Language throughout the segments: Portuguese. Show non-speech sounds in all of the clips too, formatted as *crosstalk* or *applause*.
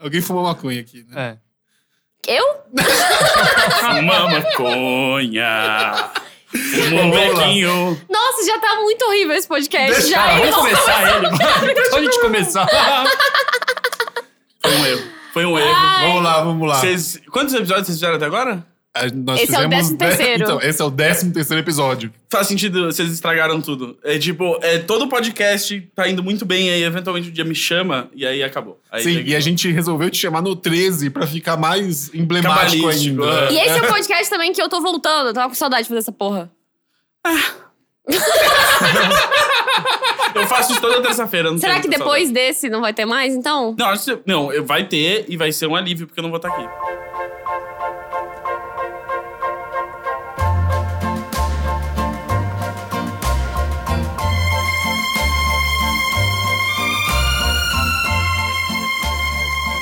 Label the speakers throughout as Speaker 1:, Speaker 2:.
Speaker 1: Alguém fumou maconha aqui, né?
Speaker 2: É.
Speaker 3: Eu?
Speaker 4: Fuma *laughs* maconha. Fuma um
Speaker 1: Vamos lá.
Speaker 4: bequinho.
Speaker 3: Nossa, já tá muito horrível esse podcast.
Speaker 4: Deixa
Speaker 3: já
Speaker 4: vamos
Speaker 3: errou.
Speaker 4: começar ele.
Speaker 3: Então,
Speaker 2: Só a
Speaker 3: tipo,
Speaker 2: gente começar.
Speaker 3: *laughs*
Speaker 4: Foi um erro. Foi um erro.
Speaker 1: Vamos lá, vamos lá.
Speaker 4: Vocês- quantos episódios vocês fizeram até agora?
Speaker 1: A- nós
Speaker 3: Esse é o
Speaker 1: fizemos
Speaker 3: décimo
Speaker 1: dez-
Speaker 3: terceiro.
Speaker 1: Então, esse é o décimo terceiro episódio.
Speaker 4: Faz sentido, vocês estragaram tudo. É tipo, é, todo podcast tá indo muito bem, aí eventualmente o dia me chama e aí acabou. Aí
Speaker 1: Sim,
Speaker 4: chega-
Speaker 1: e a gente resolveu te chamar no 13 pra ficar mais emblemático
Speaker 4: Cabalístico,
Speaker 1: ainda.
Speaker 4: é.
Speaker 3: E esse é o podcast também que eu tô voltando. Eu tava com saudade de fazer essa porra.
Speaker 4: Eu faço isso toda terça-feira. não
Speaker 3: Será
Speaker 4: tem
Speaker 3: que
Speaker 4: muita
Speaker 3: depois desse não vai ter mais, então?
Speaker 4: Não, acho que- não, eu- vai ter e vai ser um alívio, porque eu não vou estar aqui.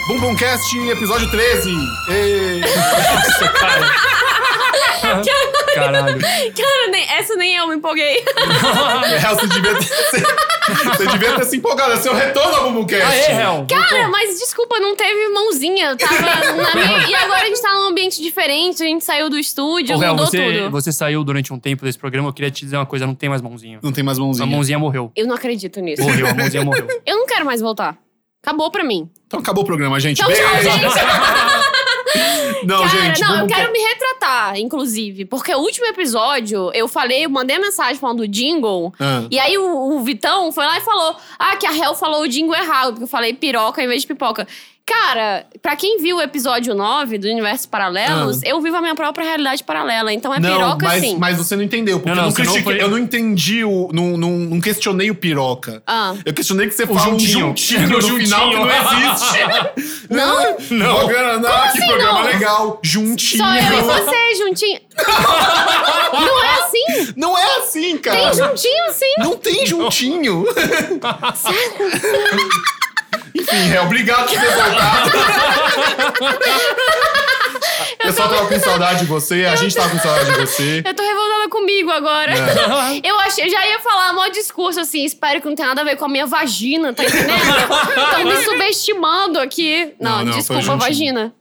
Speaker 1: Bum Bum Cast, episódio 13.
Speaker 4: *laughs*
Speaker 1: Ê!
Speaker 4: tá
Speaker 2: Caralho.
Speaker 3: Cara, nem- essa nem eu me empolguei.
Speaker 1: Hel, É, você devia ter, você, você devia ter se empolgado. É seu retorno ao Bum Bum Cast.
Speaker 2: *laughs* Aê, Hel.
Speaker 3: Cara, mas desculpa, não teve mãozinha. Tava na minha... E agora a gente tá num ambiente diferente, a gente saiu do estúdio,
Speaker 2: Ô, Hel,
Speaker 3: mudou
Speaker 2: você,
Speaker 3: tudo.
Speaker 2: você saiu durante um tempo desse programa. Eu queria te dizer uma coisa: não tem mais mãozinha.
Speaker 1: Não tem mais
Speaker 2: A
Speaker 1: mãozinha.
Speaker 2: mãozinha morreu.
Speaker 3: Eu não acredito nisso.
Speaker 2: Morreu, a mãozinha morreu.
Speaker 3: Eu não quero mais voltar. Acabou pra mim.
Speaker 1: Então acabou o programa, gente.
Speaker 3: Tchau, tchau,
Speaker 1: Beijo.
Speaker 3: gente.
Speaker 1: Não,
Speaker 3: Cara,
Speaker 1: gente.
Speaker 3: não,
Speaker 1: Bum Bum
Speaker 3: eu quero me retratar, inclusive. Porque o último episódio, eu falei, eu mandei mensagem falando do jingle.
Speaker 1: Ah.
Speaker 3: E aí o, o Vitão foi lá e falou: Ah, que a Hel falou o jingle errado, porque eu falei piroca em vez de pipoca. Cara, pra quem viu o episódio 9 do Universo Paralelos, eu vivo a minha própria realidade paralela. Então é
Speaker 1: Ah. não,
Speaker 3: piroca
Speaker 1: mas,
Speaker 3: sim.
Speaker 1: mas você não entendeu. Porque
Speaker 2: Não, não,
Speaker 1: eu, não
Speaker 2: você não
Speaker 1: critiquei-
Speaker 2: foi-
Speaker 1: eu não entendi o. Não, não, não questionei o piroca.
Speaker 3: Ah.
Speaker 1: Eu questionei que você fala um
Speaker 2: juntinho.
Speaker 1: juntinho no
Speaker 2: *laughs* O juntinho.
Speaker 1: final que não existe.
Speaker 2: *laughs*
Speaker 1: não? Não. Bacana, não, que programa
Speaker 3: assim, não?
Speaker 1: legal. Juntinho.
Speaker 3: Só eu e você, juntinho. não é assim?
Speaker 1: Não é assim,
Speaker 3: Tem
Speaker 1: cara.
Speaker 3: juntinho sim.
Speaker 1: Não tem juntinho. Enfim, é obrigado por ter
Speaker 3: *laughs*
Speaker 1: voltado. Eu só tava com saudade de você, a gente tava com saudade de você.
Speaker 3: Eu tô revoltada comigo agora.
Speaker 1: É.
Speaker 3: Eu achei, eu já ia falar mó discurso assim, espero que não tenha nada a ver com a minha vagina, tá entendendo? Estão me subestimando aqui.
Speaker 1: Não,
Speaker 3: Não,
Speaker 1: não, foi
Speaker 3: desculpa,
Speaker 1: juntinho.
Speaker 3: vagina.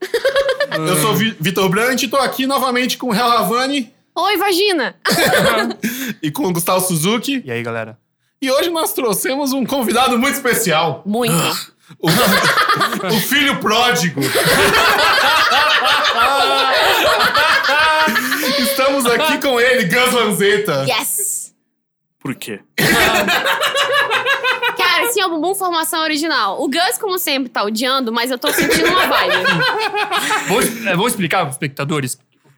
Speaker 1: Eu sou Vi- Vitor Brant e tô aqui novamente com o Hel Havani
Speaker 3: Oi, vagina.
Speaker 1: e com o Gustavo Suzuki.
Speaker 2: E aí, galera?
Speaker 1: E hoje nós trouxemos um convidado muito especial.
Speaker 3: Muito.
Speaker 1: O, *laughs* o filho pródigo. *laughs* Estamos aqui com ele, Gus Lanzetta.
Speaker 3: yes.
Speaker 4: Por quê?
Speaker 3: Cara, assim, é o bumbum formação original. O Gus, como sempre, tá odiando, mas eu tô sentindo uma vibe.
Speaker 2: Vou, é, vou explicar pros espectadores.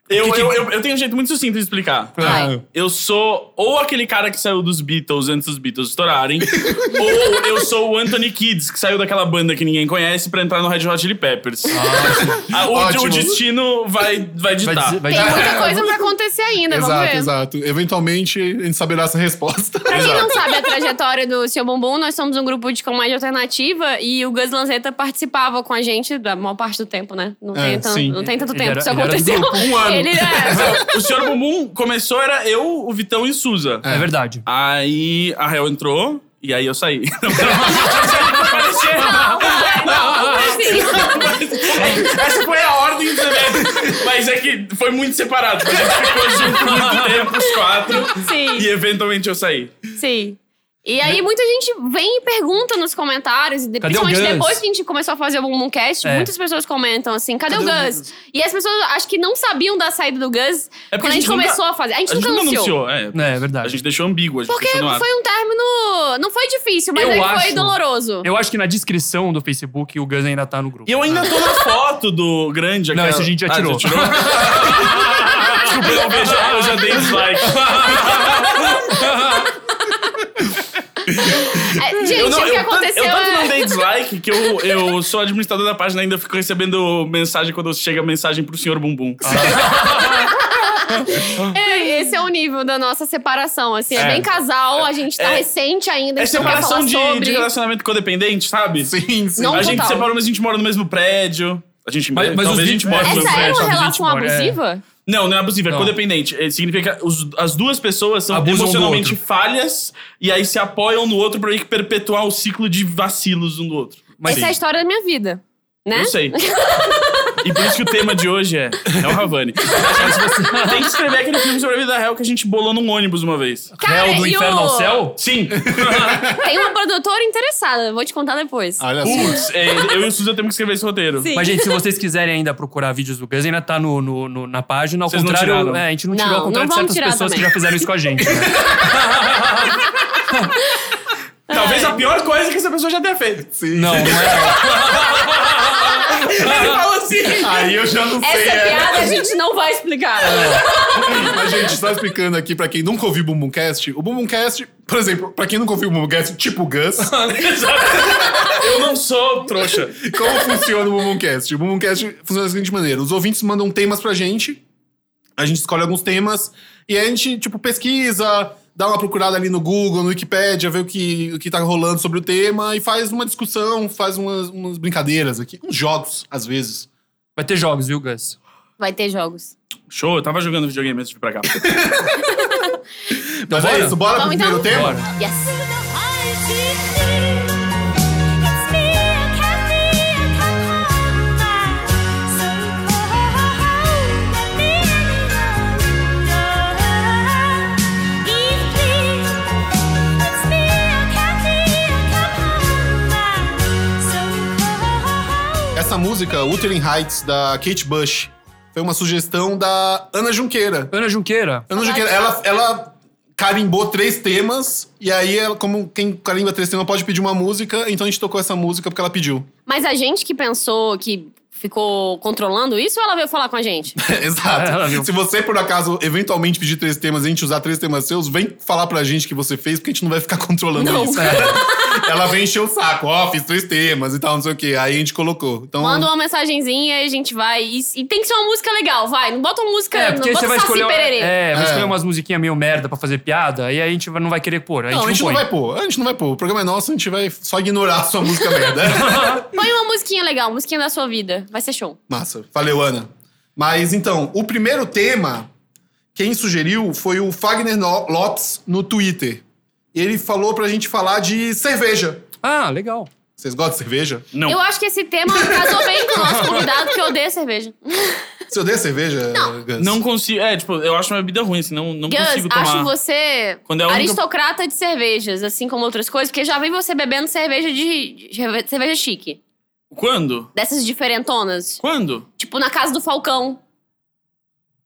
Speaker 4: Eu,
Speaker 2: Que que-
Speaker 4: eu, eu, eu tenho um jeito muito sucinto de explicar.
Speaker 3: Vai.
Speaker 4: Eu sou ou aquele cara que saiu dos Beatles antes dos Beatles estourarem, ou eu sou o Anthony Kids, que saiu daquela banda que ninguém conhece pra entrar no Red Hot Chili Peppers. Ah, o,
Speaker 1: Ótimo.
Speaker 4: o destino vai, vai
Speaker 2: Vai
Speaker 4: ditar.
Speaker 2: dizer- vai
Speaker 3: Tem
Speaker 2: dizer-
Speaker 3: muita coisa pra acontecer ainda, né, vamos
Speaker 1: Exato,
Speaker 3: ver.
Speaker 1: exato. Eventualmente a gente saberá essa resposta.
Speaker 3: Pra quem não sabe a trajetória do Seu Bumbum, nós somos um grupo de comédia alternativa e o Gus Lanzetta participava com a gente da maior parte do tempo, né? Não tem,
Speaker 1: É,
Speaker 3: tan-
Speaker 1: sim.
Speaker 3: não tem tanto
Speaker 2: Ele
Speaker 3: tempo
Speaker 2: era-
Speaker 3: que isso
Speaker 2: ele era do
Speaker 3: aconteceu.
Speaker 2: grupo,
Speaker 1: um ano.
Speaker 3: Ele é.
Speaker 4: *laughs* O Senhor Bumbum começou, era eu, o Vitão e o Suza.
Speaker 2: É verdade.
Speaker 4: Aí a Hel entrou e aí eu saí. *laughs* Não, não,
Speaker 3: Não, vai, não, assim.
Speaker 4: Essa foi a ordem do evento. Mas é que foi muito separado. A gente ficou junto muito tempo, os quatro. E
Speaker 3: *laughs* Sim,
Speaker 4: eventualmente eu saí.
Speaker 3: sim. E aí muita gente vem e pergunta nos comentários, e de-
Speaker 2: Cadê o
Speaker 3: principalmente
Speaker 2: Gus?
Speaker 3: depois que a gente começou a fazer o Bumbumcast,
Speaker 2: É.
Speaker 3: muitas pessoas comentam assim, cadê,
Speaker 1: Cadê
Speaker 3: o
Speaker 1: o
Speaker 3: Gus? E as pessoas acho que não sabiam da saída do Gus
Speaker 4: É porque
Speaker 3: quando a gente,
Speaker 4: nunca-
Speaker 3: começou a fazer. A gente, nunca anunciou.
Speaker 4: é.
Speaker 2: É, é
Speaker 4: A
Speaker 2: verdade.
Speaker 4: gente deixou ambíguo, a gente
Speaker 3: Porque
Speaker 4: deixou no ar.
Speaker 3: foi um término. Não foi difícil, mas
Speaker 2: Eu
Speaker 3: ele foi
Speaker 2: acho-
Speaker 3: doloroso.
Speaker 2: Eu acho que na descrição do Facebook o Gus ainda tá no grupo.
Speaker 4: E eu ainda tô na foto do grande
Speaker 2: Não,
Speaker 4: aquela-
Speaker 2: esse a gente já
Speaker 4: Ah,
Speaker 2: tirou. *laughs*
Speaker 4: Desculpa, eu já- eu já dei dislike.
Speaker 3: É, *laughs* gente,
Speaker 4: Eu não-
Speaker 3: o que
Speaker 4: eu tanto-
Speaker 3: aconteceu
Speaker 4: Eu tanto
Speaker 3: é.
Speaker 4: não dei dislike que eu, eu sou administrador da página e ainda fico recebendo mensagem quando chega mensagem pro senhor Bumbum.
Speaker 3: *laughs* é, Esse é o nível da nossa separação. Assim, é,
Speaker 4: É.
Speaker 3: bem casal, a gente tá
Speaker 4: É.
Speaker 3: recente ainda. a
Speaker 4: é
Speaker 3: gente não quer
Speaker 4: separação
Speaker 3: falar
Speaker 4: de,
Speaker 3: sobre.
Speaker 4: de relacionamento codependente, sabe?
Speaker 1: Sim, sim.
Speaker 3: Não,
Speaker 4: a gente
Speaker 3: total.
Speaker 4: separou, mas a gente mora no mesmo prédio. A gente,
Speaker 2: Mas- mas
Speaker 4: talvez
Speaker 2: os
Speaker 4: a gente
Speaker 2: vídeos-
Speaker 4: mora no mesmo
Speaker 3: Essa é
Speaker 4: prédio.
Speaker 3: uma
Speaker 2: Gente,
Speaker 3: relação
Speaker 2: amor, é.
Speaker 3: abusiva?
Speaker 4: Não, não é abusiva, é
Speaker 2: Não.
Speaker 4: codependente. É, significa que os- as duas pessoas são
Speaker 2: Abusam do
Speaker 4: emocionalmente
Speaker 2: outro.
Speaker 4: falhas e aí se apoiam no outro pra meio que perpetuar o ciclo de vacilos um do outro.
Speaker 2: Mas
Speaker 3: Essa é a história da minha vida. Né?
Speaker 4: Eu sei. E por isso que o tema de hoje é. É o Ravani. *laughs* Tem que escrever aquele filme sobre a vida real que a gente bolou num ônibus uma vez.
Speaker 3: Cara,
Speaker 5: Réu do
Speaker 3: e
Speaker 5: inferno
Speaker 3: o-
Speaker 5: ao céu?
Speaker 2: *laughs*
Speaker 4: Sim.
Speaker 3: Tem uma produtora interessada, vou te contar depois.
Speaker 1: Olha só.
Speaker 4: Putz, é, eu e o Suzy temos que escrever esse roteiro.
Speaker 5: Sim.
Speaker 2: Mas, gente, se vocês quiserem ainda procurar vídeos do Gus, ainda tá no, no- no- na página. Ao
Speaker 4: Vocês não
Speaker 2: contrário,
Speaker 4: tiraram.
Speaker 2: é, a gente não,
Speaker 3: Não,
Speaker 2: tirou,
Speaker 3: não
Speaker 2: ao contrário de
Speaker 3: vamos
Speaker 2: certas
Speaker 3: tirar
Speaker 2: pessoas que
Speaker 3: também.
Speaker 2: já fizeram isso com a gente. *laughs* né?
Speaker 4: Talvez a pior coisa que essa pessoa já tenha
Speaker 2: *laughs*
Speaker 4: feito.
Speaker 1: Sim.
Speaker 2: Não, não é.
Speaker 4: Ele fala assim.
Speaker 1: Aí eu já não sei.
Speaker 3: Essa
Speaker 1: é.
Speaker 3: piada a gente não vai explicar.
Speaker 1: *laughs* Mas, gente, só explicando aqui pra quem nunca ouviu o Bumbumcast, o Bumbumcast, por exemplo, pra quem nunca ouviu o Bumbumcast, tipo o Gus,
Speaker 4: Eu não sou trouxa.
Speaker 1: como funciona o Bumbumcast? O Bumbumcast funciona da seguinte maneira: os ouvintes mandam temas pra gente, a gente escolhe alguns temas, e aí a gente, tipo, pesquisa, dá uma procurada ali no Google, no Wikipedia, vê o que, o que tá rolando sobre o tema e faz uma discussão, faz umas, umas brincadeiras aqui, uns jogos, às vezes.
Speaker 2: Vai ter jogos, viu, Gus?
Speaker 3: Vai ter jogos.
Speaker 4: Show, eu tava jogando videogame antes de vir pra cá.
Speaker 1: Mas
Speaker 2: bora?
Speaker 1: é isso, bora pro
Speaker 3: Vamos
Speaker 1: primeiro
Speaker 3: então?
Speaker 1: tema?
Speaker 2: Bora.
Speaker 3: Yes.
Speaker 1: Essa música, Wuthering Heights, da Kate Bush, foi uma sugestão da Ana Junqueira.
Speaker 2: Ana Junqueira.
Speaker 1: Eu não sei o que- ela, ela carimbou três temas, e aí, ela, como quem carimba três temas pode pedir uma música, então a gente tocou essa música porque ela pediu. *laughs*
Speaker 3: Mas a gente que pensou que ficou controlando isso, ou ela veio falar com a gente?
Speaker 1: Exato.
Speaker 2: Ela viu.
Speaker 1: Se você, por acaso, eventualmente pedir três temas e a gente usar três temas seus, vem falar pra gente que você fez, porque a gente não vai ficar *laughs* controlando
Speaker 3: *laughs* Não.
Speaker 1: isso.
Speaker 2: É.
Speaker 1: ela vem encher o saco, ó, fiz três temas e tal, não sei o quê. Aí a gente colocou. Então,
Speaker 3: Manda uma mensagenzinha e a gente vai. E, e tem que ser uma música legal, vai. Não bota uma música.
Speaker 2: É,
Speaker 3: não
Speaker 2: porque
Speaker 3: bota
Speaker 2: você vai
Speaker 3: Saci
Speaker 2: escolher,
Speaker 3: Pererê. Ah.
Speaker 2: é, vai
Speaker 1: É.
Speaker 2: escolher umas musiquinhas meio merda pra fazer piada, e aí a gente não vai querer pôr. A gente
Speaker 1: não,
Speaker 2: não,
Speaker 1: a gente não,
Speaker 2: Tipo, põe.
Speaker 1: vai pôr. A gente não vai pôr. O programa é nosso, a gente vai só ignorar a sua música merda.
Speaker 3: *laughs* Põe uma musiquinha legal, musiquinha da sua vida. Vai ser show.
Speaker 1: Massa. Valeu, Ana. Mas então, o primeiro tema, quem sugeriu foi o Fagner No- Lopes no Twitter. Ele falou pra gente falar de cerveja.
Speaker 2: Ah, legal.
Speaker 1: Vocês gostam de cerveja?
Speaker 4: Não.
Speaker 3: Eu acho que esse tema casou bem com o nosso convidado que odeia cerveja.
Speaker 1: Você odeia cerveja, Gus?
Speaker 4: Não consigo. É, tipo, eu acho uma bebida ruim, assim, não, não
Speaker 3: Gus,
Speaker 4: consigo tomar.
Speaker 3: acho você
Speaker 4: Quando é a única-
Speaker 3: aristocrata de cervejas, assim como outras coisas, porque já vem você bebendo cerveja de. de- cerveja chique.
Speaker 4: Quando?
Speaker 3: Dessas diferentonas.
Speaker 4: Quando?
Speaker 3: Tipo na casa do Falcão.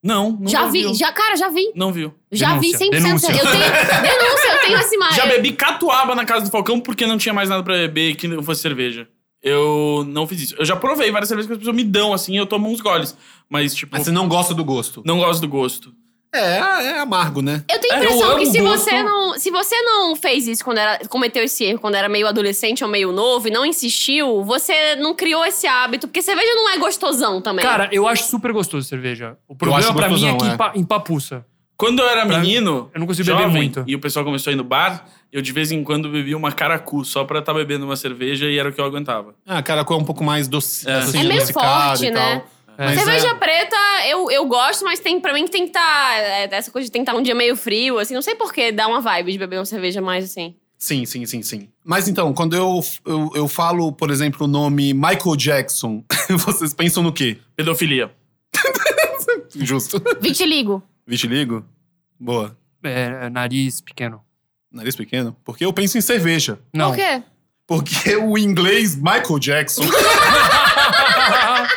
Speaker 4: Não, não
Speaker 3: já vi,
Speaker 4: viu.
Speaker 3: já, cara, já vi.
Speaker 4: Não viu.
Speaker 3: Já vi 100%.
Speaker 2: Denúncia, denúncia.
Speaker 3: Eu tenho denúncia, eu tenho essa imagem.
Speaker 4: Já bebi catuaba na casa do Falcão porque não tinha mais nada pra beber que não fosse cerveja. Eu não fiz isso. Eu já provei várias cervejas que as pessoas me dão, assim, e eu tomo uns goles. Mas, tipo,
Speaker 1: Mas você não gosta do gosto.
Speaker 4: não gosto do gosto.
Speaker 1: É, é amargo, né?
Speaker 3: Eu tenho a
Speaker 4: É, eu
Speaker 3: impressão
Speaker 4: amo
Speaker 3: que se
Speaker 4: gosto.
Speaker 3: você não, se você não fez isso quando era, cometeu esse erro quando era meio adolescente ou meio novo e não insistiu, você não criou esse hábito, porque cerveja não é gostosão também.
Speaker 2: Cara, eu acho super gostoso cerveja. O problema
Speaker 1: acho
Speaker 2: pra mim é
Speaker 1: gostosão,
Speaker 2: que
Speaker 1: é.
Speaker 2: empa- empapuça.
Speaker 4: Quando eu era menino.
Speaker 2: eu não consigo beber
Speaker 4: jovem,
Speaker 2: muito.
Speaker 4: E o pessoal começou a ir no bar, eu de vez em quando bebia uma caracu só pra estar bebendo uma cerveja e era o que eu aguentava.
Speaker 1: Ah, cara, é um pouco mais doce,
Speaker 4: É.
Speaker 1: assim,
Speaker 3: É meio
Speaker 1: adocicado
Speaker 3: forte,
Speaker 1: e tal.
Speaker 3: né?
Speaker 1: Mas
Speaker 3: cerveja
Speaker 1: é-
Speaker 3: preta eu, eu gosto, mas tem para mim que tem que tá, é, essa coisa de tem que tá um dia meio frio, assim, não sei por que dá uma vibe de beber uma cerveja mais assim.
Speaker 1: Sim, sim, sim, sim. Mas então, quando eu, eu, eu falo, por exemplo, o nome Michael Jackson, *laughs* vocês pensam no quê?
Speaker 4: Pedofilia.
Speaker 1: Justo.
Speaker 3: Vitiligo.
Speaker 1: Vitiligo? Boa.
Speaker 2: É, é, nariz pequeno.
Speaker 1: Nariz pequeno? Porque eu penso em cerveja.
Speaker 2: Não.
Speaker 3: Por quê?
Speaker 1: Porque o inglês Michael Jackson
Speaker 2: Ah,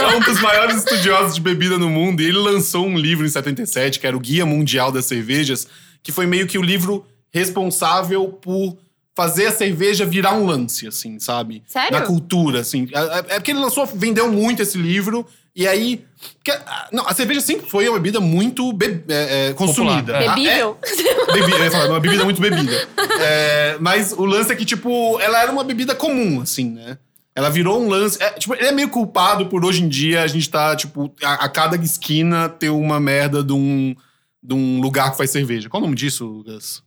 Speaker 1: é *laughs* um dos maiores estudiosos de bebida no mundo e ele lançou um livro em 77, que era o Guia Mundial das Cervejas, que foi meio que o livro responsável por fazer a cerveja virar um lance, assim, sabe?
Speaker 3: Sério?
Speaker 1: Na cultura, assim. É- É é porque ele lançou, vendeu muito esse livro e aí... que- ah, não, a cerveja sempre foi uma bebida muito be- é, é, consumida.
Speaker 2: é.
Speaker 1: Ah, é-
Speaker 3: Bebível.
Speaker 1: Bebi- eu ia falar, uma bebida muito bebida. É, mas o lance é que, tipo, ela era uma bebida comum, assim, né? Ela virou um lance. é, tipo, ele é meio culpado por hoje em dia a gente tá, tipo, a, a cada esquina ter uma merda de um, de um lugar que faz cerveja. Qual é o nome disso, Gus?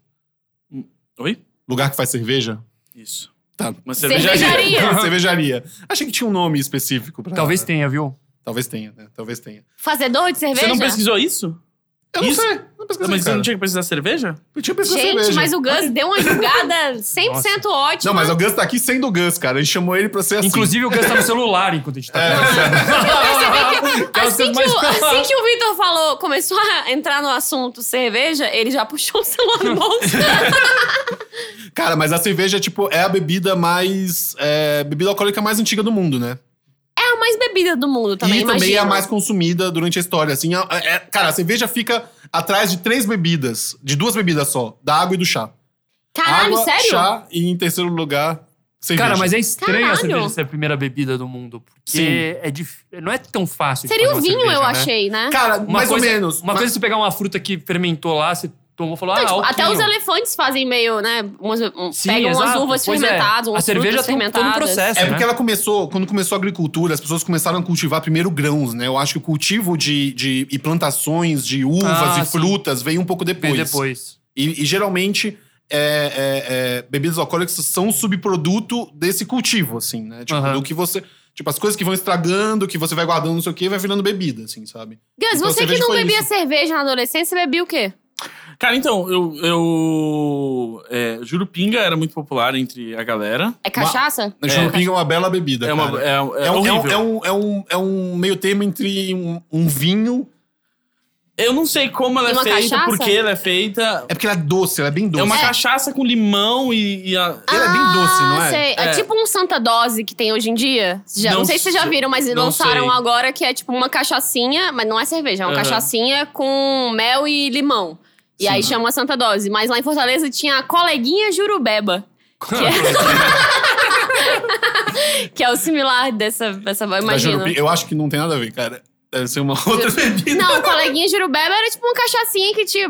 Speaker 4: Oi?
Speaker 1: Lugar que faz cerveja?
Speaker 4: Isso.
Speaker 1: Tá.
Speaker 4: Uma cervejaria. *laughs*
Speaker 3: Cervejaria.
Speaker 1: *laughs* Cervejaria. Achei que tinha um nome específico pra.
Speaker 2: Talvez tenha, viu?
Speaker 1: Talvez tenha, né? Talvez tenha.
Speaker 3: Fazedor de cerveja?
Speaker 4: Você não pesquisou isso?
Speaker 1: Eu não
Speaker 4: Isso-
Speaker 1: sei. Não pesquisei,
Speaker 4: Mas você
Speaker 1: cara.
Speaker 4: não tinha que precisar de cerveja?
Speaker 1: Eu tinha pesquisado
Speaker 3: Gente,
Speaker 1: cerveja.
Speaker 3: mas o Gus deu uma julgada 100% ótima.
Speaker 1: Não, mas o Gus tá aqui sendo o Gus, cara. A gente chamou ele pra ser assim. É,
Speaker 2: Inclusive, o Gus tá no celular enquanto
Speaker 1: *laughs*
Speaker 2: a gente tá conversando.
Speaker 3: *laughs* Eu percebi que
Speaker 2: Tá
Speaker 3: assim
Speaker 2: sendo
Speaker 3: que,
Speaker 2: mais
Speaker 3: o,
Speaker 2: claro.
Speaker 3: assim que o Vitor falou, começou a entrar no assunto cerveja, ele já puxou o celular do *laughs* bolso.
Speaker 1: Cara, mas a cerveja, tipo, é a bebida mais. é, bebida alcoólica mais antiga do mundo, né?
Speaker 3: É a mais bebida do mundo também,
Speaker 1: e
Speaker 3: imagina.
Speaker 1: também é a mais consumida durante a história. Assim, a- a- é- cara, a cerveja fica atrás de três bebidas, de duas bebidas só, da água e do chá.
Speaker 3: Caralho,
Speaker 1: água,
Speaker 3: sério?
Speaker 1: chá e em terceiro lugar, cerveja.
Speaker 2: Cara, mas é estranho
Speaker 3: Caralho.
Speaker 2: a cerveja ser a primeira bebida do mundo, porque
Speaker 1: Sim.
Speaker 2: é dif... não é tão fácil. de
Speaker 3: Seria
Speaker 2: fazer
Speaker 3: o
Speaker 2: uma
Speaker 3: vinho,
Speaker 2: cerveja,
Speaker 3: eu
Speaker 2: né?
Speaker 3: achei, né?
Speaker 1: Cara,
Speaker 2: Uma
Speaker 1: mais
Speaker 2: coisa-
Speaker 1: ou menos. Ma-
Speaker 2: Uma coisa é você pegar uma fruta que fermentou lá, você tomou e falou,
Speaker 3: Então,
Speaker 2: ah,
Speaker 3: tipo, até os
Speaker 2: alquinho.
Speaker 3: elefantes fazem meio, né? umas- um-
Speaker 2: Sim,
Speaker 3: pegam umas
Speaker 2: exato.
Speaker 3: uvas
Speaker 2: Pois é.
Speaker 3: fermentadas,
Speaker 2: A
Speaker 3: umas
Speaker 2: cerveja
Speaker 3: frutas
Speaker 2: tem todo um
Speaker 3: fermentadas.
Speaker 2: processo.
Speaker 1: É
Speaker 2: né?
Speaker 1: porque ela começou, quando começou a agricultura, as pessoas começaram a cultivar primeiro grãos, né? Eu acho que o cultivo de, de e plantações de uvas
Speaker 2: Ah,
Speaker 1: e
Speaker 2: sim.
Speaker 1: frutas veio um pouco
Speaker 2: Veio
Speaker 1: depois.
Speaker 2: depois.
Speaker 1: E, e geralmente é, é, é, bebidas alcoólicas são um subproduto desse cultivo, assim, né? Tipo,
Speaker 2: Aham.
Speaker 1: do que você. Tipo, as coisas que vão estragando, que você vai guardando, não sei o quê, vai virando bebida, assim, sabe?
Speaker 3: Gus,
Speaker 1: Então,
Speaker 3: você que
Speaker 1: cerveja
Speaker 3: não
Speaker 1: foi
Speaker 3: bebia
Speaker 1: isso.
Speaker 3: cerveja na adolescência, você bebia o quê?
Speaker 4: Cara, então, eu. eu é, Jurupinga era muito popular entre a galera.
Speaker 3: É cachaça?
Speaker 1: A Churupinga é uma bela bebida.
Speaker 4: É, uma,
Speaker 1: cara.
Speaker 4: é, é,
Speaker 1: É um, é, um,
Speaker 4: horrível.
Speaker 1: é, um, é, um, é um meio termo entre um, um vinho.
Speaker 4: Eu não sei como ela
Speaker 3: E
Speaker 4: é
Speaker 3: uma
Speaker 4: feita,
Speaker 3: cachaça?
Speaker 4: por que ela é feita.
Speaker 1: É porque ela é doce, ela é bem doce.
Speaker 4: É uma cachaça com limão e, e
Speaker 3: Ah.
Speaker 4: a-
Speaker 1: Ela é bem doce, não é?
Speaker 3: sei. É
Speaker 4: É.
Speaker 3: tipo um Santa Dose que tem hoje em dia. Já, não,
Speaker 4: Não
Speaker 3: sei se vocês já
Speaker 4: sei.
Speaker 3: viram, mas
Speaker 4: Não
Speaker 3: lançaram
Speaker 4: sei.
Speaker 3: agora que é tipo uma cachaçinha, mas não é cerveja, é uma
Speaker 4: Aham.
Speaker 3: cachaçinha com mel e limão. E aí chama Santa Dose. Mas lá em Fortaleza tinha a coleguinha
Speaker 2: *laughs*
Speaker 3: jurubeba. é- *laughs* Que é o similar dessa, dessa
Speaker 1: Da
Speaker 3: imagina.
Speaker 1: Churupinga, eu acho que não tem nada a ver, cara. Deve ser uma outra bebida.
Speaker 3: *laughs* Não, coleguinha jurubeba era tipo uma cachaçinha que tinha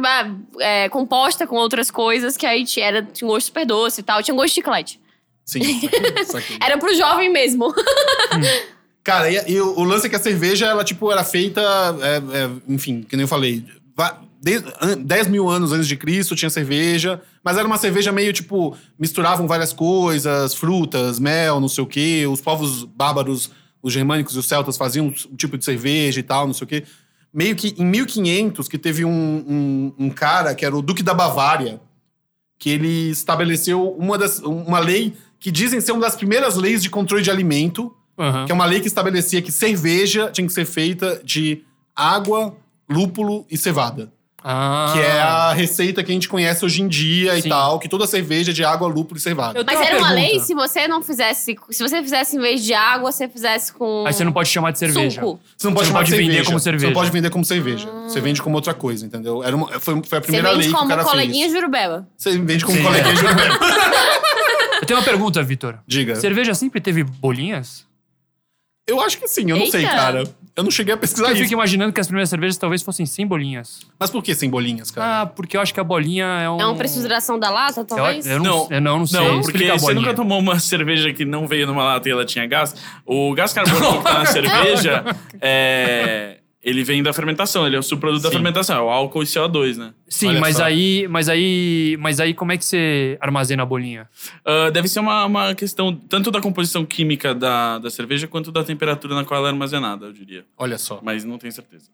Speaker 3: é, composta com outras coisas, que aí tinha, era, tinha um gosto super doce e tal. Tinha um gosto de chiclete.
Speaker 1: Sim,
Speaker 3: *laughs*
Speaker 1: saquei, saquei.
Speaker 3: Era pro jovem mesmo.
Speaker 1: Cara, e, e o, o lance é que a cerveja, ela, tipo, era feita, é, é, enfim, que nem eu falei, va- de- an- 10 mil anos antes de Cristo tinha cerveja, mas era uma cerveja meio, tipo, misturavam várias coisas, frutas, mel, não sei o quê. Os povos bárbaros, os germânicos e os celtas faziam um tipo de cerveja e tal, não sei o quê. Meio que em 1500, que teve um, um- um cara que era o Duque da Bavária, que ele estabeleceu uma, das, uma lei que dizem ser uma das primeiras leis de controle de alimento,
Speaker 2: Aham.
Speaker 1: que é uma lei que estabelecia que cerveja tinha que ser feita de água, lúpulo e cevada.
Speaker 2: Ah.
Speaker 1: Que é a receita que a gente conhece hoje em dia e
Speaker 2: Sim.
Speaker 1: tal, que toda cerveja é de água, lúpulo e cevada.
Speaker 2: Eu-
Speaker 3: *laughs* Mas
Speaker 2: Tem uma
Speaker 3: era uma
Speaker 2: pergunta.
Speaker 3: lei se você não fizesse. Se você fizesse em vez de água, você fizesse com.
Speaker 2: Aí você não pode chamar de cerveja.
Speaker 3: Suco.
Speaker 1: Você não pode,
Speaker 2: Você
Speaker 1: chamar
Speaker 2: não
Speaker 1: de
Speaker 2: pode vender
Speaker 1: cerveja.
Speaker 2: como
Speaker 1: Você
Speaker 2: cerveja.
Speaker 1: não pode vender como cerveja. Você vende como outra coisa, entendeu? Era uma- foi, foi a
Speaker 3: Ah. Você
Speaker 1: primeira
Speaker 3: vende
Speaker 1: lei que o
Speaker 3: como
Speaker 1: cara
Speaker 3: coleguinha
Speaker 1: fez.
Speaker 3: jurubeba.
Speaker 1: Você vende como
Speaker 2: Sim.
Speaker 1: coleguinha de
Speaker 2: *laughs*
Speaker 1: jurubeba.
Speaker 2: Eu tenho uma pergunta, Vitor.
Speaker 1: Diga.
Speaker 2: Cerveja sempre teve bolinhas?
Speaker 1: Eu acho que sim, eu não sei,
Speaker 3: Eita.
Speaker 1: cara. Eu não cheguei a pesquisar
Speaker 2: Eu
Speaker 1: É isso.
Speaker 2: fico imaginando que as primeiras cervejas talvez fossem sem bolinhas.
Speaker 1: Mas por que sem bolinhas, cara?
Speaker 2: Ah, porque eu acho que a bolinha é um...
Speaker 3: É uma pressudização da lata, talvez?
Speaker 2: Eu, eu não,
Speaker 4: Não.
Speaker 2: eu não, não sei.
Speaker 4: Não, porque
Speaker 2: Explica a
Speaker 4: você
Speaker 2: bolinha.
Speaker 4: nunca tomou uma *laughs* cerveja que não veio numa lata e ela tinha gás. O gás carbônico que tá
Speaker 1: *laughs*
Speaker 4: na cerveja, é, ele vem da fermentação, ele é o subproduto da
Speaker 1: Sim.
Speaker 4: fermentação, é o álcool e CO2, né?
Speaker 2: Sim,
Speaker 1: Olha
Speaker 2: mas
Speaker 1: só.
Speaker 2: aí, mas aí, mas aí como é que você armazena a bolinha?
Speaker 4: Ah, deve ser uma, uma questão tanto da composição química da, da cerveja quanto da temperatura na qual ela é armazenada, eu diria.
Speaker 1: Olha só.
Speaker 4: Mas não tenho certeza.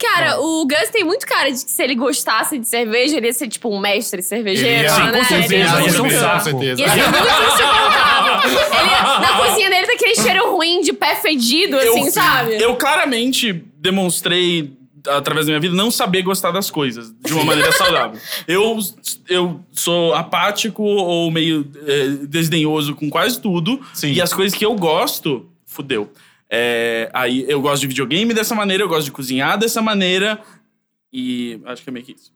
Speaker 3: Cara, o Gus tem muito cara de que se ele gostasse de cerveja, ele ia ser tipo um mestre cervejeiro,
Speaker 1: Ele é ia-
Speaker 3: né?
Speaker 2: com certeza,
Speaker 3: Ele ia
Speaker 2: ia
Speaker 3: ser
Speaker 2: ser um
Speaker 3: muito-
Speaker 4: *laughs*
Speaker 2: saco.
Speaker 3: Ia ser muito insuportável. Ele ia- na cozinha dele tá aquele cheiro ruim de pé fedido, assim, sabe?
Speaker 4: Eu claramente demonstrei, através da minha vida, não saber gostar das coisas de uma maneira
Speaker 3: *laughs*
Speaker 4: saudável. Eu, eu sou apático ou meio eh, desdenhoso com quase tudo.
Speaker 1: Sim.
Speaker 4: E as coisas que eu gosto, fudeu. É, aí eu gosto de videogame dessa maneira, eu gosto de cozinhar dessa maneira. E acho que é meio que isso.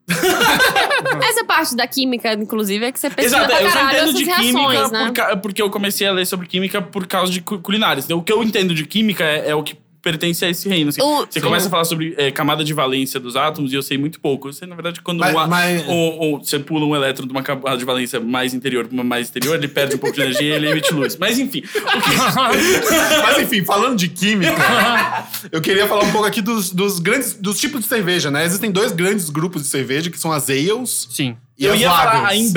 Speaker 3: Essa parte da química, inclusive, é que você pesquisa
Speaker 4: Exato,
Speaker 3: pra
Speaker 4: eu só
Speaker 3: caralho
Speaker 4: entendo
Speaker 3: essas
Speaker 4: de
Speaker 3: reações,
Speaker 4: química
Speaker 3: né?
Speaker 4: por ca- porque eu comecei a ler sobre química por causa de cu- culinárias. Então, o que eu entendo de química é, é o que pertence a esse reino. assim.
Speaker 3: O-
Speaker 4: Você
Speaker 3: Sim.
Speaker 4: começa a falar sobre eh, camada de valência dos átomos e eu sei muito pouco. Eu sei, na verdade, quando
Speaker 1: Mas-
Speaker 4: um a-
Speaker 1: mas-
Speaker 4: ou- ou você pula um elétron de uma camada de valência mais interior para uma mais exterior, ele perde um pouco de energia e ele emite luz. Mas enfim,
Speaker 1: Mas enfim, falando de
Speaker 4: *laughs*
Speaker 1: química, eu queria falar um pouco aqui dos, dos grandes dos tipos de cerveja, né? Existem dois grandes grupos de cerveja que são as ales
Speaker 2: Sim.
Speaker 1: e
Speaker 4: eu
Speaker 1: as
Speaker 4: ia falar a
Speaker 1: lagers.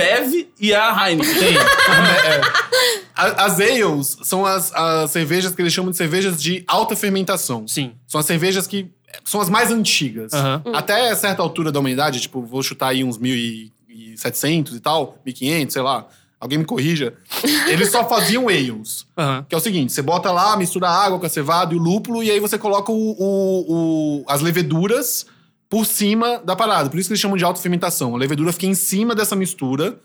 Speaker 1: são as mais antigas.
Speaker 2: Aham.
Speaker 1: Até certa altura da humanidade, tipo, vou chutar aí uns 1.700 e tal, 1.500, sei lá. Alguém me corrija. Eles só faziam ales.
Speaker 2: Aham.
Speaker 1: Que é o seguinte, você bota lá, mistura a água com a cevada e o lúpulo, e aí você coloca o, o- o- as leveduras por cima da parada. Por isso que eles chamam de autofermentação. A levedura fica em cima dessa mistura,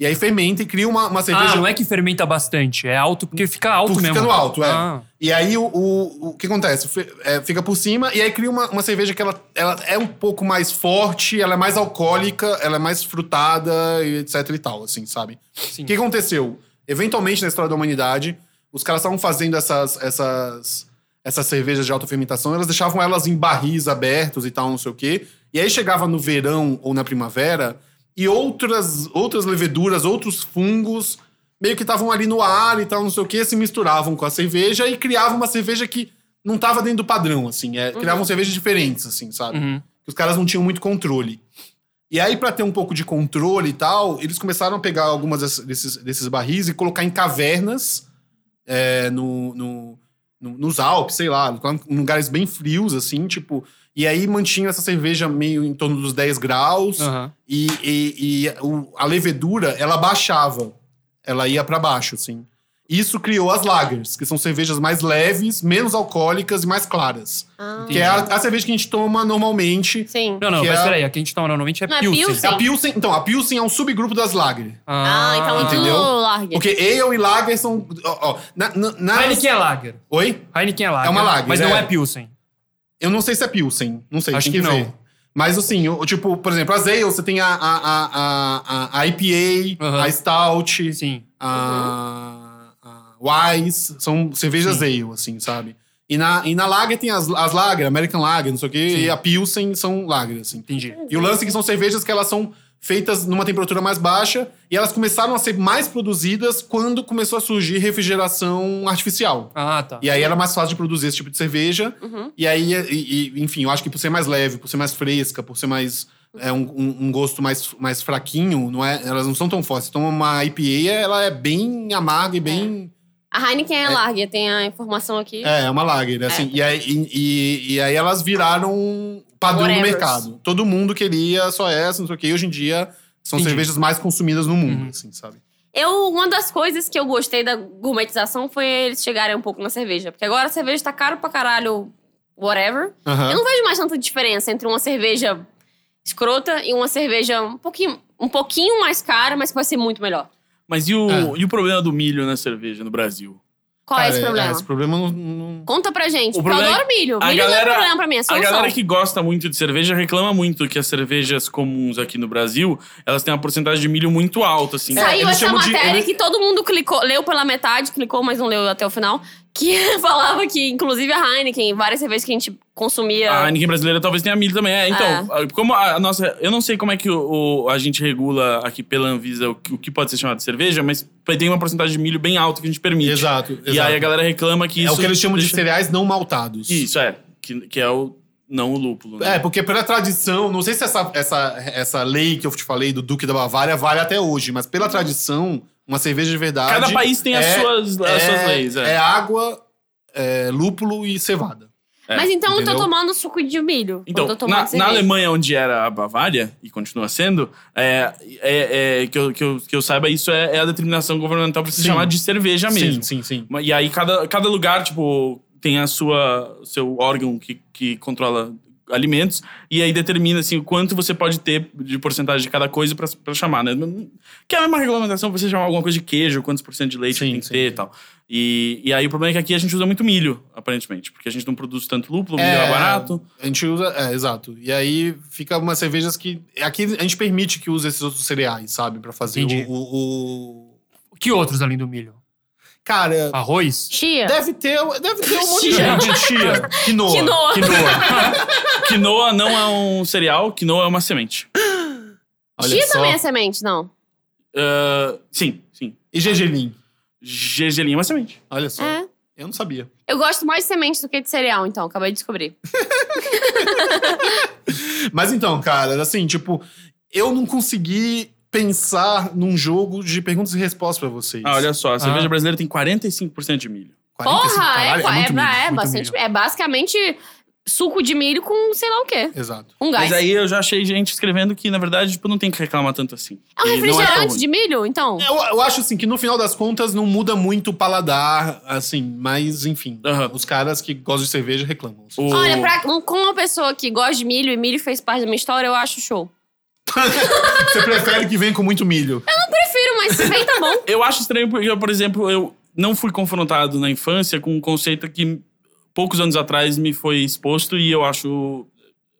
Speaker 1: e aí fermenta e cria uma, uma cerveja.
Speaker 2: Ah, não é que fermenta bastante, é alto porque fica alto
Speaker 1: Porque
Speaker 2: mesmo.
Speaker 1: fica no alto, é.
Speaker 2: Ah.
Speaker 1: E aí o, o, o que acontece? Fe- é, fica por cima e aí cria uma, uma cerveja que ela, ela é um pouco mais forte, ela é mais alcoólica, ela é mais frutada e etc e tal, assim, sabe?
Speaker 2: Sim.
Speaker 1: O que aconteceu? Eventualmente na história da humanidade, os caras estavam fazendo essas, essas, essas cervejas de autofermentação, elas deixavam elas em barris abertos e tal, não sei o quê. E aí chegava no verão ou na primavera e outras, outras leveduras, outros fungos meio que estavam ali no ar e tal, não sei o quê, se misturavam com a cerveja e criavam uma cerveja que não estava dentro do padrão, assim. É, Criavam cervejas diferentes, assim, sabe?
Speaker 2: Uhum.
Speaker 1: que os caras não tinham muito controle. E aí, pra ter um pouco de controle e tal, eles começaram a pegar algumas dessas- desses, desses barris e colocar em cavernas é, no, no- no- nos Alpes, sei lá, em lugares bem frios, assim, tipo. E aí mantinham essa cerveja meio em torno dos 10 graus.
Speaker 2: Aham.
Speaker 1: E, e- e o- a levedura, ela baixava. Ela ia pra baixo, assim. Isso criou as lagers, que são cervejas mais leves, menos alcoólicas e mais claras.
Speaker 3: Ah,
Speaker 1: Que é a, a cerveja que a gente toma normalmente.
Speaker 3: Sim.
Speaker 2: Não, não,
Speaker 1: Que
Speaker 2: mas
Speaker 1: é-
Speaker 2: peraí, aqui a gente tá normalmente é
Speaker 3: Não, é
Speaker 2: Pilsen.
Speaker 3: Pilsen.
Speaker 1: A Pilsen, então, a Pilsen é um subgrupo das Lager.
Speaker 3: Ah, então é
Speaker 1: Entendeu?
Speaker 3: tudo largue.
Speaker 1: Porque Ale e Lager são. Ó, ó, na- na- nas-
Speaker 2: Heineken é Lager.
Speaker 1: Oi?
Speaker 2: Heineken é Lager.
Speaker 1: É uma Lager,
Speaker 2: Mas não
Speaker 1: é.
Speaker 2: é Pilsen.
Speaker 1: Eu não sei se é Pilsen. Não sei,
Speaker 2: Acho
Speaker 1: tem que,
Speaker 2: que não.
Speaker 1: ver. Mas assim, o, tipo, por exemplo, as Ale, você tem a, a, a, a, a IPA,
Speaker 2: Aham.
Speaker 1: a Stout,
Speaker 2: Sim.
Speaker 1: a, a Wise. São cervejas Ale, assim, sabe? E na, e na Lager tem as, as Lager, American Lager, não sei o quê,
Speaker 2: Sim.
Speaker 1: e a Pilsen são Lager, assim.
Speaker 2: Entendi.
Speaker 1: E o lance é que são cervejas que elas são feitas numa temperatura mais baixa e elas começaram a ser mais produzidas quando começou a surgir refrigeração artificial.
Speaker 2: Ah, tá.
Speaker 1: E é- aí era mais fácil de produzir esse tipo de cerveja.
Speaker 3: Uhum.
Speaker 1: E aí, e- e, enfim, eu acho que por ser mais leve, por ser mais fresca, por ser mais. É um, um- um gosto mais, mais fraquinho, não é, elas não são tão fortes. Então, uma IPA, ela é bem amarga e bem.
Speaker 3: A Heineken é, largue, tem a informação aqui.
Speaker 1: É, é uma lager, assim. E, aí, e- e- e aí elas viraram padrão no
Speaker 3: Whatevers.
Speaker 1: mercado. Todo mundo queria só essa, não sei o quê. E hoje em dia são
Speaker 2: Entendi.
Speaker 1: cervejas mais consumidas no mundo,
Speaker 2: Uhum.
Speaker 1: assim, sabe?
Speaker 3: Eu, uma das coisas que eu gostei da gourmetização foi eles chegarem um pouco na cerveja. Porque agora a cerveja tá caro pra caralho, whatever.
Speaker 1: Aham.
Speaker 3: Eu não vejo mais tanta diferença entre uma cerveja escrota e uma cerveja um pouquinho, um pouquinho mais cara, mas que vai ser muito melhor.
Speaker 4: Mas e o,
Speaker 1: É.
Speaker 4: e o problema do milho na cerveja no Brasil?
Speaker 3: Qual é
Speaker 1: Cara,
Speaker 3: esse problema?
Speaker 1: esse problema não- não...
Speaker 3: Conta pra gente.
Speaker 4: O
Speaker 3: porque
Speaker 4: problema
Speaker 3: eu
Speaker 4: é-
Speaker 3: adoro milho.
Speaker 4: a
Speaker 3: Milho não é
Speaker 4: galera-
Speaker 3: problema pra mim, é
Speaker 4: A
Speaker 3: solução.
Speaker 4: galera que gosta muito de cerveja reclama muito que as cervejas comuns aqui no Brasil, elas têm uma porcentagem de milho muito alta, assim.
Speaker 1: É,
Speaker 3: Saiu
Speaker 1: eles
Speaker 3: essa
Speaker 1: chamam de-
Speaker 3: matéria
Speaker 1: eles-
Speaker 3: que todo mundo clicou, leu pela metade, clicou, mas não leu até o final. Que *laughs* falava que, inclusive, a Heineken, várias cervejas que a gente consumia.
Speaker 4: A Heineken brasileira talvez tenha milho também. É, então, como a nossa. Eu não sei como é que o, o- a gente regula aqui pela Anvisa o, que- o que pode ser chamado de cerveja, mas tem uma porcentagem de milho bem alta que a gente permite.
Speaker 1: Exato, exato.
Speaker 4: E aí a galera reclama que isso.
Speaker 1: é o que eles chamam de
Speaker 4: deixa-
Speaker 1: cereais não maltados.
Speaker 4: Isso, é. Que, que é o. Não o lúpulo. Né?
Speaker 1: É, porque pela tradição, não sei se essa, essa, essa lei que eu te falei do Duque da Bavária vale até hoje, mas pela tradição, uma cerveja de verdade.
Speaker 4: Cada país tem as,
Speaker 1: é-
Speaker 4: suas, as suas leis. É.
Speaker 1: é água, é lúpulo e cevada.
Speaker 4: É,
Speaker 3: mas então eu
Speaker 1: entendeu?
Speaker 3: tô tomando suco de milho.
Speaker 4: Então,
Speaker 3: quando eu tô tomando
Speaker 4: na, na
Speaker 3: cerveja.
Speaker 4: Alemanha, onde era a Bavária, e continua sendo, é, é- é- que, eu, que, eu, que eu saiba, isso é, é a determinação governamental pra se
Speaker 1: Sim.
Speaker 4: chamar de cerveja É mesmo.
Speaker 1: Sim, sim, sim.
Speaker 4: E aí, cada, cada lugar, tipo, tem a sua seu órgão que, que controla alimentos e aí determina assim o quanto você pode ter de porcentagem de cada coisa pra pra chamar, né? Que é a mesma regulamentação pra você chamar alguma coisa de queijo, quantos por cento de leite
Speaker 1: Sim,
Speaker 4: tem que
Speaker 1: sim,
Speaker 4: ter e
Speaker 1: sim.
Speaker 4: tal. E, e aí o problema é que aqui a gente usa muito milho, aparentemente, porque a gente não produz tanto lúpulo, o milho
Speaker 1: É.
Speaker 4: é barato.
Speaker 1: A gente usa, é, exato. E aí fica umas cervejas que. Aqui a gente permite que use esses outros cereais, sabe? Pra fazer
Speaker 2: Entendi.
Speaker 1: o, o- o-
Speaker 2: Que outros além do milho?
Speaker 1: Cara,
Speaker 3: *laughs*
Speaker 2: Arroz?
Speaker 3: Chia.
Speaker 1: deve ter, deve ter um monte de
Speaker 3: *laughs* Chia.
Speaker 1: gente. Chia. Quinoa.
Speaker 3: Quinoa.
Speaker 4: Quinoa não é um cereal, quinoa é uma semente.
Speaker 1: Olha
Speaker 3: Chia
Speaker 1: só.
Speaker 3: também é semente, não.
Speaker 4: Ah, sim, sim.
Speaker 1: E gergelim.
Speaker 4: Gergelim é uma semente.
Speaker 1: Olha só.
Speaker 3: É.
Speaker 1: Eu não sabia.
Speaker 3: Eu gosto mais de semente do que de cereal, então. Acabei de descobrir.
Speaker 1: Mas então, cara, assim, tipo, eu não consegui pensar num jogo de perguntas e respostas pra vocês.
Speaker 4: Ah, olha só, a cerveja
Speaker 2: Ah.
Speaker 4: brasileira tem 45% de milho.
Speaker 1: 45,
Speaker 3: Porra, é,
Speaker 1: caralho,
Speaker 3: é,
Speaker 1: muito milho.
Speaker 3: é
Speaker 2: muito
Speaker 3: bastante.
Speaker 2: milho.
Speaker 3: É basicamente suco de milho com sei lá o quê.
Speaker 1: Exato.
Speaker 3: Um gás.
Speaker 4: Mas aí eu já achei gente escrevendo que, na verdade, tipo, não tem que reclamar tanto assim.
Speaker 3: é um
Speaker 4: E não tão
Speaker 3: refrigerante
Speaker 4: ruim.
Speaker 3: de milho, então?
Speaker 1: Eu, eu acho assim que no final das contas não muda muito o paladar, assim, mas enfim.
Speaker 4: Aham.
Speaker 1: Os caras que gostam de cerveja reclamam.
Speaker 4: O-
Speaker 3: Olha, pra, com uma pessoa que gosta de milho e milho fez parte da minha história, eu acho show.
Speaker 1: Você prefere que venha com muito milho.
Speaker 3: Prefiro, mas se vem, tá
Speaker 4: *laughs*
Speaker 3: bom.
Speaker 4: Eu acho estranho porque, por exemplo, eu não fui confrontado na infância com um conceito que poucos anos atrás me foi exposto e eu acho,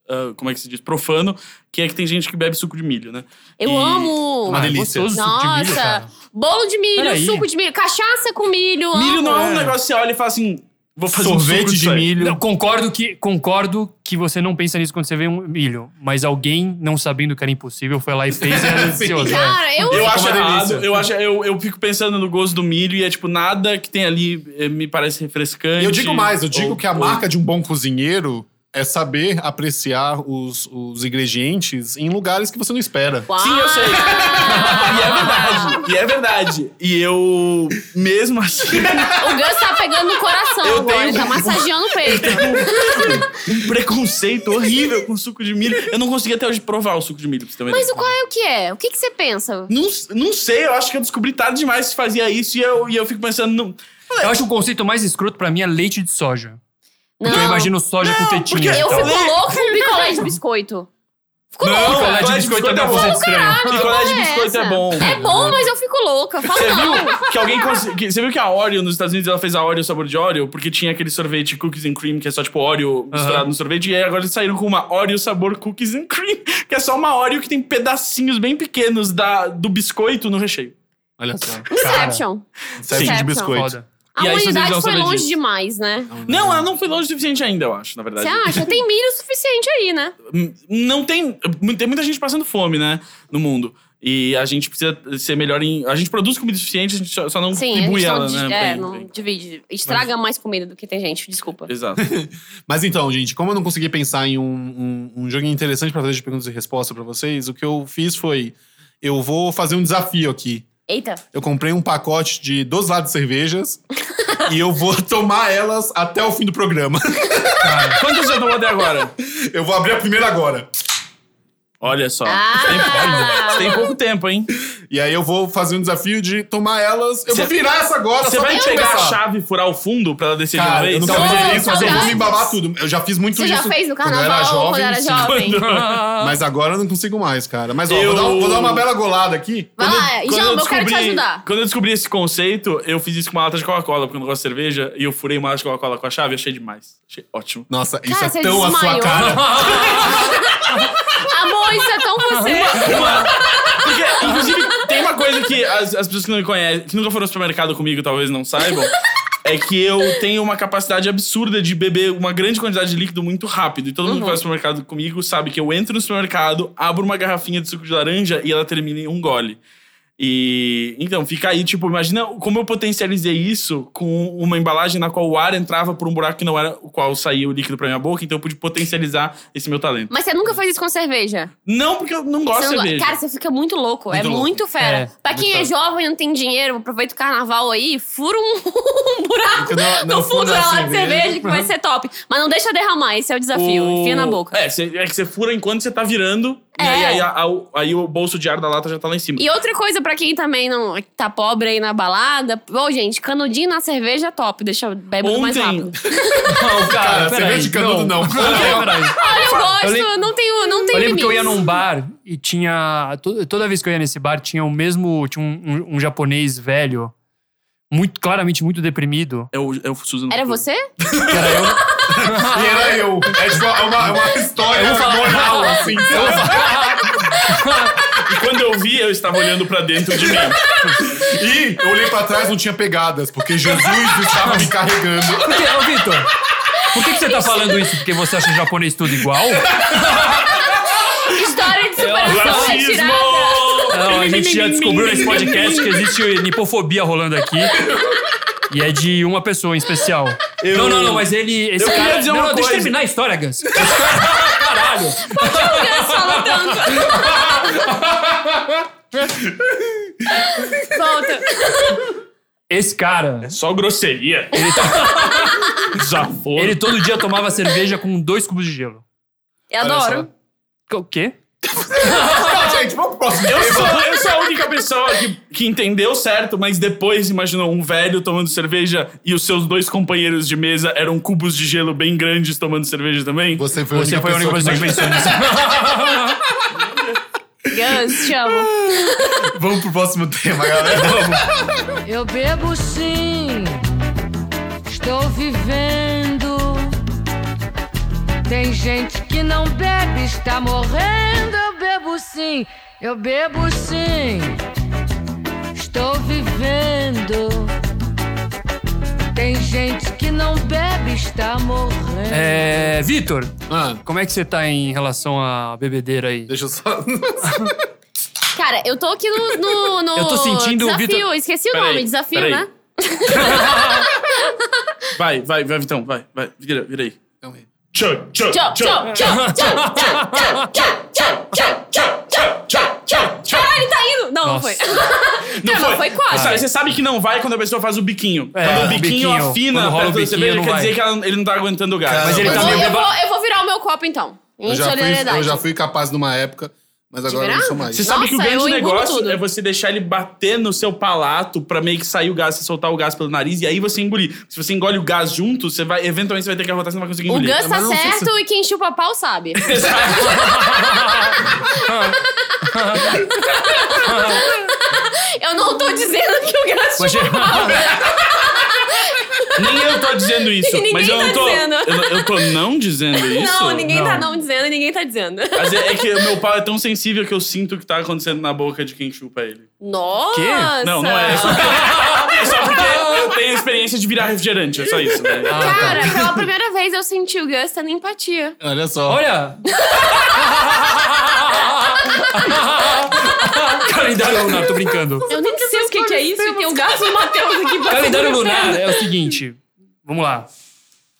Speaker 4: ah, como é que se diz, profano, que é que tem gente que bebe suco de milho, né?
Speaker 3: Eu
Speaker 4: E-
Speaker 3: amo.
Speaker 1: Uma delícia.
Speaker 2: é Gostoso suco de milho,
Speaker 3: Nossa.
Speaker 2: cara.
Speaker 3: Bolo de milho,
Speaker 2: Peraí.
Speaker 3: suco de milho, cachaça com milho.
Speaker 4: Milho não é um
Speaker 2: é.
Speaker 4: negócio que você olha e fala assim, vou fazer um suco
Speaker 1: Sorvete de
Speaker 4: disso aí.
Speaker 1: milho.
Speaker 2: Não, concordo que concordo que você não pensa nisso quando você vê um milho, mas alguém não sabendo que era impossível foi lá e fez
Speaker 1: *laughs*
Speaker 2: e era delicioso. é.
Speaker 3: Cara, eu,
Speaker 4: Eu
Speaker 1: Fica
Speaker 4: acho
Speaker 1: uma
Speaker 4: errado,
Speaker 1: delícia.
Speaker 4: eu, acho, eu, eu fico pensando no gosto do milho e é tipo, nada que tem ali eh, me parece refrescante.
Speaker 1: E eu digo mais, eu digo
Speaker 4: Ou-
Speaker 1: que a
Speaker 4: ou-
Speaker 1: marca de um bom cozinheiro é saber apreciar os, os ingredientes em lugares que você não espera.
Speaker 3: Uau.
Speaker 4: Sim, eu sei.
Speaker 1: tá
Speaker 4: E é verdade, e é verdade. E eu, mesmo
Speaker 3: *laughs*
Speaker 4: assim, *laughs*
Speaker 3: O Gus tá pegando no coração
Speaker 4: Eu
Speaker 3: agora,
Speaker 4: tenho-
Speaker 3: ele tá massageando
Speaker 4: *laughs*
Speaker 3: o peito.
Speaker 4: um preconceito horrível com suco de milho. Eu não consegui até hoje provar o suco de milho, pra você também.
Speaker 3: Mas o qual é o que é? O que, que você pensa?
Speaker 4: não, não sei, eu acho que eu descobri tarde demais se fazia isso e eu, e eu fico pensando. Não,
Speaker 2: Eu acho o conceito mais escroto pra mim é leite de soja.
Speaker 3: Não,
Speaker 2: Porque eu imagino soja com
Speaker 4: porque
Speaker 2: tetinha.
Speaker 3: eu
Speaker 2: e tal.
Speaker 3: fico louco com picolé
Speaker 4: *laughs*
Speaker 3: de biscoito. Fico
Speaker 4: um não,
Speaker 3: louca.
Speaker 2: picolé de biscoito é um conceito estranho.
Speaker 3: Caralho, que
Speaker 4: Picolé de
Speaker 3: porra é
Speaker 4: biscoito é
Speaker 3: essa?
Speaker 4: bom.
Speaker 3: É bom, mas eu fico louca. Fala
Speaker 4: Você
Speaker 3: não.
Speaker 4: viu que alguém cons- que- Você viu que a Oreo nos Estados Unidos ela fez a Oreo sabor de Oreo? Porque tinha aquele sorvete cookies and cream, que é só tipo Oreo misturado no sorvete. E aí agora eles saíram com uma Oreo sabor cookies and cream, *laughs* que é só uma Oreo que tem pedacinhos bem pequenos da, do biscoito no recheio.
Speaker 1: Olha só.
Speaker 3: Inception.
Speaker 1: Sete de
Speaker 3: Inception.
Speaker 1: biscoito.
Speaker 2: Foda.
Speaker 3: A
Speaker 2: E aí, se vocês
Speaker 3: humanidade
Speaker 2: não
Speaker 3: foi
Speaker 2: saber
Speaker 3: longe
Speaker 2: disso.
Speaker 3: demais, né?
Speaker 4: Não, ela não foi longe o suficiente ainda, eu acho, na
Speaker 1: Tá
Speaker 4: verdade.
Speaker 3: Você acha? Tem milho suficiente aí,
Speaker 1: *laughs*
Speaker 3: né?
Speaker 4: Hum, Não tem. Tem muita gente passando fome, né? No mundo. E a gente precisa ser melhor em. A gente produz comida suficiente, a gente só, só não
Speaker 3: Sim, a
Speaker 4: distribui
Speaker 3: gente
Speaker 4: ela,
Speaker 3: não, di-
Speaker 4: né?
Speaker 3: é,
Speaker 4: Bem,
Speaker 3: não
Speaker 4: bem.
Speaker 3: divide. Estraga mais comida do que tem gente, desculpa.
Speaker 4: *laughs* Exato.
Speaker 1: Mas então, gente, como eu não consegui pensar em um, um, um joguinho interessante pra fazer de perguntas e respostas pra vocês, o que eu fiz foi. Eu vou fazer um desafio aqui.
Speaker 3: Eita.
Speaker 1: Eu comprei um pacote de dos lados cervejas e eu vou *laughs* tomar elas até o fim do programa.
Speaker 4: Quantos você tomou até agora?
Speaker 1: Eu vou abrir a primeira agora.
Speaker 4: Olha só.
Speaker 3: Ah!
Speaker 4: Você, tem, olha, você tem pouco tempo, hein?
Speaker 1: E aí eu vou fazer um desafio de tomar elas. Eu
Speaker 4: Cê-
Speaker 1: vou virar essa agora,
Speaker 4: Você
Speaker 1: só
Speaker 4: vai
Speaker 1: pra
Speaker 4: pegar a
Speaker 1: começar.
Speaker 4: chave e furar o fundo pra ela descer de uma
Speaker 1: Cara,
Speaker 4: vez?
Speaker 1: eu nunca
Speaker 3: Talvez.
Speaker 1: fiz isso, mas eu vou me
Speaker 3: Saudades.
Speaker 1: embalar tudo. Eu já fiz muito
Speaker 3: Você
Speaker 1: isso.
Speaker 3: já fez no
Speaker 1: quando eu era
Speaker 3: carnaval
Speaker 1: jovem,
Speaker 3: quando era
Speaker 1: sim.
Speaker 3: jovem? né?
Speaker 2: *laughs*
Speaker 1: Mas agora eu não consigo mais, cara. Mas ó, vou,
Speaker 4: Eu-
Speaker 1: dar, um- vou dar uma bela golada aqui.
Speaker 3: Vai lá,
Speaker 4: Quando
Speaker 3: Jamba, eu quero te ajudar.
Speaker 4: Quando eu descobri esse conceito, eu fiz isso com uma lata de Coca-Cola, porque eu não gosto de cerveja, e eu furei uma lata de Coca-Cola com a chave, achei demais. Achei ótimo.
Speaker 1: Nossa, isso
Speaker 3: Cara,
Speaker 1: é
Speaker 3: você
Speaker 1: tão a sua
Speaker 3: desmaiou.
Speaker 1: cara.
Speaker 3: *laughs* Amor, isso é tão
Speaker 1: *laughs*
Speaker 3: você.
Speaker 4: Uma- Porque, inclusive, tem uma coisa que as, as pessoas que não me conhecem, que nunca foram ao supermercado comigo, talvez não saibam. É que eu tenho uma capacidade absurda de beber uma grande quantidade de líquido muito rápido. E todo
Speaker 3: Uhum.
Speaker 4: mundo que vai ao supermercado comigo sabe que eu entro no supermercado, abro uma garrafinha de suco de laranja e ela termina em um gole. E então fica aí, tipo, imagina como eu potencializei isso com uma embalagem na qual o ar entrava por um buraco que não era o qual saía o líquido pra minha boca, então eu pude potencializar esse meu talento.
Speaker 3: Mas você nunca fez isso com cerveja?
Speaker 4: Não porque eu não gosto
Speaker 3: Você
Speaker 4: de
Speaker 3: não-
Speaker 4: cerveja.
Speaker 3: Cara, você fica muito louco. é
Speaker 1: Muito louco.
Speaker 3: muito fera.
Speaker 2: É,
Speaker 3: pra quem é
Speaker 4: muito
Speaker 3: jovem e não tem dinheiro, aproveita o carnaval aí, fura um, *laughs* um buraco
Speaker 1: Não- não
Speaker 3: no fundo
Speaker 1: funda
Speaker 3: da
Speaker 1: a
Speaker 3: lata de
Speaker 1: cerveja.
Speaker 3: cerveja que vai ser top. Mas não deixa derramar, esse é o desafio.
Speaker 4: O-
Speaker 3: Enfia na boca.
Speaker 4: É, cê- é que você fura enquanto você tá virando. e
Speaker 3: É.
Speaker 4: aí, aí a- a- aí o bolso de ar da lata já tá lá em cima.
Speaker 3: E outra coisa, pra quem também não tá pobre aí na balada, ô, gente, canudinho na cerveja é top, deixa bebe mais
Speaker 2: *laughs*
Speaker 3: rápido.
Speaker 1: Cara,
Speaker 2: Não, cara,
Speaker 1: cerveja
Speaker 2: peraí,
Speaker 1: de canudo não.
Speaker 2: Não, peraí.
Speaker 3: Olha, eu gosto,
Speaker 2: Eu lem-
Speaker 3: não tenho, não tenho
Speaker 2: Eu lembro que eu ia
Speaker 3: limites.
Speaker 2: num bar e tinha. to- Toda vez que eu ia nesse bar, tinha o mesmo. Tinha um, um- um japonês velho, muito claramente muito deprimido.
Speaker 4: É o, é o Suzano.
Speaker 3: Era você?
Speaker 1: E era eu. É tipo uma, é uma história
Speaker 2: Eu vou falar-
Speaker 1: moral, assim.
Speaker 4: E quando eu vi, eu estava olhando pra dentro de mim.
Speaker 1: E eu olhei pra trás, não tinha pegadas, porque Jesus *laughs* estava me carregando.
Speaker 2: Por que- Ô, Vitor, por que, que você tá falando isso? Porque você acha o japonês
Speaker 3: *laughs*
Speaker 2: tudo igual?
Speaker 3: História de superação é
Speaker 4: Racismo!
Speaker 3: tirada.
Speaker 2: Não, a gente já descobriu nesse podcast que existe nipofobia rolando aqui. E é de uma pessoa em especial.
Speaker 4: Eu-
Speaker 2: Não, não, não, mas ele. Esse
Speaker 4: Eu queria
Speaker 2: cara.
Speaker 4: dizer
Speaker 2: não,
Speaker 4: uma
Speaker 2: não, deixa eu
Speaker 4: coisa.
Speaker 2: terminar a história, Gus. *laughs* Esse cara- Caralho.
Speaker 3: O Gus fala
Speaker 2: *laughs*
Speaker 3: tanto. Volta.
Speaker 2: Esse cara,
Speaker 4: Só grosseria. Desaforo.
Speaker 2: ele todo dia tomava cerveja com dois cubos de gelo.
Speaker 3: Eu
Speaker 4: Olha
Speaker 3: adoro.
Speaker 2: O quê?
Speaker 1: Tá, gente, vamos pro próximo
Speaker 4: Eu sou,
Speaker 1: tema.
Speaker 4: eu sou a única pessoa que, que entendeu certo, mas depois imaginou um velho tomando cerveja e os seus dois companheiros de mesa eram cubos de gelo bem grandes tomando cerveja também.
Speaker 1: Você foi a única
Speaker 2: Você foi a única pessoa que né?
Speaker 1: que-
Speaker 2: pensou nisso.
Speaker 3: Gans, te amo.
Speaker 1: Vamos pro próximo tema, galera. *laughs* Vamos.
Speaker 5: Eu bebo sim, estou vivendo. Tem gente que não bebe, está morrendo. Eu bebo sim, eu bebo sim, estou vivendo. Tem gente que não bebe, está morrendo.
Speaker 2: É, Vitor,
Speaker 1: Mano,
Speaker 2: como é que você tá em relação à bebedeira aí?
Speaker 1: deixa eu só. *laughs*
Speaker 3: Cara, eu tô aqui no. no, no
Speaker 2: Eu tô sentindo o
Speaker 3: Desafio,
Speaker 2: Vitor-
Speaker 3: esqueci o
Speaker 4: Peraí,
Speaker 3: nome, desafio,
Speaker 4: peraí.
Speaker 3: né?
Speaker 4: Vai, vai, vai, Vitão, vai, vai. Vira, vira aí.
Speaker 1: Calma aí.
Speaker 4: Tchau, tchau,
Speaker 3: Tchau, tchau, tchau, tchau, tchau, tchau, tchau, tchau, tchau, tchau, tchau, tchau, tchau, tchau. Caralho, ele tá indo! Não, não
Speaker 2: Nossa. Ah,
Speaker 3: foi.
Speaker 4: Não,
Speaker 3: Não,
Speaker 4: foi.
Speaker 3: foi quase.
Speaker 4: Sabe, Você sabe que não vai quando a pessoa faz o biquinho.
Speaker 2: É,
Speaker 4: quando o
Speaker 2: o
Speaker 4: biquinho,
Speaker 2: biquinho,
Speaker 4: afina
Speaker 2: quando
Speaker 4: perto da
Speaker 2: rola o biquinho,
Speaker 4: cerveja,
Speaker 2: não
Speaker 4: quer
Speaker 2: vai.
Speaker 4: dizer que ela- ele não tá aguguentando o gás.
Speaker 1: Cara,
Speaker 2: Mas ele
Speaker 3: Eu
Speaker 2: tá
Speaker 3: vou-
Speaker 2: meio
Speaker 3: Então, eu,
Speaker 2: beba-
Speaker 3: vou, eu vou virar o meu copo, então. Em
Speaker 1: Eu já, fui,
Speaker 3: solidariedade.
Speaker 1: eu já fui capaz numa época, mas agora eu
Speaker 3: virar?
Speaker 1: não sou mais.
Speaker 4: Você sabe que o
Speaker 3: Nossa,
Speaker 4: grande
Speaker 3: eu engulo
Speaker 4: negócio
Speaker 3: tudo.
Speaker 4: é você deixar ele bater no seu palato pra meio que sair o gás, você soltar o gás pelo nariz e aí você engolir. Se você engole o gás junto, você vai, eventualmente você vai ter que arrotar, você não vai conseguir
Speaker 3: O
Speaker 4: engolir.
Speaker 3: Gus tá
Speaker 1: mas não sei
Speaker 3: certo e quem chupa pau sabe. eu não tô dizendo que o Gus
Speaker 2: Mas-
Speaker 3: chupa
Speaker 4: Nem eu
Speaker 3: *laughs*
Speaker 4: tô dizendo isso,
Speaker 3: Ninguém
Speaker 4: mas eu
Speaker 3: tá
Speaker 4: não tô.
Speaker 3: dizendo.
Speaker 4: Eu, eu tô não dizendo isso.
Speaker 3: Não, ninguém tá
Speaker 2: Não.
Speaker 3: não dizendo e ninguém tá dizendo.
Speaker 4: Mas é, é que o meu pau é tão sensível que eu sinto o que tá acontecendo na boca de quem chupa ele.
Speaker 3: Nossa!
Speaker 4: Não, não é. É só, é só porque eu tenho a experiência de virar refrigerante, é só isso. Né?
Speaker 2: Ah, tá.
Speaker 3: Cara, pela primeira vez eu senti o Gus tendo empatia.
Speaker 1: Olha só.
Speaker 2: Olha! *laughs* Calendário lunar, tô brincando.
Speaker 3: Eu nem sei o que, que é isso e tem o Gus e o Matheus aqui pra
Speaker 2: Calendário lunar é o seguinte. Vamos lá.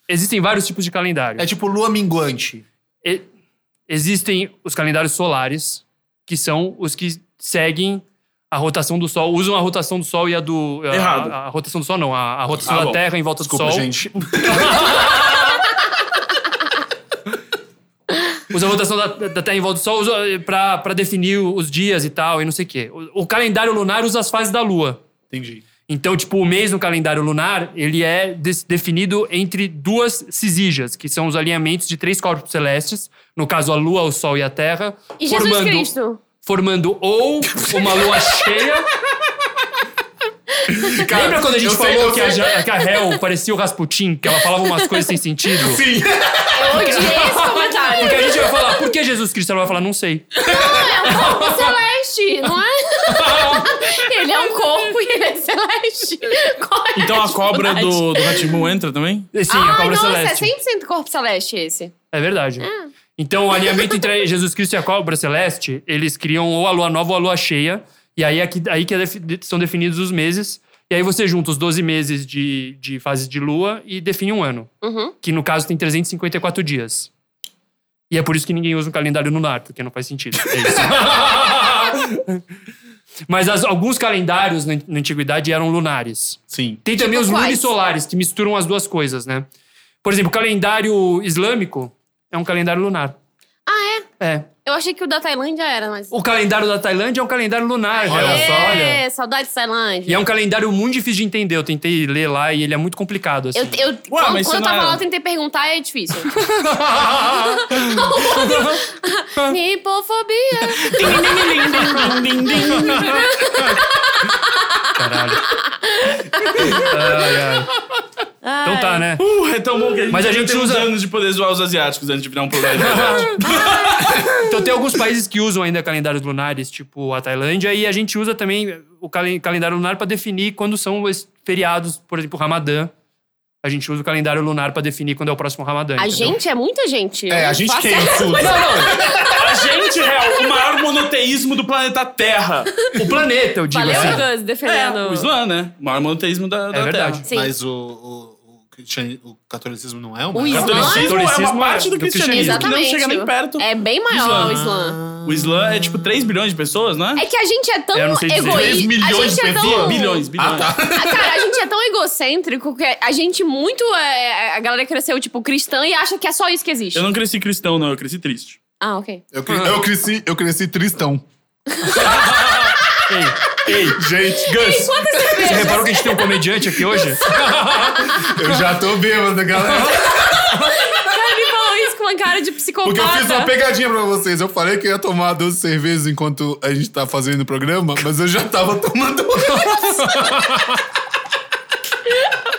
Speaker 2: Existem vários tipos de calendário.
Speaker 1: É tipo lua minguante.
Speaker 2: E- existem os calendários solares, que são os que seguem a rotação do Sol, usam a rotação do Sol e a do. a-
Speaker 4: Errado.
Speaker 2: A, a rotação do Sol, não, a, a rotação
Speaker 4: Ah,
Speaker 2: da
Speaker 4: bom.
Speaker 2: Terra em volta
Speaker 1: Desculpa,
Speaker 2: do Sol.
Speaker 1: gente.
Speaker 2: Usa a rotação da, da Terra em volta do Sol usa, eh, pra, pra definir os dias e tal, e não sei o quê. O, o calendário lunar usa as fases da Lua.
Speaker 1: Entendi.
Speaker 2: Então, tipo, o mês no calendário lunar, ele é des- definido entre duas cisígias, que são os alinhamentos de três corpos celestes, no caso a Lua, o Sol e a Terra,
Speaker 3: E Jesus Cristo?
Speaker 2: formando ou uma lua cheia. Lembra quando a
Speaker 1: eu
Speaker 2: gente
Speaker 1: sei,
Speaker 2: falou
Speaker 1: eu
Speaker 2: que, a,
Speaker 1: sei.
Speaker 2: Ja- que a Hel parecia o Rasputin, que ela falava umas coisas sem sentido?
Speaker 1: Sim.
Speaker 3: Eu odiei esse comentário.
Speaker 2: Porque a gente vai falar, por que Jesus Cristo? Ela vai falar, não sei. *laughs*
Speaker 3: É um corpo celeste, não é? ele é um corpo e ele é celeste. Qual é
Speaker 4: Então a cobra
Speaker 3: dificuldade?
Speaker 4: do, do Ratimu entra também?
Speaker 2: E Sim,
Speaker 3: Ai,
Speaker 2: a cobra
Speaker 3: nossa,
Speaker 2: celeste.
Speaker 3: é 100% corpo celeste esse.
Speaker 2: É verdade. Então, o alinhamento entre Jesus Cristo e a *laughs* cobra celeste, eles criam ou a lua nova ou a lua cheia. E aí, é que- aí que é defi- de- são definidos os meses. E aí você junta os 12 meses de, de fases de lua e define um ano.
Speaker 3: Uhum.
Speaker 2: Que no caso tem 354 dias. E é por isso que ninguém usa um calendário lunar, porque não faz sentido. É isso. Mas as- alguns calendários na, na antiguidade eram lunares.
Speaker 1: Sim.
Speaker 2: Tem também
Speaker 3: Tipo
Speaker 2: os
Speaker 3: quais?
Speaker 2: lunissolares, que misturam as duas coisas, né? Por exemplo, o calendário islâmico é um calendário lunar.
Speaker 3: Ah, é?
Speaker 2: É.
Speaker 3: Eu achei que o da Tailândia era, mas...
Speaker 2: O calendário da Tailândia é um calendário lunar.
Speaker 1: Olha
Speaker 2: cara.
Speaker 1: só,
Speaker 2: olha.
Speaker 3: É, saudades
Speaker 2: E
Speaker 3: Tailândia.
Speaker 2: é um calendário muito difícil de entender. Eu tentei ler lá e ele é muito complicado, assim.
Speaker 3: Eu, eu, quando
Speaker 4: mas
Speaker 3: quando eu
Speaker 4: isso não
Speaker 3: tava
Speaker 4: é-
Speaker 3: lá, eu tentei perguntar e é difícil. *laughs* Nipofobia.
Speaker 2: Caralho. Ai, ai. Então tá,
Speaker 3: *laughs*
Speaker 2: né?
Speaker 4: Uh, é tão bom que a gente
Speaker 2: Mas a
Speaker 4: devia
Speaker 2: gente
Speaker 4: ter uns
Speaker 2: usa-
Speaker 4: anos de poder zoar os asiáticos antes de virar um *laughs* problema.
Speaker 2: Então tem alguns países que usam ainda calendários lunares, tipo a Tailândia, e a gente usa também o calen- calendário lunar para definir quando são os feriados, por exemplo, o Ramadã. A gente usa o calendário lunar para definir quando é o próximo Ramadã.
Speaker 3: A
Speaker 2: entendeu?
Speaker 3: gente é muita gente.
Speaker 1: É, a gente
Speaker 3: Faço- *laughs*
Speaker 1: quem usa.
Speaker 4: a gente, real, o maior monoteísmo do planeta Terra.
Speaker 2: O planeta, eu digo assim.
Speaker 3: Valeu, Gus, defendendo.
Speaker 4: O Islã, né? O maior monoteísmo da, da
Speaker 2: É verdade.
Speaker 4: Terra.
Speaker 3: Sim.
Speaker 1: Mas o, o, o, cristian- o catolicismo não é uma.
Speaker 3: O
Speaker 4: O
Speaker 3: Islã?
Speaker 4: catolicismo é
Speaker 2: Catolicismo
Speaker 4: uma
Speaker 2: é
Speaker 4: parte do,
Speaker 2: do
Speaker 4: cristianismo que não
Speaker 3: Exatamente.
Speaker 4: chega nem perto.
Speaker 3: É bem maior o Islã.
Speaker 4: O Islã é tipo 3 bilhões de pessoas, né?
Speaker 3: É que a gente é tão
Speaker 2: Eu não sei dizer.
Speaker 3: egoísta.
Speaker 1: Três milhões
Speaker 3: a gente
Speaker 1: de
Speaker 3: é tão...
Speaker 1: pessoas?
Speaker 2: tá.
Speaker 4: Bilhões, bilhões.
Speaker 3: Ah, Cara, a gente gente é tão egocêntrico que a gente muito. é, a galera cresceu, tipo, cristã e acha que é só isso que existe.
Speaker 4: Eu não cresci cristão, não, eu cresci triste.
Speaker 3: Ah, ok.
Speaker 1: Eu, cre- eu cresci, eu cresci *laughs* tristão.
Speaker 2: Ei,
Speaker 1: Gente,
Speaker 2: Gus,
Speaker 3: Quantas
Speaker 2: você
Speaker 3: cervejas?
Speaker 2: reparou que a gente tem um comediante aqui hoje?
Speaker 1: eu já tô bêbado, galera.
Speaker 3: Cara, me falou isso com uma cara de psicopata.
Speaker 1: Porque eu fiz uma pegadinha pra vocês. Eu falei que eu ia tomar 12 cervejas enquanto a gente tá fazendo o programa, mas eu já tava tomando.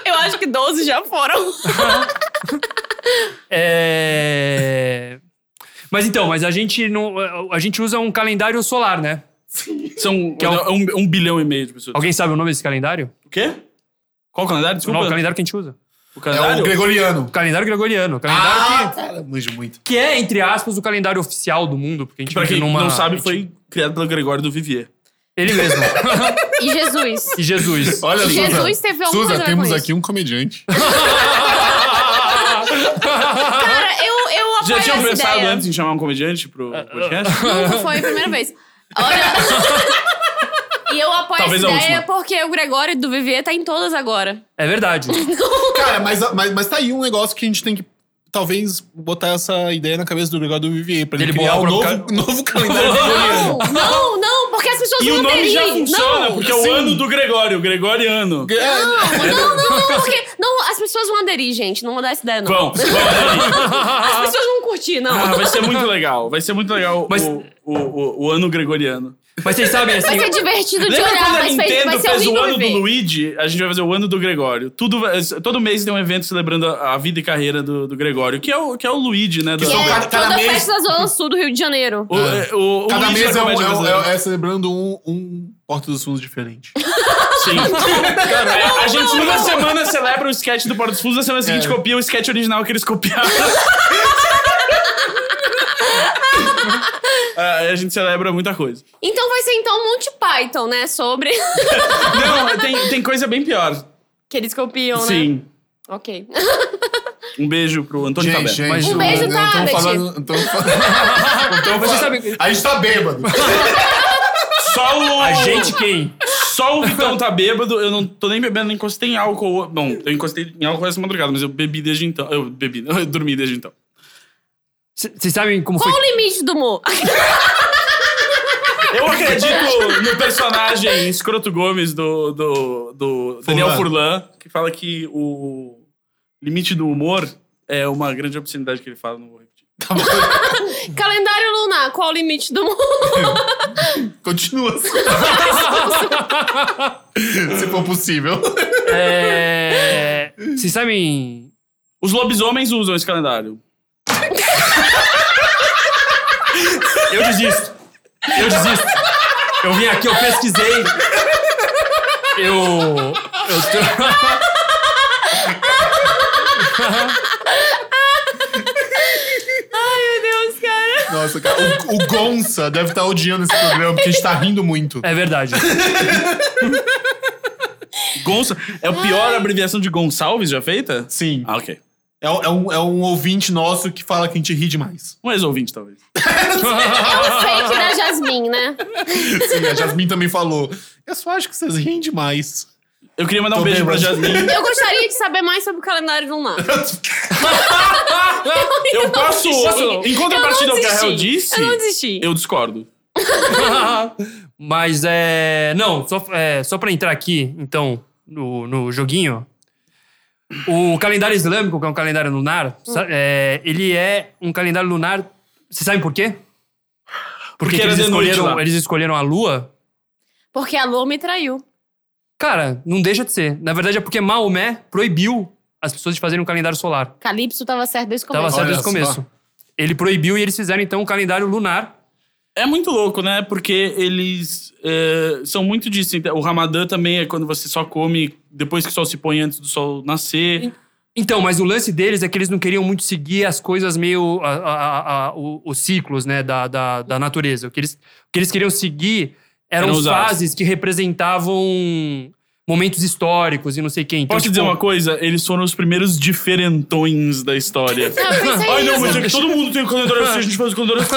Speaker 3: Eu acho que 12 já foram.
Speaker 2: É... Mas então, mas a gente não, a gente usa um calendário solar, né?
Speaker 4: São
Speaker 2: Que é
Speaker 4: é
Speaker 2: o-
Speaker 4: um, um bilhão e meio de pessoas.
Speaker 2: Alguém sabe o nome desse calendário?
Speaker 4: O quê? Qual calendário? Desculpa.
Speaker 2: Não, o calendário que a gente usa.
Speaker 4: O
Speaker 1: É
Speaker 4: calendário?
Speaker 1: o gregoriano.
Speaker 2: O calendário gregoriano. O calendário
Speaker 1: Ah, cara, manjo muito.
Speaker 2: que, que é, entre aspas, o calendário oficial do mundo, porque a
Speaker 1: Tipo,
Speaker 2: gente
Speaker 4: Ah! Pra
Speaker 2: vive
Speaker 4: quem
Speaker 2: numa-
Speaker 4: não sabe,
Speaker 2: a gente-
Speaker 4: foi criado pelo Gregório do Vivier.
Speaker 2: Ele
Speaker 4: *laughs*
Speaker 2: mesmo.
Speaker 3: E Jesus.
Speaker 2: e Jesus.
Speaker 1: Olha,
Speaker 3: Jesus
Speaker 1: Suza.
Speaker 3: teve alguma
Speaker 1: Suza,
Speaker 3: coisa a ver com
Speaker 1: temos
Speaker 3: isso.
Speaker 1: aqui um comediante.
Speaker 3: Cara, eu, eu apoio
Speaker 4: Já tinham
Speaker 3: essa
Speaker 4: pensado
Speaker 3: ideia.
Speaker 4: antes em chamar um comediante pro
Speaker 1: Ah, *laughs*
Speaker 4: podcast?
Speaker 3: Nunca foi a primeira vez. Olha. E eu apoio
Speaker 4: Talvez
Speaker 3: essa
Speaker 4: a
Speaker 3: ideia
Speaker 4: última.
Speaker 3: porque o Gregório do Vivier tá em todas agora.
Speaker 2: É verdade.
Speaker 1: Cara, mas, mas, mas tá aí um negócio que a gente tem que talvez botar essa ideia na cabeça do Gregório do Vivier, pra ele,
Speaker 2: Dele
Speaker 1: criar
Speaker 2: bolar
Speaker 1: um
Speaker 2: o
Speaker 1: novo,
Speaker 2: próprio
Speaker 1: novo calendário
Speaker 3: Não,
Speaker 1: gregoriano.
Speaker 3: não, não, porque as pessoas
Speaker 4: E
Speaker 3: não
Speaker 4: o nome já
Speaker 3: teriam.
Speaker 4: funciona,
Speaker 3: não.
Speaker 4: porque é o ano do Gregório, o Gregoriano.
Speaker 1: É,
Speaker 3: Não, não, não, porque. Não, as pessoas vão aderir, gente. Não vou dar essa ideia, não.
Speaker 4: Vão, vão ali.
Speaker 3: As pessoas vão curtir, não.
Speaker 4: Ah, vai ser muito legal. Vai ser muito legal
Speaker 2: Mas-
Speaker 4: o, o, o, o ano gregoriano.
Speaker 2: Mas vocês sabem, assim...
Speaker 3: Vai ser divertido de
Speaker 4: Lembra
Speaker 3: olhar,
Speaker 4: quando a
Speaker 3: mas fez-
Speaker 4: Nintendo
Speaker 3: vai ser um
Speaker 4: fez o
Speaker 3: horrível
Speaker 4: ano do
Speaker 3: viver.
Speaker 4: Luigi? A gente vai fazer o ano do Gregório. Tudo, vai- todo mês tem um evento celebrando a a vida e carreira do, do Gregório, que é o, que é o Luigi, né? do-
Speaker 3: Que
Speaker 1: são
Speaker 3: é
Speaker 1: cada- cada
Speaker 3: toda
Speaker 1: mês-
Speaker 3: festa da Zona Sul do Rio de Janeiro.
Speaker 4: O, é, o- o
Speaker 1: Cada
Speaker 4: Luigi
Speaker 1: mês
Speaker 4: da
Speaker 1: é, um,
Speaker 4: comédia
Speaker 1: é, um-
Speaker 4: brasileira.
Speaker 1: é- é celebrando um, um Porta dos Fundos diferente.
Speaker 4: Sim. É, a gente toda semana celebra o sketch do Porto dos Fundos, na semana seguinte copia o sketch original que eles copiaram. Ah, a gente celebra muita coisa.
Speaker 3: Então vai ser então Monty Python, né? Sobre. *laughs*
Speaker 4: Não, tem, tem coisa bem pior.
Speaker 3: que eles copiam, né?
Speaker 4: Sim.
Speaker 3: Ok.
Speaker 4: Um beijo pro Antônio Tabé.
Speaker 2: Mas um
Speaker 3: beijo,
Speaker 1: não- não tão
Speaker 3: Tabet.
Speaker 1: falando- não tão falando- não tão
Speaker 2: Mas então, vocês
Speaker 1: falando-
Speaker 2: sabem-
Speaker 1: A gente tá
Speaker 3: *laughs*
Speaker 1: bêbado.
Speaker 4: Só o.
Speaker 2: A gente quem?
Speaker 4: Só o Vitão tá bêbado. Eu não tô nem bebendo, nem encostei em álcool. Bom, eu encostei em álcool essa madrugada, mas eu bebi desde então. Eu bebi, *laughs* eu dormi desde então.
Speaker 2: C- Vocês sabem como
Speaker 3: Qual
Speaker 2: foi...
Speaker 3: o limite do humor?
Speaker 4: Eu acredito no personagem Escroto Gomes do, do, do Daniel Furlan, que fala que o limite do humor é uma grande obscenidade que ele fala, não vou repetir.
Speaker 3: Calendário lunar, qual o limite
Speaker 4: *laughs*
Speaker 3: do humor?
Speaker 1: Continua. assim.
Speaker 3: *laughs*
Speaker 1: Se for possível.
Speaker 2: É... Vocês sabem...
Speaker 4: Os lobisomens usam esse calendário.
Speaker 2: Eu desisto. Eu desisto. Eu vim aqui, eu pesquisei. Eu... Eu...
Speaker 3: Meu Deus, cara.
Speaker 1: Nossa, cara. O, o Gonça deve estar odiando esse programa, porque a gente tá rindo muito.
Speaker 2: É verdade. *laughs*
Speaker 4: Gonça é a pior abreviação de Gonçalves já feita?
Speaker 1: Sim.
Speaker 4: Ah, ok.
Speaker 1: É, um- é um, é um ouvinte nosso que fala que a gente ri demais.
Speaker 4: Um ex-ouvinte, talvez.
Speaker 3: É um fake da Jasmine, né?
Speaker 1: Sim, a Jasmine também falou. Eu só acho que vocês riem demais.
Speaker 4: Eu queria mandar um
Speaker 1: Tô
Speaker 4: beijo
Speaker 1: bem,
Speaker 4: pra
Speaker 1: mas-
Speaker 3: *laughs*
Speaker 4: Jasmine.
Speaker 3: Eu gostaria de saber mais sobre o calendário lunar.
Speaker 4: Eu
Speaker 3: não
Speaker 4: posso.
Speaker 3: desisti.
Speaker 4: Em
Speaker 3: Eu
Speaker 4: contrapartida
Speaker 3: não
Speaker 4: ao que a Hel
Speaker 3: desisti.
Speaker 4: disse,
Speaker 3: Eu não desisti.
Speaker 4: eu discordo.
Speaker 2: Mas é. Não, só, é, só pra entrar aqui, então, no, no joguinho. O calendário islâmico, que é um calendário lunar, sa- é, ele é um calendário lunar. Vocês sabem por quê? Porque,
Speaker 4: Porque
Speaker 2: que
Speaker 4: era
Speaker 2: eles,
Speaker 4: de noite
Speaker 2: escolheram,
Speaker 4: lá.
Speaker 2: eles escolheram a lua.
Speaker 3: Porque a lua me traiu.
Speaker 2: Cara, não deixa de ser. Na verdade é porque Maomé proibiu as pessoas de fazerem um calendário solar.
Speaker 3: Calypso tava certo desde o
Speaker 2: Tava
Speaker 3: começo.
Speaker 2: certo desde o
Speaker 1: só.
Speaker 2: começo. Ele proibiu e eles fizeram então um calendário lunar.
Speaker 4: É muito louco, né? Porque eles eh, são muito disso. Então, O Ramadã também é quando você só come depois que o sol se põe antes do sol nascer.
Speaker 2: Então, mas o lance deles é que eles não queriam muito seguir as coisas meio. a- a- a- a- o- os ciclos, né? Da, da, da natureza. O que, eles, o que eles queriam seguir eram
Speaker 4: Eram os
Speaker 2: fases que representavam momentos históricos e não sei quem. Então,
Speaker 4: Posso te
Speaker 2: tipo,
Speaker 4: dizer uma coisa? Eles foram os primeiros diferentões
Speaker 3: *laughs*
Speaker 4: da história.
Speaker 3: Ah, Eu pensei
Speaker 4: Ai, não,
Speaker 3: nisso. *laughs*
Speaker 4: mas é que todo mundo tem um calendário assim, a gente faz o calendário assim.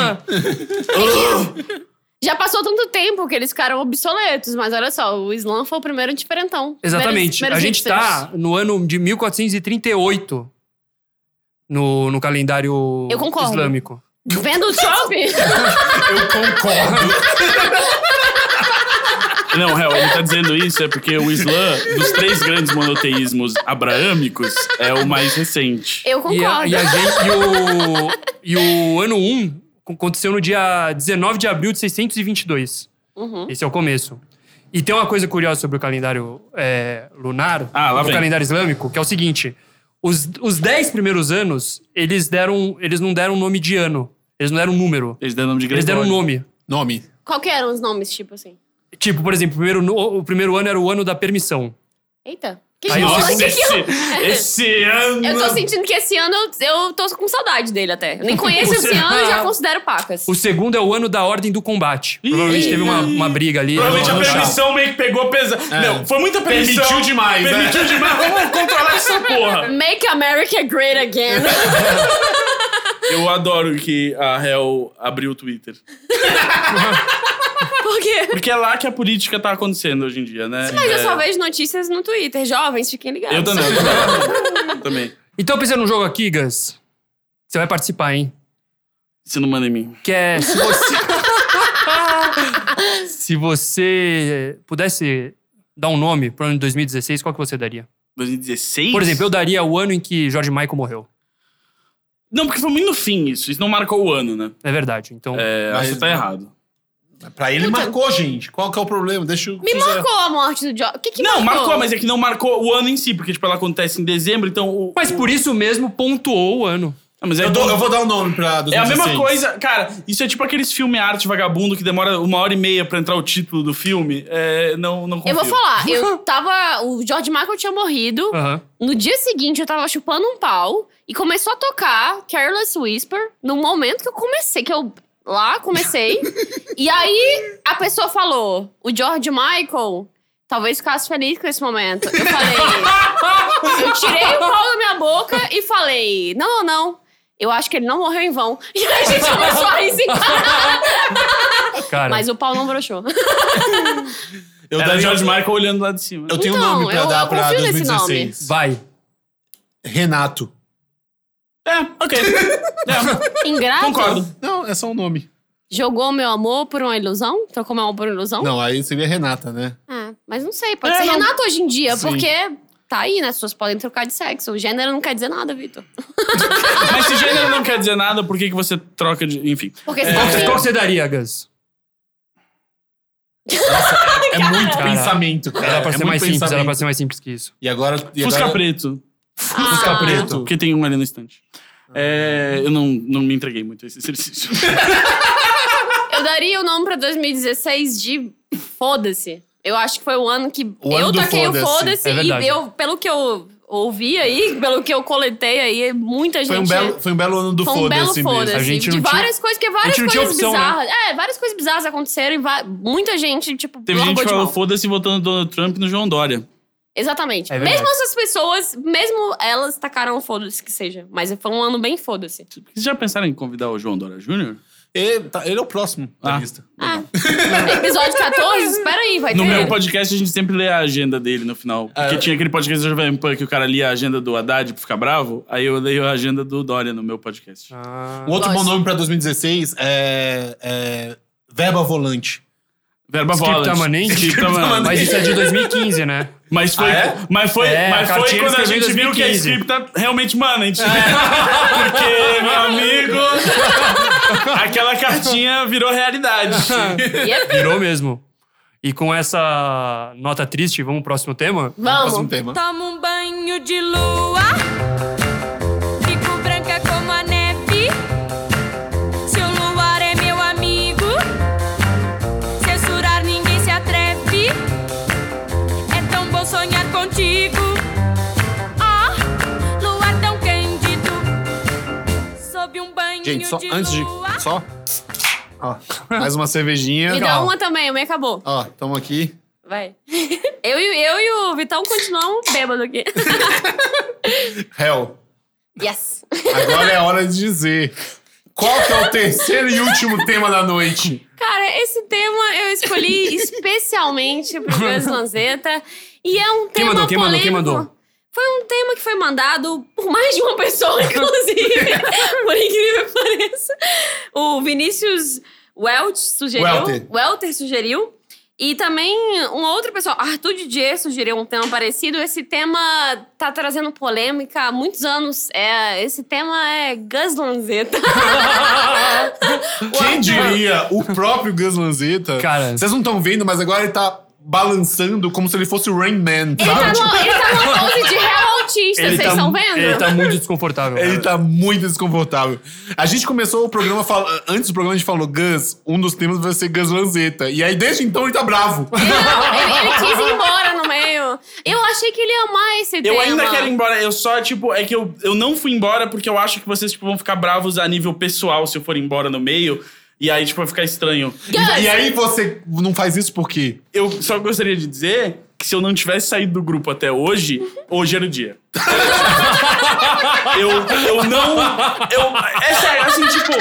Speaker 3: Já passou tanto tempo que eles ficaram obsoletos, mas olha só, o Islã foi o primeiro diferentão.
Speaker 2: Exatamente.
Speaker 3: Primeiros-
Speaker 2: a
Speaker 3: primeiros
Speaker 2: gente
Speaker 3: hipsters.
Speaker 2: tá no ano de 1438 no, no calendário
Speaker 3: Eu concordo.
Speaker 2: islâmico.
Speaker 3: Vendo o Trump?
Speaker 1: Eu concordo.
Speaker 4: Não, real, ele tá dizendo isso é porque o Islã, dos três grandes monoteísmos abraâmicos, é o mais recente.
Speaker 3: Eu
Speaker 2: E, a-
Speaker 3: concordo.
Speaker 2: e a gente- e o, e o ano 1 aconteceu no dia 19 de abril de 622.
Speaker 3: Uhum.
Speaker 2: Esse é o começo. E tem uma coisa curiosa sobre o calendário é, lunar,
Speaker 4: Ah, lá
Speaker 2: o
Speaker 4: vem.
Speaker 2: calendário islâmico, que é o seguinte: os, os 10 primeiros anos, eles deram. Eles não deram nome de ano. Eles não deram número.
Speaker 4: Eles deram nome de
Speaker 2: Eles
Speaker 4: Gregório.
Speaker 2: deram nome.
Speaker 1: Nome.
Speaker 3: Qual que eram os nomes, tipo assim?
Speaker 2: Tipo, por exemplo, o primeiro, no- o primeiro ano era o ano da permissão.
Speaker 3: Eita. Que
Speaker 2: Aí,
Speaker 3: gente,
Speaker 2: ó,
Speaker 3: olha
Speaker 4: Nossa,
Speaker 3: que que eu-
Speaker 4: esse, esse
Speaker 3: *laughs*
Speaker 4: ano...
Speaker 3: Eu tô sentindo que esse ano eu, eu tô com saudade dele até. Eu nem conheço esse ano e já considero pacas.
Speaker 2: O segundo é o ano da ordem do combate. Provavelmente teve uma, uma briga ali. né?
Speaker 4: Provavelmente a
Speaker 2: no- no chá.
Speaker 4: permissão meio que pegou pesado.
Speaker 3: É.
Speaker 4: Não, foi muita permissão.
Speaker 1: Permitiu demais, né?
Speaker 4: Permitiu demais. Vamos controlar essa porra.
Speaker 3: Make America Great Again.
Speaker 4: Eu adoro que a Hel abriu o Twitter.
Speaker 3: Por quê?
Speaker 4: Porque é lá que a política tá acontecendo hoje em dia, né?
Speaker 3: Mas eu
Speaker 4: É.
Speaker 3: só vejo notícias no Twitter. Jovens, fiquem ligados.
Speaker 4: Eu também. eu também. também.
Speaker 2: Então, pensando num jogo aqui, Gus, você vai participar, hein?
Speaker 4: Você não manda em mim.
Speaker 2: Que é se você. se você pudesse dar um nome pro ano de 2016, qual que você daria?
Speaker 4: 2016?
Speaker 2: Por exemplo, eu daria o ano em que George Michael morreu.
Speaker 4: Não, porque foi muito no fim isso. Isso não marcou o ano, né?
Speaker 2: É verdade. Então,
Speaker 4: É,
Speaker 1: Mas-
Speaker 4: acho que tá errado.
Speaker 1: Pra ele marcou, gente. Qual que é o problema? Deixa eu.
Speaker 3: Então. Me marcou a morte do Jordan. O que que
Speaker 4: não, marcou? mas é que não marcou o ano em si, porque, tipo, ela acontece em dezembro, então. O...
Speaker 2: mas por isso mesmo pontuou o ano.
Speaker 4: Ah, mas é
Speaker 1: Eu, dou- eu vou dar o nome pra.
Speaker 4: É a
Speaker 1: 2016.
Speaker 4: mesma coisa, cara. Isso é tipo aqueles filme arte vagabundo que demora uma hora e meia pra entrar o título do filme. É, não, não
Speaker 3: Eu
Speaker 4: confio.
Speaker 3: vou falar, eu tava. O George Michael tinha morrido.
Speaker 2: Aham.
Speaker 3: No dia seguinte, eu tava chupando um pau e começou a tocar Careless Whisper no momento que eu comecei, que eu lá comecei. e aí a pessoa falou: o George Michael talvez ficasse feliz com esse momento. Eu falei. eu tirei o pau da minha boca e falei: não, não, não. Eu acho que ele não morreu em vão. *laughs* E a gente começou a rir sem parar.
Speaker 2: Cara,
Speaker 3: Mas o pau não brochou.
Speaker 1: Eu,
Speaker 4: Era
Speaker 1: daria- um-
Speaker 4: George Michael olhando lá é de cima.
Speaker 1: eu tenho um
Speaker 3: Então,
Speaker 1: nome pra
Speaker 3: eu-
Speaker 1: dar
Speaker 3: eu
Speaker 1: pra
Speaker 3: confio nesse
Speaker 1: 2016.
Speaker 2: vai.
Speaker 1: Renato.
Speaker 4: É,
Speaker 1: *laughs*
Speaker 4: ok. É,
Speaker 3: Ingrato.
Speaker 4: concordo.
Speaker 1: Não, é só um nome.
Speaker 3: Jogou meu amor por uma ilusão? Trocou meu amor por uma ilusão?
Speaker 1: Não, aí seria Renata, né?
Speaker 3: Ah, mas não sei, pode
Speaker 4: É,
Speaker 3: ser
Speaker 4: não.
Speaker 3: Renato hoje em dia,
Speaker 1: Sim.
Speaker 3: porque tá aí, né? As pessoas podem trocar de sexo. O gênero não quer dizer nada, Vitor.
Speaker 4: Mas se gênero não quer dizer nada, por que, que você troca de. Enfim.
Speaker 3: Porque assim, se
Speaker 2: Qual, que-
Speaker 3: fosse-
Speaker 2: qual que você daria, Gus?
Speaker 1: É muito
Speaker 2: Cara.
Speaker 1: pensamento, cara.
Speaker 2: Era pra
Speaker 1: é
Speaker 2: ser
Speaker 1: muito
Speaker 2: mais simples, era
Speaker 1: pensamento.
Speaker 2: pra ser mais simples que isso.
Speaker 1: E agora. E
Speaker 4: Fusca
Speaker 1: agora...
Speaker 4: preto.
Speaker 3: Ah,
Speaker 1: Fusca preto.
Speaker 4: Porque tem um ali no estante. É, eu não, não me entreguei muito a
Speaker 1: *laughs*
Speaker 4: esse exercício.
Speaker 3: eu daria o nome pra 2016 de foda-se. Eu acho que foi o ano que
Speaker 1: O ano
Speaker 3: eu
Speaker 1: do
Speaker 3: taquei o
Speaker 1: foda-se.
Speaker 3: foda-se
Speaker 2: É verdade.
Speaker 3: e eu, pelo que eu ouvi aí, pelo que eu coletei aí, muita gente.
Speaker 1: Foi um, belo, foi um belo ano do
Speaker 3: Foi um belo
Speaker 1: foda-se mesmo.
Speaker 2: A
Speaker 3: foda-se.
Speaker 2: gente
Speaker 3: De
Speaker 2: não tinha-
Speaker 3: várias coisas, porque várias
Speaker 2: não
Speaker 3: coisas
Speaker 2: tinha opção, né?
Speaker 3: bizarras. É, várias coisas bizarras aconteceram e va- muita gente, tipo,
Speaker 4: Teve
Speaker 3: largou
Speaker 4: gente que
Speaker 3: de
Speaker 4: falou
Speaker 3: mão.
Speaker 4: foda-se votando no Donald Trump e no João Dória.
Speaker 3: Exatamente.
Speaker 2: É verdade.
Speaker 3: mesmo essas pessoas, mesmo elas tacaram o foda-se que seja. Mas foi um ano bem foda-se.
Speaker 4: Vocês já pensaram em convidar o João Dória Júnior?
Speaker 1: Ele, tá- ele é o próximo da
Speaker 4: Ah.
Speaker 1: lista.
Speaker 3: Ah, episódio 14? Espera aí, vai
Speaker 4: No
Speaker 3: ter.
Speaker 4: meu podcast, a gente sempre lê a agenda dele no final. Porque
Speaker 1: Ah, é?
Speaker 4: tinha aquele podcast do Jovem Pan que o cara lia a agenda do Haddad pra ficar bravo. Aí eu leio a agenda do Dória no meu podcast.
Speaker 1: Um outro
Speaker 3: Gosto.
Speaker 1: bom nome pra 2016 é. é Verba Volante.
Speaker 4: Verba
Speaker 2: *laughs* Scriptamanente?
Speaker 4: volante. Scriptamanente.
Speaker 2: Mas isso é de 2015, né?
Speaker 4: Mas foi,
Speaker 1: Ah, é?
Speaker 4: mas foi,
Speaker 2: É,
Speaker 4: mas
Speaker 2: a
Speaker 4: foi
Speaker 2: cartinha
Speaker 4: quando a
Speaker 2: escreveu em
Speaker 4: gente viu que a
Speaker 2: 2015.
Speaker 4: scripta realmente, mano,
Speaker 1: É.
Speaker 4: a gente. *laughs* Porque, meu amigo, aquela cartinha
Speaker 1: *laughs*
Speaker 4: virou realidade.
Speaker 3: Yep.
Speaker 2: Virou mesmo. E com essa nota triste, vamos pro próximo tema?
Speaker 1: Próximo
Speaker 3: Vamos. Tá
Speaker 1: tema.
Speaker 6: Tomo um banho de lua, fico branca como a neve. Se o luar é meu amigo, censurar ninguém se atreve. É tão bom sonhar contigo, ó, luar tão cândido. Sob um banho
Speaker 1: Gente, só
Speaker 6: de
Speaker 1: antes de.
Speaker 6: lua.
Speaker 1: Só. Ó, mais uma cervejinha.
Speaker 3: Me dá
Speaker 1: Ó,
Speaker 3: uma também, o meu acabou.
Speaker 1: Ó, tamo aqui.
Speaker 6: *laughs*
Speaker 3: Vai. Eu, e- eu e o Vitão continuamos bêbado aqui.
Speaker 1: Hell,
Speaker 3: Yes.
Speaker 1: agora é a hora de dizer Qual que é o terceiro e último tema da noite?
Speaker 3: Cara, esse tema eu
Speaker 2: *laughs*
Speaker 3: escolhi especialmente pro Gus Lanzetta. E é um
Speaker 2: Quem
Speaker 3: tema
Speaker 2: mandou? Quem mandou?
Speaker 3: polêmico.
Speaker 2: Quem mandou?
Speaker 3: Foi um tema que foi mandado por mais de uma pessoa,
Speaker 2: *laughs*
Speaker 3: inclusive. por incrível que pareça. O Vinícius Welch sugeriu.
Speaker 1: Welter.
Speaker 3: Welter sugeriu. E também um outro pessoal, Arthur Didier, sugeriu um tema parecido. Esse tema tá trazendo polêmica há muitos anos. É, esse tema é Gus Lanzetta.
Speaker 1: Quem diria o próprio Gus Lanzetta?
Speaker 2: Cara.
Speaker 1: Vocês não estão vendo, mas agora ele tá balançando como se ele fosse o Rain Man,
Speaker 3: Ele tá,
Speaker 1: sabe? Tipo,
Speaker 3: no, ele tá numa pose de real autista, vocês
Speaker 2: tá-
Speaker 3: estão vendo?
Speaker 2: Ele tá muito desconfortável.
Speaker 1: Ele
Speaker 2: cara.
Speaker 1: tá muito desconfortável. A gente começou o programa, fal- antes do programa a gente falou, Gus, um dos temas vai ser Gus Lanzetta. E aí desde então ele tá bravo.
Speaker 3: Não, ele, ele quis ir embora no meio. Eu achei que ele ia amar esse
Speaker 4: Eu
Speaker 3: tema.
Speaker 4: ainda quero ir embora. Eu só, tipo, é que eu, eu não fui embora porque eu acho que vocês tipo, vão ficar bravos a nível pessoal se eu for embora no meio. E aí, tipo, vai ficar estranho.
Speaker 3: Gus,
Speaker 1: E aí você não faz isso por quê?
Speaker 4: Eu só gostaria de dizer que se eu não tivesse saído do grupo até hoje, hoje era o dia. eu, eu não. Eu, é sério, assim, tipo.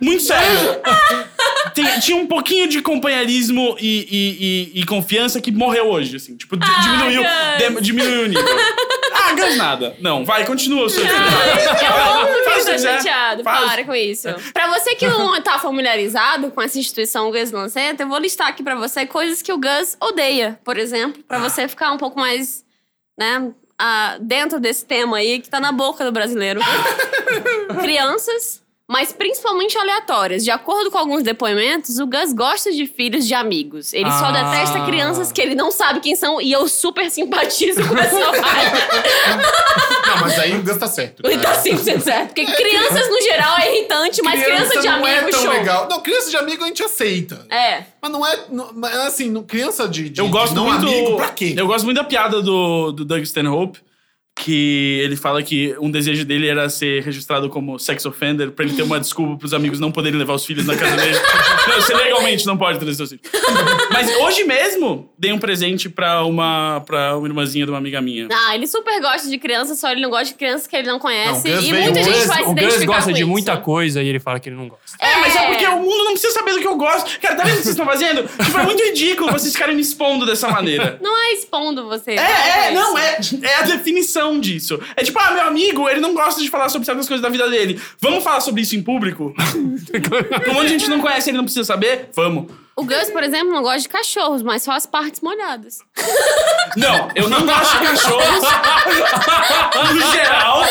Speaker 4: Muito sério. Tem- tinha um pouquinho de companheirismo e, e- e- e confiança que morreu hoje, assim. Tipo, di- diminuiu,
Speaker 3: Gus.
Speaker 4: de- diminuiu o nível. Ah, Gus nada. Não, vai, continua o seu.
Speaker 3: eu amo que
Speaker 4: Faz o
Speaker 3: eu tô
Speaker 4: que quiser.
Speaker 3: né? chateado.
Speaker 4: Faz.
Speaker 3: Para com isso. Pra você que não tá familiarizado com essa instituição Gus Lanceta, eu vou listar aqui pra você coisas que o Gus odeia, por exemplo,
Speaker 4: Ah.
Speaker 3: pra você ficar um pouco mais, né, ah, dentro desse tema aí que tá na boca do
Speaker 4: *laughs*
Speaker 3: brasileiro. Crianças. Mas principalmente aleatórias. De acordo com alguns depoimentos, o Gus gosta de filhos de amigos. Ele só
Speaker 2: Ah.
Speaker 3: detesta crianças que ele não sabe quem são, e eu super simpatizo
Speaker 4: *laughs*
Speaker 3: com essa vibe.
Speaker 1: Não, mas aí o Gus tá certo.
Speaker 3: Ele tá 100% certo. Porque crianças no geral é irritante, mas criança, de
Speaker 1: não
Speaker 3: amigo,
Speaker 1: é tão
Speaker 3: show.
Speaker 1: legal. Não, criança de amigo a gente aceita.
Speaker 3: É.
Speaker 1: Mas não é. não- mas assim, não- criança de, de-
Speaker 4: Eu gosto
Speaker 1: de não
Speaker 4: muito.
Speaker 1: amigo, pra quê?
Speaker 4: Eu gosto muito da piada do, do Doug Stanhope, que ele fala que um desejo dele era ser registrado como sex offender, pra ele ter uma desculpa pros amigos não poderem levar os filhos na
Speaker 1: *laughs*
Speaker 4: casa dele. não, você legalmente não pode trazer seus filhos. Mas hoje mesmo, dei um presente pra uma, pra uma irmãzinha de uma amiga minha.
Speaker 3: Ah, ele super gosta de criança, só ele não gosta de criança que ele não conhece.
Speaker 1: Não, o Gus
Speaker 3: e
Speaker 1: veio-
Speaker 3: muita
Speaker 2: o
Speaker 3: gente
Speaker 2: Gus,
Speaker 3: vai se
Speaker 2: o Gus
Speaker 3: identificar
Speaker 2: gosta
Speaker 3: com
Speaker 2: de
Speaker 3: isso.
Speaker 2: muita coisa e ele fala que ele não gosta.
Speaker 4: É, mas é porque o mundo não precisa saber do que eu gosto. Cara, tá vendo o que vocês estão fazendo? Tipo, é muito ridículo vocês ficarem me expondo dessa maneira.
Speaker 3: Não é expondo você.
Speaker 4: É, é,
Speaker 3: isso.
Speaker 4: não, é, é a definição disso. É tipo, ah, meu amigo, ele não gosta de falar sobre certas coisas da vida dele. Vamos falar sobre isso em *laughs* público? Um monte de gente não conhece, ele não precisa saber? Vamos.
Speaker 3: O Gus, por exemplo, não gosta de cachorros, mas só as partes molhadas.
Speaker 4: Não, eu não gosto de cachorros. No geral,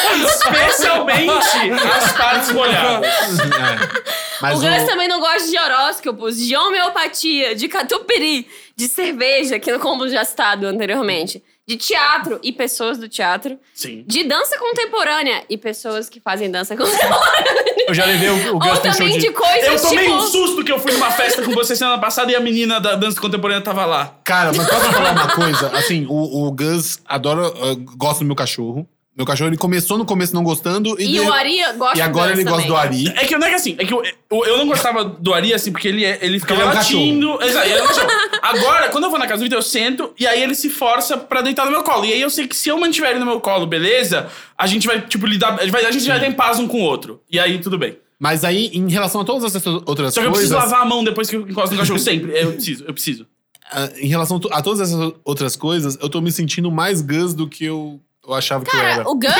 Speaker 4: especialmente as partes molhadas.
Speaker 1: É. Mas
Speaker 3: o Gus tá também não gosta de horóscopos, de homeopatia, de catupiry, de cerveja, que é como já citado anteriormente, de teatro e pessoas do teatro,
Speaker 4: Sim.
Speaker 3: de dança contemporânea e pessoas que fazem dança *laughs* contemporânea.
Speaker 2: Eu já levei o, o Gus
Speaker 3: Ou
Speaker 2: pro show
Speaker 3: também de
Speaker 2: de...
Speaker 4: Eu
Speaker 3: coisas
Speaker 4: tomei
Speaker 3: tipo.
Speaker 4: um susto que eu fui numa festa com você semana passada e a menina da dança contemporânea tava lá.
Speaker 1: Cara, mas posso falar uma coisa? Assim, o, o Gus adora. uh, gosta do meu cachorro. Meu cachorro, ele começou no começo não gostando. E,
Speaker 3: E
Speaker 1: de-
Speaker 3: o Ari gosta
Speaker 1: E agora
Speaker 3: do
Speaker 1: ele
Speaker 3: Gus
Speaker 1: gosta do
Speaker 3: também.
Speaker 1: Ari.
Speaker 4: É que o negócio é assim, é que eu, eu, eu não gostava do Ari, assim, porque ele, é- ele ficava
Speaker 1: Ele é um
Speaker 4: latindo. Exato, ele é um cachorro. Agora, quando eu vou na casa do Vitor, eu sento e aí ele se força pra deitar no meu colo. E aí eu sei que se eu mantiver ele no meu colo, beleza, a gente vai, tipo, lidar. A gente vai, a gente vai ter paz um com o outro. E aí tudo bem.
Speaker 1: Mas aí, em relação a todas essas outras
Speaker 4: Só que eu
Speaker 1: coisas.
Speaker 4: preciso lavar a mão depois que eu encosto no cachorro, sempre. Eu preciso, eu preciso.
Speaker 1: ah, em relação a todas essas outras coisas, eu tô me sentindo mais Gus do que eu, eu achava que eu era.
Speaker 3: Cara, Ah, o Gus.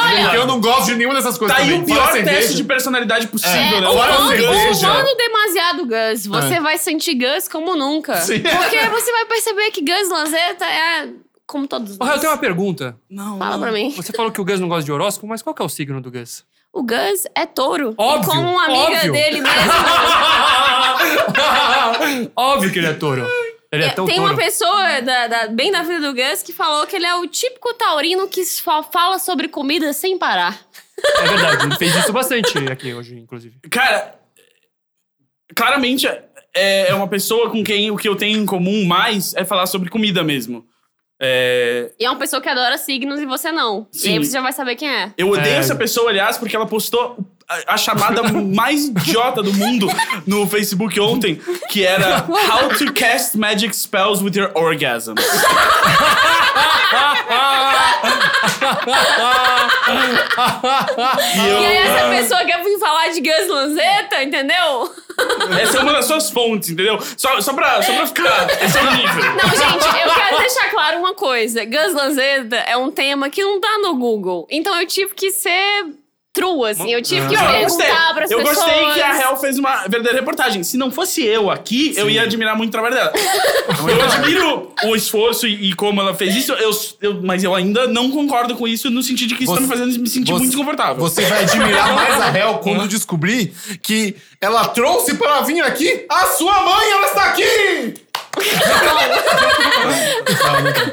Speaker 3: Olha,
Speaker 1: Porque eu não gosto de nenhuma dessas coisas.
Speaker 4: Tá aí
Speaker 1: também.
Speaker 4: o pior
Speaker 1: Fora cerveja.
Speaker 4: teste de personalidade possível,
Speaker 1: É,
Speaker 4: né?
Speaker 1: o
Speaker 4: Fora
Speaker 1: Gus-
Speaker 4: cerveja.
Speaker 1: cerveja.
Speaker 3: Usando demasiado Gus, você
Speaker 1: Ah.
Speaker 3: vai sentir Gus como nunca.
Speaker 1: Sim.
Speaker 3: Porque você vai perceber que Gus Lanzetta é como todos
Speaker 2: Ô, Raul,
Speaker 3: nós.
Speaker 2: eu tenho uma pergunta.
Speaker 4: Não,
Speaker 3: Fala
Speaker 4: não.
Speaker 3: pra mim.
Speaker 2: Você falou que o Gus não gosta de horóscopo, mas qual que é o signo do Gus?
Speaker 3: O Gus é touro.
Speaker 2: Óbvio,
Speaker 3: E como uma amiga
Speaker 2: óbvio.
Speaker 3: dele mesmo.
Speaker 2: *laughs* Óbvio que ele é touro. Ele é, tão
Speaker 3: Tem
Speaker 2: touro.
Speaker 3: uma pessoa da- da- bem da vida do Gus que falou que ele é o típico taurino que só fala sobre comida sem parar.
Speaker 2: É verdade, ele fez isso bastante aqui hoje, inclusive.
Speaker 4: Cara, claramente é, é uma pessoa com quem o que eu tenho em comum mais é falar sobre comida mesmo. É,
Speaker 3: E é uma pessoa que adora signos e você não. E aí
Speaker 4: Sim.
Speaker 3: você já vai saber quem é.
Speaker 4: eu odeio
Speaker 2: É.
Speaker 4: essa pessoa, aliás, porque ela postou a, a chamada *laughs* mais idiota do mundo no Facebook ontem, que era How to cast magic spells with your orgasm.
Speaker 3: *laughs*
Speaker 4: E eu-
Speaker 3: E aí essa pessoa quer vir falar de Gus Lanzetta, entendeu?
Speaker 4: Essa é uma das suas fontes, entendeu? Só, só, pra, só pra ficar. Esse é o nível.
Speaker 3: Não, gente, *laughs* eu quero deixar claro uma coisa. Gus Lanzetta é um tema que não tá no Google. Então eu tive que ser true, assim. Eu tive que
Speaker 4: Não, eu gostei.
Speaker 3: perguntar pras
Speaker 4: eu
Speaker 3: pessoas.
Speaker 4: gostei que a Hel fez uma verdadeira reportagem. Se não fosse eu aqui, eu ia admirar muito o trabalho
Speaker 1: *laughs*
Speaker 4: dela.
Speaker 1: é
Speaker 4: eu admiro o esforço e, e como ela fez isso, eu, eu- mas eu ainda não concordo com isso no sentido de que isso tá me fazendo me sentir muito desconfortável.
Speaker 1: Você vai admirar mais a Hel quando descobrir que ela trouxe para vir aqui a sua mãe, ela está aqui!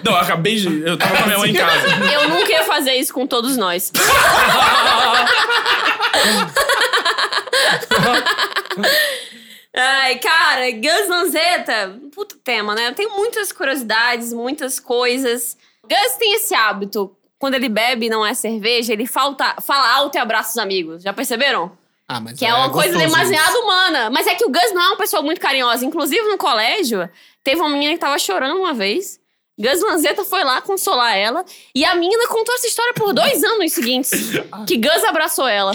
Speaker 4: Não, eu acabei de. Eu tava com a minha mãe em casa.
Speaker 1: *laughs*
Speaker 3: Eu nunca ia fazer isso com todos nós. Ai, cara, Gus Lanzetta, puto tema, né? Tem muitas curiosidades, muitas coisas. Gus tem esse hábito. Quando ele bebe e não é cerveja, ele falta, fala alto e abraça os amigos. Já perceberam?
Speaker 1: Ah, mas
Speaker 3: Que é uma coisa
Speaker 1: gostoso
Speaker 3: demasiado
Speaker 1: isso.
Speaker 3: humana. Mas é que o Gus não é uma pessoa muito carinhosa. Inclusive, no colégio, teve uma menina que tava chorando uma vez. Gus Lanzetta foi lá consolar ela. E a menina contou essa história por dois anos seguintes.
Speaker 4: *laughs*
Speaker 3: Que Gus abraçou ela.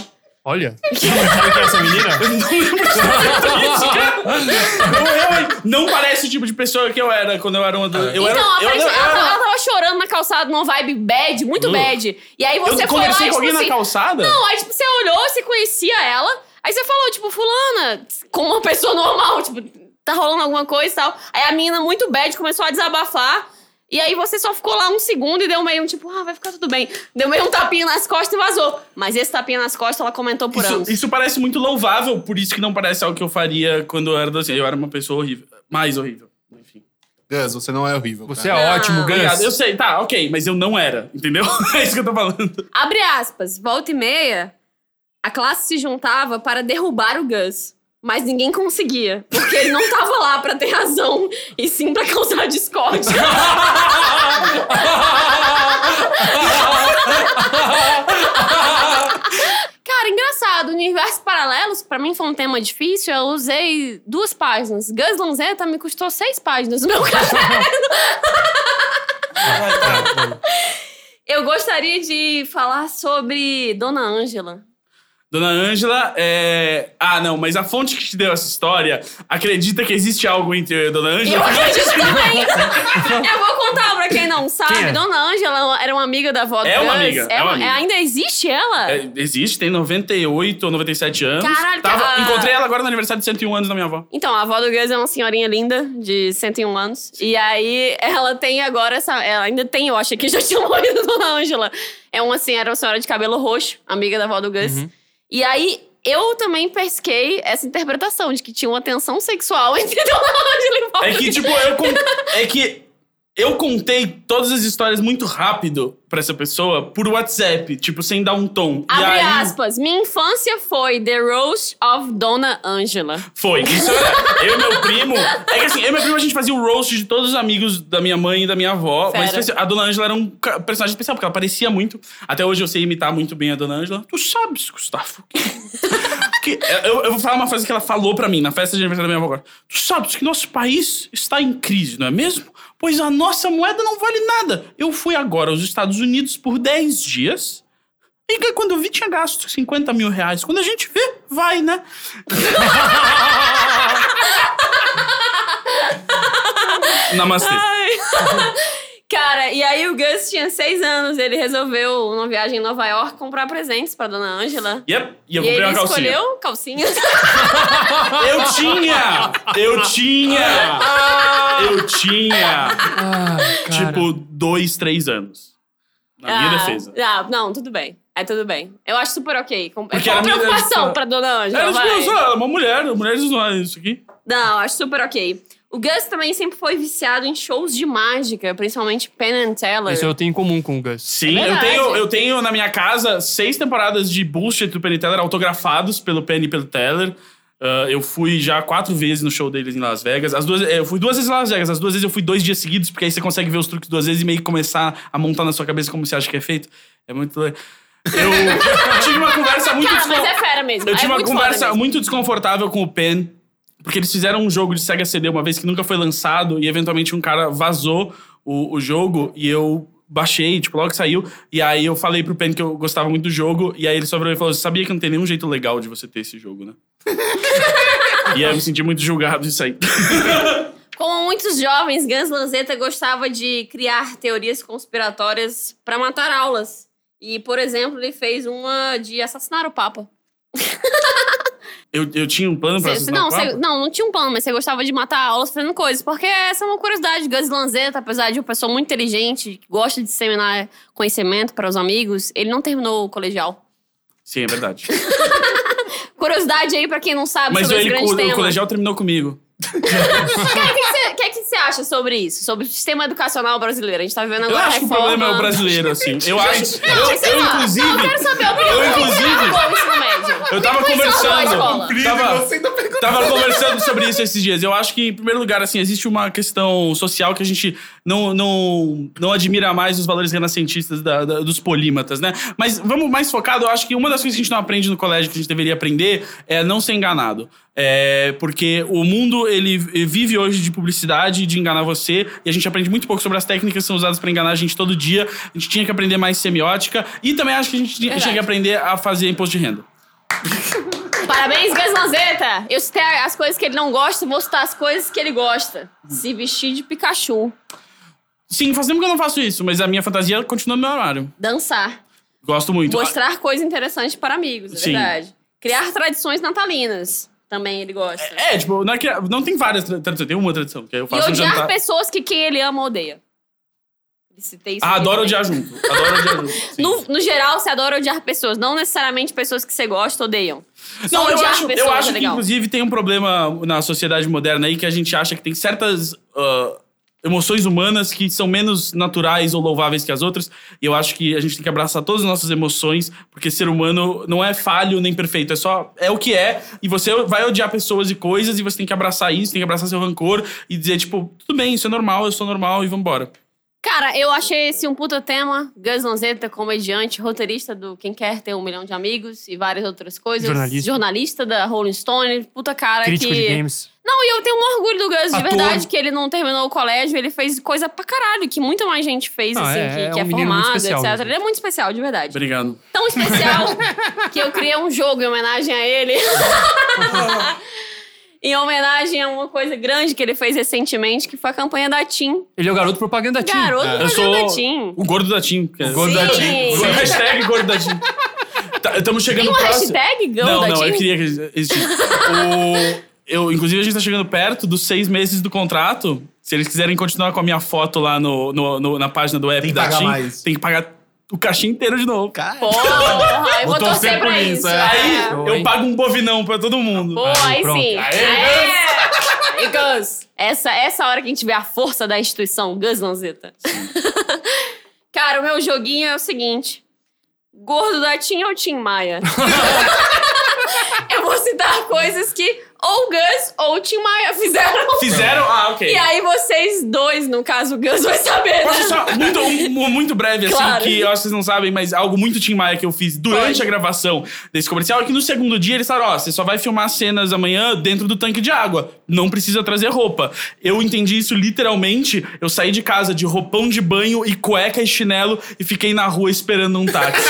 Speaker 2: Olha. Sabe quem é essa menina?
Speaker 4: Não lembro de nada disso, cara. Não, eu, hein? Não parece o tipo de pessoa que eu era quando eu era uma. do-
Speaker 1: É.
Speaker 4: Eu era,
Speaker 3: então,
Speaker 4: eu
Speaker 3: aparentemente,
Speaker 4: era, eu
Speaker 3: ela,
Speaker 4: era- Hum.
Speaker 3: tava- ela tava chorando na calçada numa vibe bad, muito bad. E aí você foi lá e
Speaker 4: eu conversei com
Speaker 3: tipo
Speaker 4: alguém
Speaker 3: assim,
Speaker 4: na calçada?
Speaker 3: Não, aí tipo, você olhou, você conhecia ela. Aí você falou, tipo, fulana, como uma pessoa normal, tipo, tá rolando alguma coisa e tal. Aí a menina, muito bad, começou a desabafar. E aí você só ficou lá um segundo e deu meio um tipo, ah, vai ficar tudo bem. Deu meio um tapinha nas costas e vazou. Mas esse tapinha nas costas ela comentou por anos.
Speaker 4: Isso, isso parece muito louvável, por isso que não parece algo que eu faria quando eu era adolescente. Eu era uma pessoa horrível. Mais horrível. Enfim.
Speaker 1: Gus, você não é horrível.
Speaker 2: Você é
Speaker 1: cara.
Speaker 2: ótimo, Gus.
Speaker 4: Obrigado. Eu sei, tá, ok, mas eu não era, entendeu? *laughs* É isso que eu tô falando.
Speaker 3: Abre aspas, volta e meia, a classe se juntava para derrubar o Gus. Mas ninguém conseguia, porque ele não tava lá pra ter razão, e sim pra causar *laughs* discórdia. Cara, engraçado, universos paralelos, pra mim foi um tema difícil, eu usei duas páginas. Gus Lanzetta me custou seis páginas no meu *laughs* caderno. Eu gostaria de falar sobre Dona Ângela.
Speaker 4: Dona Ângela, é. Ah, não, mas a fonte que te deu essa história acredita que existe algo entre eu e a Dona
Speaker 3: Eu
Speaker 4: Ângela? *laughs*
Speaker 3: acredito também. Eu vou contar pra quem não sabe.
Speaker 2: Quem é?
Speaker 3: Dona Ângela era uma amiga da avó do
Speaker 4: É uma
Speaker 3: Gus.
Speaker 4: amiga, é uma amiga.
Speaker 3: Ainda existe ela?
Speaker 4: É, existe, tem 98 ou 97 anos.
Speaker 3: Caralho,
Speaker 4: Tava-
Speaker 3: cara.
Speaker 4: Encontrei ela agora no aniversário de 101 anos da minha avó.
Speaker 3: Então, a avó do Gus é uma senhorinha linda, de 101 anos. E aí, ela tem agora essa... Ela ainda tem, eu acho que já tinha *laughs* morrido Dona Ângela. É uma assim, era uma senhora de cabelo roxo, amiga da avó do Gus.
Speaker 4: Uhum.
Speaker 3: E aí... Eu também pesquei essa interpretação de que tinha uma tensão sexual *laughs* entre Dona Ângela e a avó
Speaker 4: É
Speaker 3: do
Speaker 4: que,
Speaker 3: Gus.
Speaker 4: tipo, eu con- é que eu contei todas as histórias muito rápido pra essa pessoa por WhatsApp, tipo, sem dar um tom. e
Speaker 3: Abre
Speaker 4: aí
Speaker 3: aspas. Minha infância foi The Roast of Dona Angela.
Speaker 4: foi. Isso era. eu e meu primo. É que assim, eu e meu primo a gente fazia o roast de todos os amigos da minha mãe e da minha avó.
Speaker 3: Fera.
Speaker 4: Mas especi- a dona Ângela era um ca- personagem especial, porque ela parecia muito. Até hoje eu sei imitar muito bem a dona Ângela. Tu sabes, Gustavo. que- *laughs* que- eu, eu vou falar uma frase que ela falou pra mim na festa de aniversário da minha avó agora. Tu sabes que nosso país está em crise, não é mesmo? Pois a nossa moeda não vale nada. Eu fui agora aos Estados Unidos por 10 dias. E que quando eu vi, tinha gasto 50 mil reais. Quando a gente vê, vai, né? Namastê.
Speaker 3: Cara, e aí o Gus tinha seis anos, ele resolveu, numa viagem em Nova York, comprar presentes pra Dona Ângela.
Speaker 4: Yep. E
Speaker 3: E
Speaker 4: eu
Speaker 3: ele
Speaker 4: comprei uma calcinha.
Speaker 3: escolheu calcinhas.
Speaker 4: Eu tinha! Eu tinha!
Speaker 3: Ah.
Speaker 4: Eu tinha! Tipo, dois, três anos. Na minha defesa.
Speaker 3: Ah, não, tudo bem. É tudo bem. Eu acho super ok. Com, é
Speaker 4: Porque
Speaker 3: uma
Speaker 4: era minha-
Speaker 3: preocupação
Speaker 4: era-
Speaker 3: pra Dona Ângela,
Speaker 4: Era tipo,
Speaker 3: Então vai.
Speaker 4: eu sou uma mulher, mulheres não é isso aqui.
Speaker 3: Não, acho super ok. O Gus também sempre foi viciado em shows de mágica, principalmente Penn and Teller.
Speaker 2: Isso eu tenho em comum com o Gus.
Speaker 4: Sim,
Speaker 3: É
Speaker 4: eu,
Speaker 3: verdade.
Speaker 4: tenho, eu tenho na minha casa seis temporadas de bullshit do Penny Teller autografados pelo Penny e pelo Teller. Ah, eu fui já quatro vezes no show deles em Las Vegas. As duas, eu fui duas vezes em Las Vegas, as duas vezes eu fui dois dias seguidos, porque aí você consegue ver os truques duas vezes e meio que começar a montar na sua cabeça como você acha que é feito. É muito. le- Eu *laughs* tive uma conversa muito
Speaker 3: Cara, mas
Speaker 4: descon-
Speaker 3: é fera mesmo.
Speaker 4: eu tive
Speaker 3: é
Speaker 4: uma
Speaker 3: muito foda
Speaker 4: conversa
Speaker 3: mesmo.
Speaker 4: muito desconfortável com o Pen, porque eles fizeram um jogo de Sega CD uma vez que nunca foi lançado e eventualmente um cara vazou o, o jogo e eu baixei, tipo, logo que saiu. E aí eu falei pro Penny que eu gostava muito do jogo. E aí ele só virou e falou: sabia que não tem nenhum jeito legal de você ter
Speaker 3: *laughs*
Speaker 4: esse jogo, né? e aí eu me senti muito julgado disso aí.
Speaker 3: Como muitos jovens, Gans Lanzetta gostava de criar teorias conspiratórias para matar aulas. E, por exemplo, ele fez uma de assassinar o Papa.
Speaker 4: Eu, eu tinha um plano pra
Speaker 3: Cê- cê-
Speaker 4: assassinar
Speaker 3: não,
Speaker 4: o Papa?
Speaker 3: cê- não, não tinha um plano, mas você gostava de matar aulas fazendo coisas. Porque essa é uma curiosidade. Gus Lanzetta, apesar de uma pessoa muito inteligente, que gosta de disseminar conhecimento para os amigos, ele não terminou o colegial.
Speaker 4: Sim, é
Speaker 3: *laughs*
Speaker 4: verdade.
Speaker 3: Curiosidade aí pra quem não sabe
Speaker 4: Mas
Speaker 3: sobre esse
Speaker 4: ele,
Speaker 3: grande
Speaker 4: o,
Speaker 3: tema.
Speaker 4: o colegial terminou comigo.
Speaker 3: Cara, o que que cê- o que que você acha sobre isso? Sobre o sistema educacional brasileiro? A gente tá vivendo
Speaker 4: Eu
Speaker 3: agora a
Speaker 4: acho que o
Speaker 3: reforma...
Speaker 4: problema é o brasileiro, assim.
Speaker 3: *laughs*
Speaker 4: Eu acho.
Speaker 3: Não,
Speaker 4: eu,
Speaker 3: sei
Speaker 4: eu,
Speaker 3: lá.
Speaker 4: inclusive.
Speaker 3: Não, eu quero saber a opinião
Speaker 4: eu,
Speaker 3: do Pedro
Speaker 4: inclusive,
Speaker 3: Aragão, ensino médio.
Speaker 4: Eu tava
Speaker 3: Depois você vai à escola.
Speaker 4: conversando. Tava,
Speaker 1: você ainda perguntou.
Speaker 4: tava conversando sobre isso esses dias. Eu acho que, em primeiro lugar, assim, existe uma questão social que a gente não, não, não admira mais os valores renascentistas da- da- dos polímatas, né? Mas vamos mais focado, eu acho que uma das coisas que a gente não aprende no colégio que a gente deveria aprender é não ser enganado. É, porque o mundo ele vive hoje de publicidade, e de enganar você, e a gente aprende muito pouco sobre as técnicas que são usadas para enganar a gente todo dia. A gente tinha que aprender mais semiótica e também acho que a gente tinha- tinha que aprender a fazer imposto de renda.
Speaker 3: Parabéns, Gus Lanzetta. Eu citei as coisas que ele não gosta, vou citar as coisas que ele gosta. Se vestir de Pikachu,
Speaker 4: Sim, faz tempo que eu não faço isso, mas a minha fantasia continua no meu armário.
Speaker 3: dançar,
Speaker 4: Gosto muito.
Speaker 3: mostrar coisas interessantes para amigos, é
Speaker 4: Então, Sim.
Speaker 3: verdade. Criar tradições natalinas, também ele gosta.
Speaker 4: É, tipo, não, é que, não tem várias tra- tradições, tem uma tradição, que eu
Speaker 3: E
Speaker 4: faço um
Speaker 3: odiar
Speaker 4: jantar.
Speaker 3: pessoas que quem ele ama odeia. Ele Citei isso
Speaker 4: Ah,
Speaker 3: aqui
Speaker 4: adoro
Speaker 3: também.
Speaker 4: odiar junto. Adoro odiar
Speaker 3: *laughs*
Speaker 4: junto. sim.
Speaker 3: No, no geral, você adora odiar pessoas, não necessariamente pessoas que você gosta odeiam. Só
Speaker 4: Não, eu
Speaker 3: odiar
Speaker 4: acho,
Speaker 3: pessoas
Speaker 4: eu acho
Speaker 3: é
Speaker 4: que,
Speaker 3: legal.
Speaker 4: inclusive, tem um problema na sociedade moderna aí que a gente acha que tem certas ah, emoções humanas que são menos naturais ou louváveis que as outras. E eu acho que a gente tem que abraçar todas as nossas emoções, porque ser humano não é falho nem perfeito, é só é o que é. E você vai odiar pessoas e coisas, e você tem que abraçar isso, tem que abraçar seu rancor e dizer, tipo, tudo bem, isso é normal, eu sou normal e vambora.
Speaker 3: Cara, eu achei esse um puta tema. Gus Lanzetta, comediante, roteirista do Quem Quer Ter Um Milhão de Amigos e várias outras coisas.
Speaker 2: Jornalista.
Speaker 3: Jornalista da Rolling Stone. Puta cara
Speaker 2: Crítico
Speaker 3: que...
Speaker 2: de games.
Speaker 3: Não, e eu tenho um orgulho do Gus, de
Speaker 2: Ator.
Speaker 3: verdade, que ele não terminou o colégio. Ele fez coisa pra caralho, que muito mais gente fez,
Speaker 2: Não,
Speaker 3: assim,
Speaker 2: é-
Speaker 3: que
Speaker 2: é
Speaker 3: que é,
Speaker 2: um menino muito
Speaker 3: formado,
Speaker 2: especial
Speaker 3: etc.
Speaker 2: mesmo.
Speaker 3: Ele é muito especial, de verdade.
Speaker 4: Obrigado.
Speaker 3: Tão
Speaker 2: *laughs*
Speaker 3: especial que eu criei um jogo em homenagem a ele. em homenagem a uma coisa grande que ele fez recentemente, que foi a campanha da TIM.
Speaker 2: Ele é o garoto propaganda team.
Speaker 3: Garoto
Speaker 4: Eu
Speaker 3: propaganda
Speaker 4: sou
Speaker 3: da TIM.
Speaker 4: o gordo da Tim. que é-
Speaker 2: O gordo da
Speaker 3: Sim.
Speaker 2: team.
Speaker 4: Sim. Hashtag gordo da Tim. Estamos
Speaker 3: Tem
Speaker 4: chegando
Speaker 3: uma
Speaker 4: próximo.
Speaker 3: hashtag Gão
Speaker 4: não, é
Speaker 3: da
Speaker 4: não,
Speaker 3: Tim?
Speaker 4: eu queria que existisse. O- eu, inclusive, a gente tá chegando perto dos seis meses do contrato. Se eles quiserem continuar com a minha foto lá no, no- no- na página do app
Speaker 1: Tem que
Speaker 4: da
Speaker 1: pagar
Speaker 4: Tim,
Speaker 1: mais.
Speaker 4: tem que pagar o cachê inteiro de novo. Então,
Speaker 3: Porra, eu vou,
Speaker 1: Vou torcer
Speaker 3: torcer pra
Speaker 1: por
Speaker 3: isso.
Speaker 1: isso, é.
Speaker 4: Aí
Speaker 3: é.
Speaker 2: Show,
Speaker 4: eu
Speaker 2: hein?
Speaker 4: pago um bovinão pra todo mundo.
Speaker 3: Pô, aí,
Speaker 2: pronto.
Speaker 3: sim.
Speaker 4: Aê,
Speaker 3: Aê. E Gus. Essa, essa hora que a gente vê a força da instituição, Gus Lanzetta. *laughs* Cara, o meu joguinho é o seguinte. Gordo da Tim ou Tim Maia? eu vou citar coisas que ou o Gus ou o Tim Maia fizeram.
Speaker 4: Fizeram? Ah, ok.
Speaker 3: E aí vocês dois, no caso o Gus, vai saber,
Speaker 4: Posso
Speaker 3: né?
Speaker 4: só, muito, um- um- muito breve, assim,
Speaker 3: Claro.
Speaker 4: que eu acho que vocês não sabem, mas algo muito Tim Maia que eu fiz durante
Speaker 3: Pode.
Speaker 4: a gravação desse comercial é que no segundo dia eles falaram: ó, você só vai filmar cenas amanhã dentro do tanque de água. Não precisa trazer roupa. Eu entendi isso literalmente. Eu saí de casa de roupão de banho e cueca e chinelo e fiquei na rua esperando
Speaker 3: *laughs*
Speaker 4: um táxi.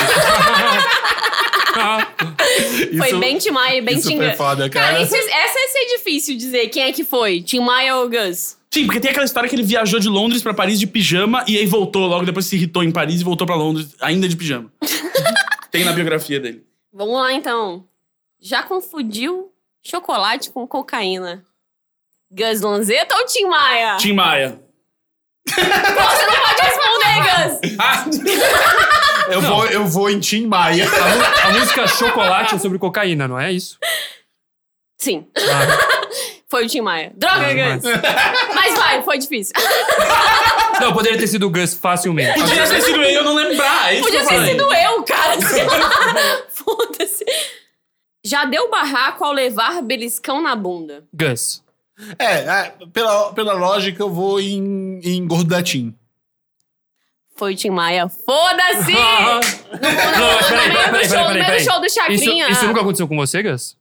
Speaker 3: Foi
Speaker 1: Isso-
Speaker 3: bem Tim Maia e bem
Speaker 1: isso
Speaker 3: Tim
Speaker 1: foi
Speaker 3: Gus.
Speaker 1: foda, cara.
Speaker 3: isso- é, essa ia ser difícil dizer quem é que foi, Tim Maia ou Gus.
Speaker 4: Sim, porque tem aquela história que ele viajou de Londres pra Paris de pijama e aí voltou logo depois se irritou em Paris e voltou pra Londres ainda de
Speaker 3: *laughs*
Speaker 4: pijama. tem na biografia dele.
Speaker 3: Vamos lá, então. Já confundiu chocolate com cocaína? Gus Lanzetta ou Tim Maia?
Speaker 4: Tim Maia.
Speaker 3: Você não pode responder, Gus!
Speaker 4: Ah!
Speaker 1: Eu, vou, eu vou em Tim Maia.
Speaker 2: A, mu- a música Chocolate é sobre cocaína, não é isso?
Speaker 3: Sim,
Speaker 2: Ah,
Speaker 3: foi o Tim Maia. Droga,
Speaker 2: Ah,
Speaker 3: Gus! Mas vai, foi difícil.
Speaker 2: não, poderia ter sido o Gus facilmente.
Speaker 4: Podia ter sido eu não lembrar. É isso
Speaker 3: Podia
Speaker 4: que eu
Speaker 3: ter
Speaker 4: falei.
Speaker 3: sido um eu, cara. sei lá. *laughs* Foda-se. Já deu barraco ao levar beliscão na bunda.
Speaker 2: Gus.
Speaker 1: *laughs* É, é, pela, pela lógica, eu vou em, em Gordo da Tim.
Speaker 3: Foi o Tim
Speaker 1: *laughs*
Speaker 3: Maia. Foda-se!
Speaker 2: Ah.
Speaker 3: No meio do show, no meio do show do
Speaker 2: Isso,
Speaker 3: Chacrinha.
Speaker 2: isso nunca aconteceu com você, Gus?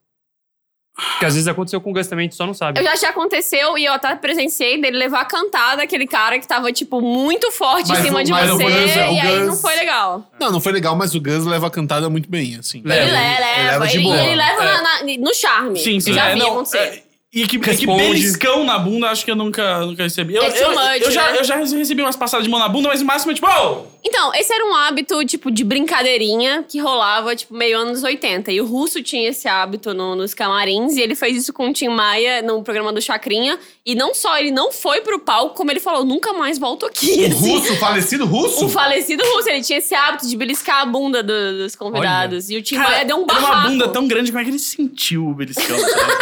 Speaker 2: Porque às vezes aconteceu com o Gus também, a gente só não sabe.
Speaker 3: Eu já já aconteceu e eu até presenciei dele levar a cantada aquele cara que tava, tipo, muito forte
Speaker 1: Mas
Speaker 3: em cima
Speaker 1: o-
Speaker 3: de
Speaker 1: mas o
Speaker 3: você.
Speaker 1: Guns é- o
Speaker 3: e aí não
Speaker 1: Guns-
Speaker 3: foi legal.
Speaker 1: Não, não foi legal, mas o Guns leva a cantada muito bem, assim.
Speaker 2: Leva.
Speaker 3: ele, le- leva,
Speaker 1: ele leva de
Speaker 3: ele,
Speaker 1: boa.
Speaker 3: ele leva na- na- no charme.
Speaker 4: É. Sim, sim.
Speaker 3: Eu já
Speaker 4: É,
Speaker 3: vi
Speaker 4: não,
Speaker 3: acontecer.
Speaker 4: é, e que, e que
Speaker 2: Responde.
Speaker 4: beliscão na bunda, acho que eu nunca, nunca recebi. Eu,
Speaker 3: É too
Speaker 4: eu,
Speaker 3: much,
Speaker 4: eu já,
Speaker 3: né?
Speaker 4: eu já recebi umas passadas de mão na bunda, mas o máximo é tipo, oh!
Speaker 3: Então, esse era um hábito, tipo, de brincadeirinha que rolava, tipo, meio anos 80. E o Russo tinha esse hábito no- nos camarins. E ele fez isso com o Tim Maia no programa do Chacrinha. E não só ele não foi pro palco, como ele falou, nunca mais volto aqui. assim.
Speaker 1: O russo, o falecido russo?
Speaker 3: O falecido Russo, ele tinha esse hábito de beliscar a bunda do- dos convidados. E o Tim Maia deu um
Speaker 4: era
Speaker 3: barraco.
Speaker 4: uma bunda tão grande, como é que ele sentiu o beliscão?
Speaker 3: *laughs*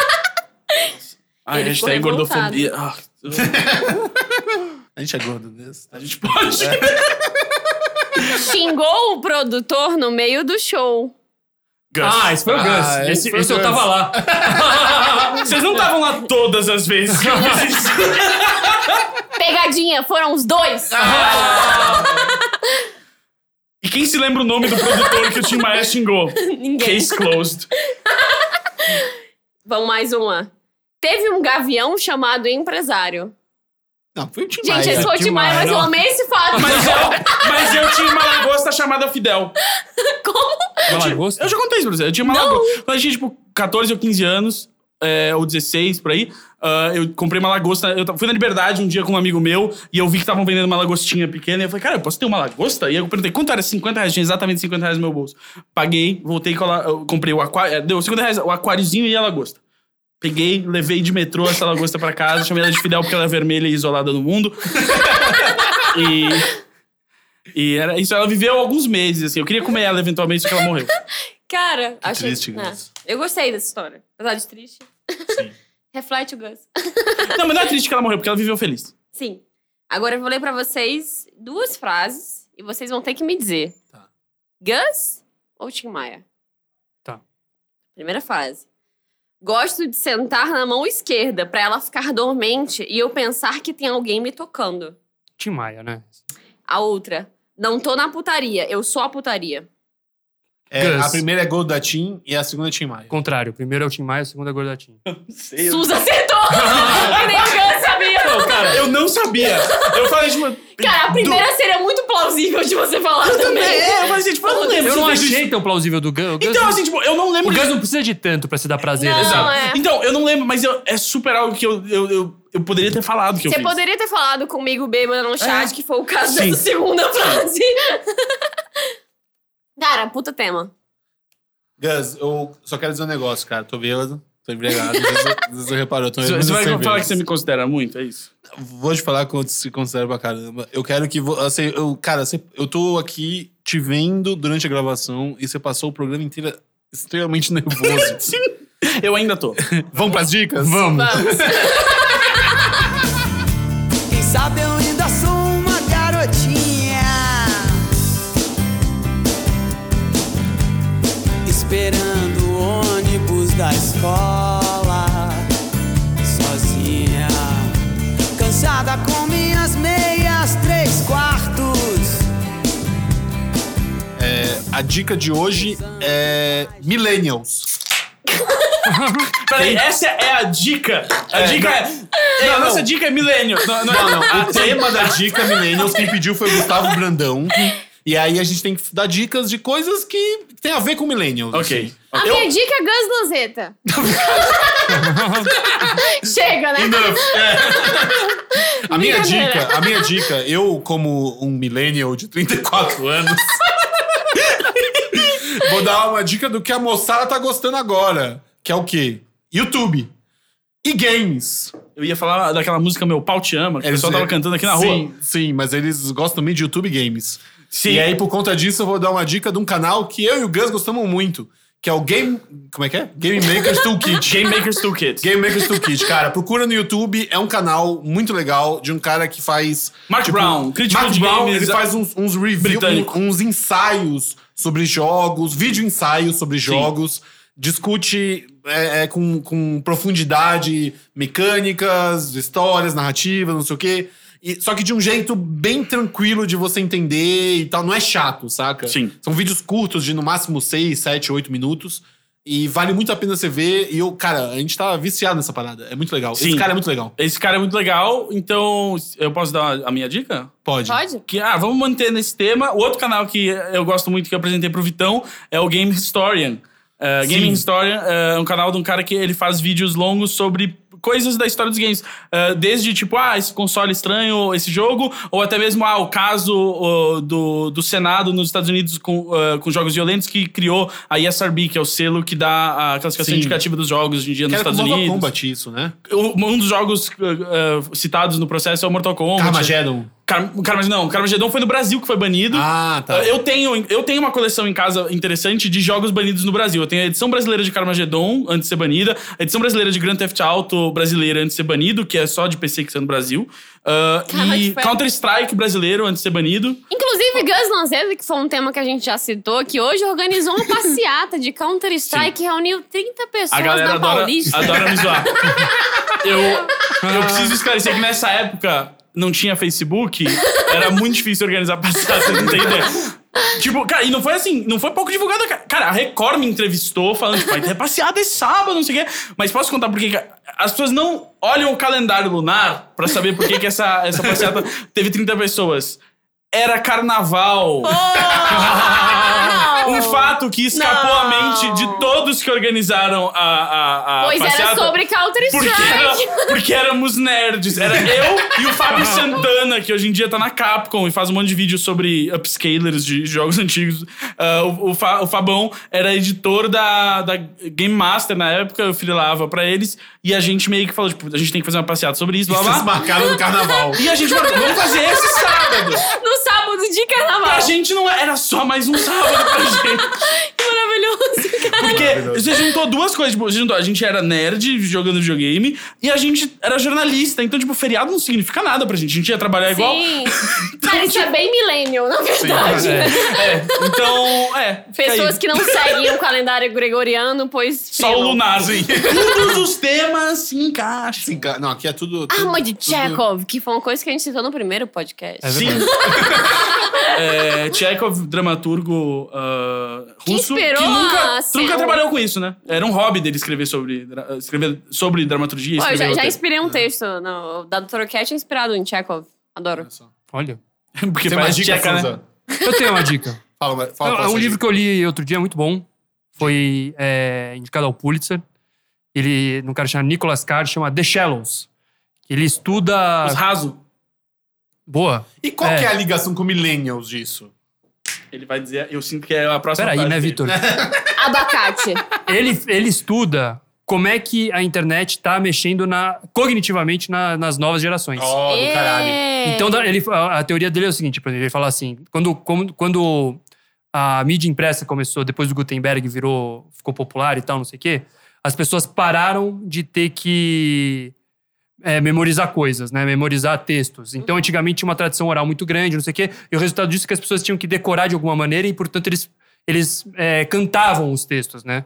Speaker 4: Ai,
Speaker 3: Ele ficou
Speaker 4: hashtag gordofobia. Ah,
Speaker 1: A gente é gordo desse.
Speaker 4: a gente pode.
Speaker 3: Xingou o produtor no meio do show.
Speaker 4: Gus.
Speaker 2: Ah, esse foi o Gus.
Speaker 1: Ah, esse
Speaker 2: esse
Speaker 1: foi o
Speaker 2: esse eu
Speaker 1: Gus.
Speaker 2: tava lá.
Speaker 4: Ah, Vocês não estavam lá todas as vezes que eu fiz isso.
Speaker 3: *laughs* Pegadinha, foram os dois.
Speaker 4: Ah, E quem se lembra o nome do produtor que o Tim Maia xingou?
Speaker 3: Ninguém.
Speaker 4: Case closed.
Speaker 3: Vamos mais uma. Teve um gavião chamado empresário.
Speaker 1: Não, foi o Tim
Speaker 3: Gente,
Speaker 1: Maia.
Speaker 3: esse foi o Tim Maia,
Speaker 2: demais,
Speaker 3: mas eu
Speaker 2: não.
Speaker 3: amei esse fato.
Speaker 4: Mas é- eu, mas eu tinha uma lagosta chamada Fidel.
Speaker 3: *laughs* Como?
Speaker 2: Malagosta?
Speaker 4: Eu já contei isso pra você. Eu tinha uma lagosta. Quando eu tinha, tipo, 14 ou 15 anos, é, ou 16, por aí, ah, eu comprei uma lagosta. Eu ta- fui na Liberdade um dia com um amigo meu e eu vi que estavam vendendo uma lagostinha pequena. E eu falei, cara, eu posso ter uma lagosta? E eu perguntei, quanto era? 50 reais. Tinha exatamente 50 reais no meu bolso. Paguei, voltei, com a la- eu comprei o aquário. Deu 50 reais, o aquáriozinho e a lagosta. Peguei, levei de metrô essa lagosta pra casa, chamei ela de Fidel porque ela é vermelha e isolada no mundo. *laughs* e. E era isso, ela viveu alguns meses, assim. Eu queria comer ela eventualmente, só que ela morreu.
Speaker 3: Cara, achei.
Speaker 1: triste,
Speaker 3: é.
Speaker 1: Gus.
Speaker 3: Eu gostei dessa história. Apesar de triste. *laughs* Reflete o Gus.
Speaker 4: Não, mas não é triste que ela morreu, porque ela viveu feliz.
Speaker 3: Sim. Agora eu vou ler pra vocês duas frases e vocês vão ter que me dizer.
Speaker 1: Tá.
Speaker 3: Gus ou Tim Maia?
Speaker 2: Tá.
Speaker 3: Primeira frase. Gosto de sentar na mão esquerda pra ela ficar dormente e eu pensar que tem alguém me tocando.
Speaker 2: Tim Maia, né?
Speaker 3: A outra. Não tô na putaria, eu sou a putaria.
Speaker 1: É,
Speaker 2: Gus.
Speaker 1: a primeira é Gold da Tim e a segunda é Tim Maia.
Speaker 2: Contrário. Primeiro é o Tim Maia, o segundo é o Gordatinho.
Speaker 3: Suza acertou! que nem o Gus sabia!
Speaker 4: Não, cara, eu não sabia. Eu falei, tipo.
Speaker 3: Cara, a primeira seria muito plausível de você falar também.
Speaker 4: É, eu falei assim, tipo, eu não lembro.
Speaker 2: Eu
Speaker 4: se
Speaker 2: não
Speaker 4: fez isso.
Speaker 2: achei tão plausível do Gus. O Gus,
Speaker 4: Então, assim, tipo, eu não
Speaker 2: o
Speaker 4: lembro.
Speaker 2: Gus não precisa de tanto pra se dar prazer. né,
Speaker 3: Não,
Speaker 2: sabe?
Speaker 3: é.
Speaker 4: Então, eu não lembro, mas eu- é super algo que eu, eu, eu, eu poderia ter falado que eu
Speaker 3: Você
Speaker 4: fiz. É.
Speaker 3: poderia ter falado comigo bêbada no chat, que foi o caso
Speaker 4: Sim.
Speaker 3: dessa segunda frase. *laughs* Cara, puta tema.
Speaker 1: Gus, eu só quero dizer um negócio, cara. Tô bêbado, tô embriagado. às vezes eu- Às vezes eu reparo, eu tô
Speaker 4: Você,
Speaker 1: bebendo
Speaker 4: você vai
Speaker 1: cerveja.
Speaker 4: falar que você me considera muito, é isso?
Speaker 1: Vou te falar quanto se considera pra caramba. Eu quero que você... Eu, cara, você- eu tô aqui te vendo durante a gravação e você passou o programa inteiro extremamente *laughs* nervoso.
Speaker 4: Sim. Eu ainda tô.
Speaker 1: Vamos pras dicas? Vamos.
Speaker 3: Vamos.
Speaker 7: Quem sabe eu ainda sou uma garotinha. Esperando o ônibus da escola, sozinha. Cansada com minhas meias, três quartos.
Speaker 1: A dica de hoje é Millennials.
Speaker 4: Peraí, essa é a dica. A dica é. é, a
Speaker 1: não.
Speaker 4: nossa dica é milênio. Não,
Speaker 1: *laughs*
Speaker 4: não,
Speaker 1: Não, não. O tema da dica Millennials, quem pediu foi o Gustavo Brandão. E aí a gente tem que dar dicas de coisas que tem a ver com Millennials.
Speaker 4: Ok.
Speaker 3: A minha dica é Gus
Speaker 4: *laughs*
Speaker 3: Lanzetta. Chega, né?
Speaker 1: é. A minha
Speaker 3: Brincadeira.
Speaker 1: dica, a minha dica, eu como um millennial de 34 anos, vou dar uma dica do que a moçada tá gostando agora, que é o quê? YouTube e games.
Speaker 4: Eu ia falar daquela música Meu Pau Te Ama, que o pessoal tava cantando aqui na
Speaker 1: é- sim,
Speaker 4: rua.
Speaker 1: Sim, mas eles gostam também de YouTube e games.
Speaker 4: Sim.
Speaker 1: E aí por conta disso eu vou dar uma dica de um canal que eu e o Gus gostamos muito, que é o Game, como é que é? Game Makers Toolkit.
Speaker 4: Game Maker's Toolkit.
Speaker 1: Game Makers Toolkit, cara, procura no YouTube, é um canal muito legal de um cara que faz. tipo,
Speaker 4: Mark Brown, crítico
Speaker 1: Mark
Speaker 4: de
Speaker 1: Brown,
Speaker 4: games,
Speaker 1: ele
Speaker 4: a-
Speaker 1: faz uns, uns reviews,
Speaker 4: britânico.
Speaker 1: uns ensaios sobre jogos, vídeo ensaios sobre jogos, discute é, é, com, com profundidade mecânicas, histórias, narrativas, não sei o quê. E- só que de um jeito bem tranquilo de você entender e tal. Não é chato, saca?
Speaker 4: Sim.
Speaker 1: São vídeos curtos de no máximo 6, 7, 8 minutos. E vale muito a pena você ver. E eu, cara, a gente tá viciado nessa parada. É muito legal. Esse
Speaker 4: Sim.
Speaker 1: cara é muito legal.
Speaker 4: Esse cara é muito legal, então eu posso dar a minha dica?
Speaker 1: Pode.
Speaker 3: Pode?
Speaker 4: Que, ah, vamos manter nesse tema. O outro canal que eu gosto muito, que eu apresentei pro Vitão, é o Game Historian. É, Game
Speaker 1: Sim.
Speaker 4: Historian é um canal de um cara que ele faz vídeos longos sobre coisas da história dos games. É, desde, tipo, ah, esse console estranho, esse jogo, ou até mesmo, ah, o caso ó, do, do Senado nos Estados Unidos com, ah, com jogos violentos que criou a ESRB, que é o selo que dá a classificação
Speaker 1: Sim.
Speaker 4: indicativa dos jogos hoje em dia nos
Speaker 1: Cara, com
Speaker 4: Estados
Speaker 1: Mortal
Speaker 4: Unidos.
Speaker 1: Kombat isso, né?
Speaker 4: O- Um dos jogos ah, ah, citados no processo é o Mortal Kombat.
Speaker 1: Carmageddon.
Speaker 4: Car- o Carmageddon, não, o Carmageddon foi no Brasil que foi banido. Eh,
Speaker 1: Ah, tá.
Speaker 4: Eu tenho, eu tenho uma coleção em casa interessante de jogos banidos no Brasil. Eu tenho a edição brasileira de Carmageddon, antes de ser banida. A edição brasileira de Grand Theft Auto brasileira, antes de ser banido, que é só de PC que sai no Brasil. Ah,
Speaker 3: Cara,
Speaker 4: e
Speaker 3: que foi-
Speaker 4: Counter-Strike brasileiro, antes de ser banido.
Speaker 3: Inclusive, Gus Lanzetta, que foi um tema que a gente já citou, que hoje organizou
Speaker 4: *laughs*
Speaker 3: uma passeata de Counter-Strike que reuniu 30 pessoas
Speaker 4: a galera
Speaker 3: na
Speaker 4: adora,
Speaker 3: Paulista.
Speaker 4: adora
Speaker 3: *laughs*
Speaker 4: me zoar. eu, eu preciso esclarecer que nessa época não tinha Facebook, era muito difícil organizar passado, você não tem ideia. Tipo, cara, e não foi assim, não foi pouco divulgada. cara. Cara, a Record me entrevistou falando, tipo, vai ter passeada esse sábado, não sei o quê. Mas posso contar por que que a- as pessoas não olham o calendário lunar pra saber por que que essa, essa passeada teve 30 pessoas. Era
Speaker 3: Oh!
Speaker 4: carnaval. *laughs* Um fato que escapou
Speaker 3: Não.
Speaker 4: à mente de todos que organizaram a, a, a
Speaker 3: Pois era
Speaker 4: passeata.
Speaker 3: sobre
Speaker 4: Porque, era-
Speaker 3: Counter-Strike.
Speaker 4: *laughs* porque éramos nerds. Era eu e o Fábio Santana, que hoje em dia tá na Capcom e faz um monte de vídeo sobre upscalers de jogos *laughs* antigos. Ah, o, o, Fa- o Fabão era editor da, da Game Master na época, eu freelava pra eles. E a gente meio que falou, tipo, a gente tem que fazer uma passeada sobre isso,
Speaker 1: *laughs*
Speaker 4: blá
Speaker 1: Vocês
Speaker 4: blá.
Speaker 1: marcaram no carnaval.
Speaker 4: E a gente falou, vamos fazer esse sábado.
Speaker 3: No sábado de carnaval.
Speaker 4: Pra gente não era só mais um sábado
Speaker 1: *laughs*
Speaker 4: pra gente.
Speaker 3: Que maravilhoso, cara.
Speaker 4: Porque você juntou duas coisas. Tipo, você juntou, a gente era nerd jogando videogame e a gente era jornalista. Então, tipo, feriado não significa nada pra gente. A gente ia trabalhar É igual.
Speaker 3: Sim. Cara, isso é bem millennial, na verdade.
Speaker 2: É.
Speaker 4: É, então, é. fica
Speaker 3: Pessoas
Speaker 4: aí.
Speaker 3: que não seguem o calendário gregoriano, pois.
Speaker 4: Só o
Speaker 3: frilam.
Speaker 4: lunar. Todos os temas se encaixam.
Speaker 1: Sim, cara. Não, aqui é tudo. tudo-
Speaker 3: Arma Ah, de
Speaker 1: tudo-
Speaker 3: Chekhov, que foi uma coisa que a gente citou no primeiro podcast.
Speaker 2: É
Speaker 4: Sim.
Speaker 2: verdade.
Speaker 4: É, Chekhov, dramaturgo ah,
Speaker 3: Que
Speaker 4: russo, que,
Speaker 3: inspirou
Speaker 4: nunca,
Speaker 3: a-
Speaker 4: nunca
Speaker 3: o-
Speaker 4: trabalhou com isso, né? Era um hobby dele escrever sobre, dra- escrever sobre dramaturgia.
Speaker 3: Ó, eu
Speaker 4: escrever
Speaker 3: já, já
Speaker 4: roteiro.
Speaker 3: inspirei um texto no- da Doutora Cat, é inspirado em Chekhov. Adoro.
Speaker 2: Olha.
Speaker 4: *laughs* Porque
Speaker 1: Tem mais
Speaker 4: parece
Speaker 1: dica,
Speaker 4: tcheca, né? é
Speaker 1: Fusa?
Speaker 2: Eu tenho uma dica.
Speaker 1: Fala, mais- fala
Speaker 2: Não,
Speaker 1: qual
Speaker 2: um
Speaker 1: essa
Speaker 2: livro
Speaker 1: dica.
Speaker 2: que eu li outro dia, muito bom. Foi é, indicado ao Pulitzer. Ele, um cara chamado Nicholas Carr, chama The Shallows. Ele estuda...
Speaker 4: Os raso.
Speaker 2: Boa.
Speaker 1: E qual
Speaker 2: É.
Speaker 1: que é a ligação com millennials disso?
Speaker 4: Ele vai dizer, eu sinto que é a próxima
Speaker 2: Peraí,
Speaker 4: frase
Speaker 2: né,
Speaker 4: dele.
Speaker 2: Vitor?
Speaker 3: Abacate.
Speaker 2: ele, ele estuda como é que a internet tá mexendo na, cognitivamente na- nas novas gerações.
Speaker 1: Oh,
Speaker 3: É.
Speaker 1: do caralho.
Speaker 2: Então, da- ele, a, a teoria dele é o seguinte, por exemplo, ele fala assim, quando, como- quando a mídia impressa começou, depois do Gutenberg virou, ficou popular e tal, não sei o quê, as pessoas pararam de ter que é, memorizar coisas, né? Memorizar textos. Então, antigamente tinha uma tradição oral muito grande, não sei o quê, e o resultado disso é que as pessoas tinham que decorar de alguma maneira e, portanto, eles, eles é, cantavam os textos, né?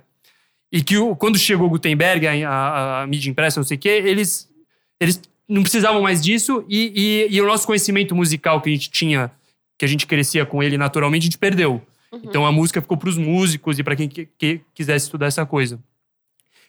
Speaker 2: E que o- quando chegou o Gutenberg, a, a- a mídia impressa, não sei o quê, eles, eles não precisavam mais disso e, e- e o nosso conhecimento musical que a gente tinha, que a gente crescia com ele naturalmente, a gente perdeu. Então a música ficou para os músicos e para quem que- que quisesse estudar essa coisa.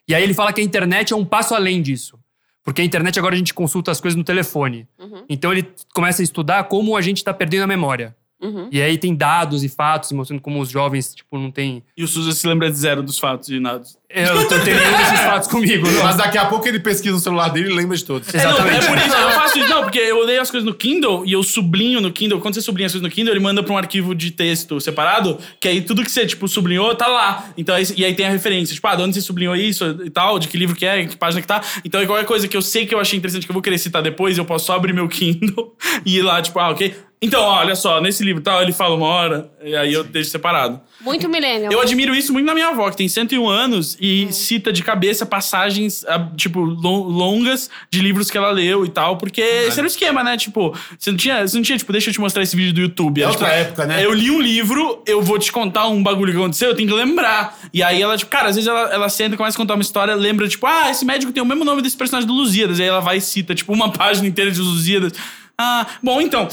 Speaker 2: E aí ele fala que a internet é um passo além disso. Porque a internet agora a gente consulta as coisas no telefone.
Speaker 3: Uhum.
Speaker 2: Então ele começa a estudar como a gente está perdendo a memória.
Speaker 3: Uhum.
Speaker 2: E aí tem dados e fatos mostrando como os jovens, tipo, não tem.
Speaker 4: E o Suza se lembra de zero dos fatos e nada.
Speaker 2: Eu não tenho nenhum desses fatos comigo. não.
Speaker 1: Mas daqui a pouco ele pesquisa no celular dele e lembra de todos.
Speaker 4: É, não,
Speaker 2: Exatamente.
Speaker 4: é por isso que eu faço isso. Não, porque eu leio as coisas no Kindle e eu sublinho no Kindle. Quando você sublinha as coisas no Kindle, ele manda pra um arquivo de texto separado, que aí tudo que você, tipo, sublinhou tá lá. Então, aí- e aí tem a referência. Tipo, ah, de onde você sublinhou isso e tal, de que livro que é, que página que tá. Então, é qualquer coisa que eu sei que eu achei interessante, que eu vou querer citar depois, eu posso só abrir meu Kindle *laughs* e ir lá, tipo, ah, ok. Então, olha só, nesse livro e tal, ele fala uma hora, e aí eu deixo separado.
Speaker 3: Muito millennial.
Speaker 4: Eu admiro isso muito na minha avó, que tem 101 anos e cita de cabeça passagens, ah, tipo, lon- longas de livros que ela leu e tal, porque esse era o esquema, né? Tipo, você não tinha, você não tinha tipo, deixa eu te mostrar esse vídeo do YouTube.
Speaker 1: É
Speaker 4: Ela,
Speaker 1: outra
Speaker 4: tipo,
Speaker 1: época, né?
Speaker 4: Eu li um livro, eu vou te contar um bagulho que aconteceu, eu tenho que lembrar. E aí ela, tipo, cara, às vezes ela, ela senta e começa a contar uma história, lembra, tipo, ah, esse médico tem o mesmo nome desse personagem do Lusíadas. E aí ela vai e cita, *laughs* tipo, uma página inteira de Lusíadas. Ah, bom, então.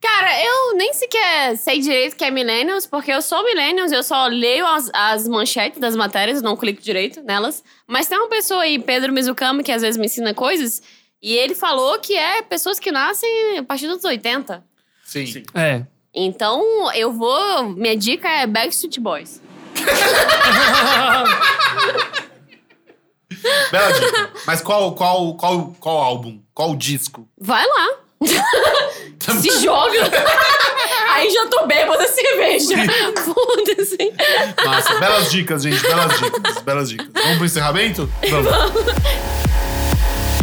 Speaker 3: Cara, eu nem sequer sei direito o que é Millennials, porque eu sou Millennials, eu só leio as, as manchetes das matérias, não clico direito nelas. Mas tem uma pessoa aí, Pedro Mizukami, que às vezes me ensina coisas, e ele falou que é pessoas que nascem a partir dos 80.
Speaker 1: Sim.
Speaker 2: É.
Speaker 3: Então, eu vou. Minha dica é Backstreet Boys.
Speaker 1: Bela dica. Mas qual, qual, qual, qual álbum? Qual disco?
Speaker 3: Vai lá. Se joga. Aí já tô bêbada cerveja. Foda-se.
Speaker 1: Nossa, belas dicas, gente. Belas dicas. Belas dicas. Vamos pro encerramento? Vamos.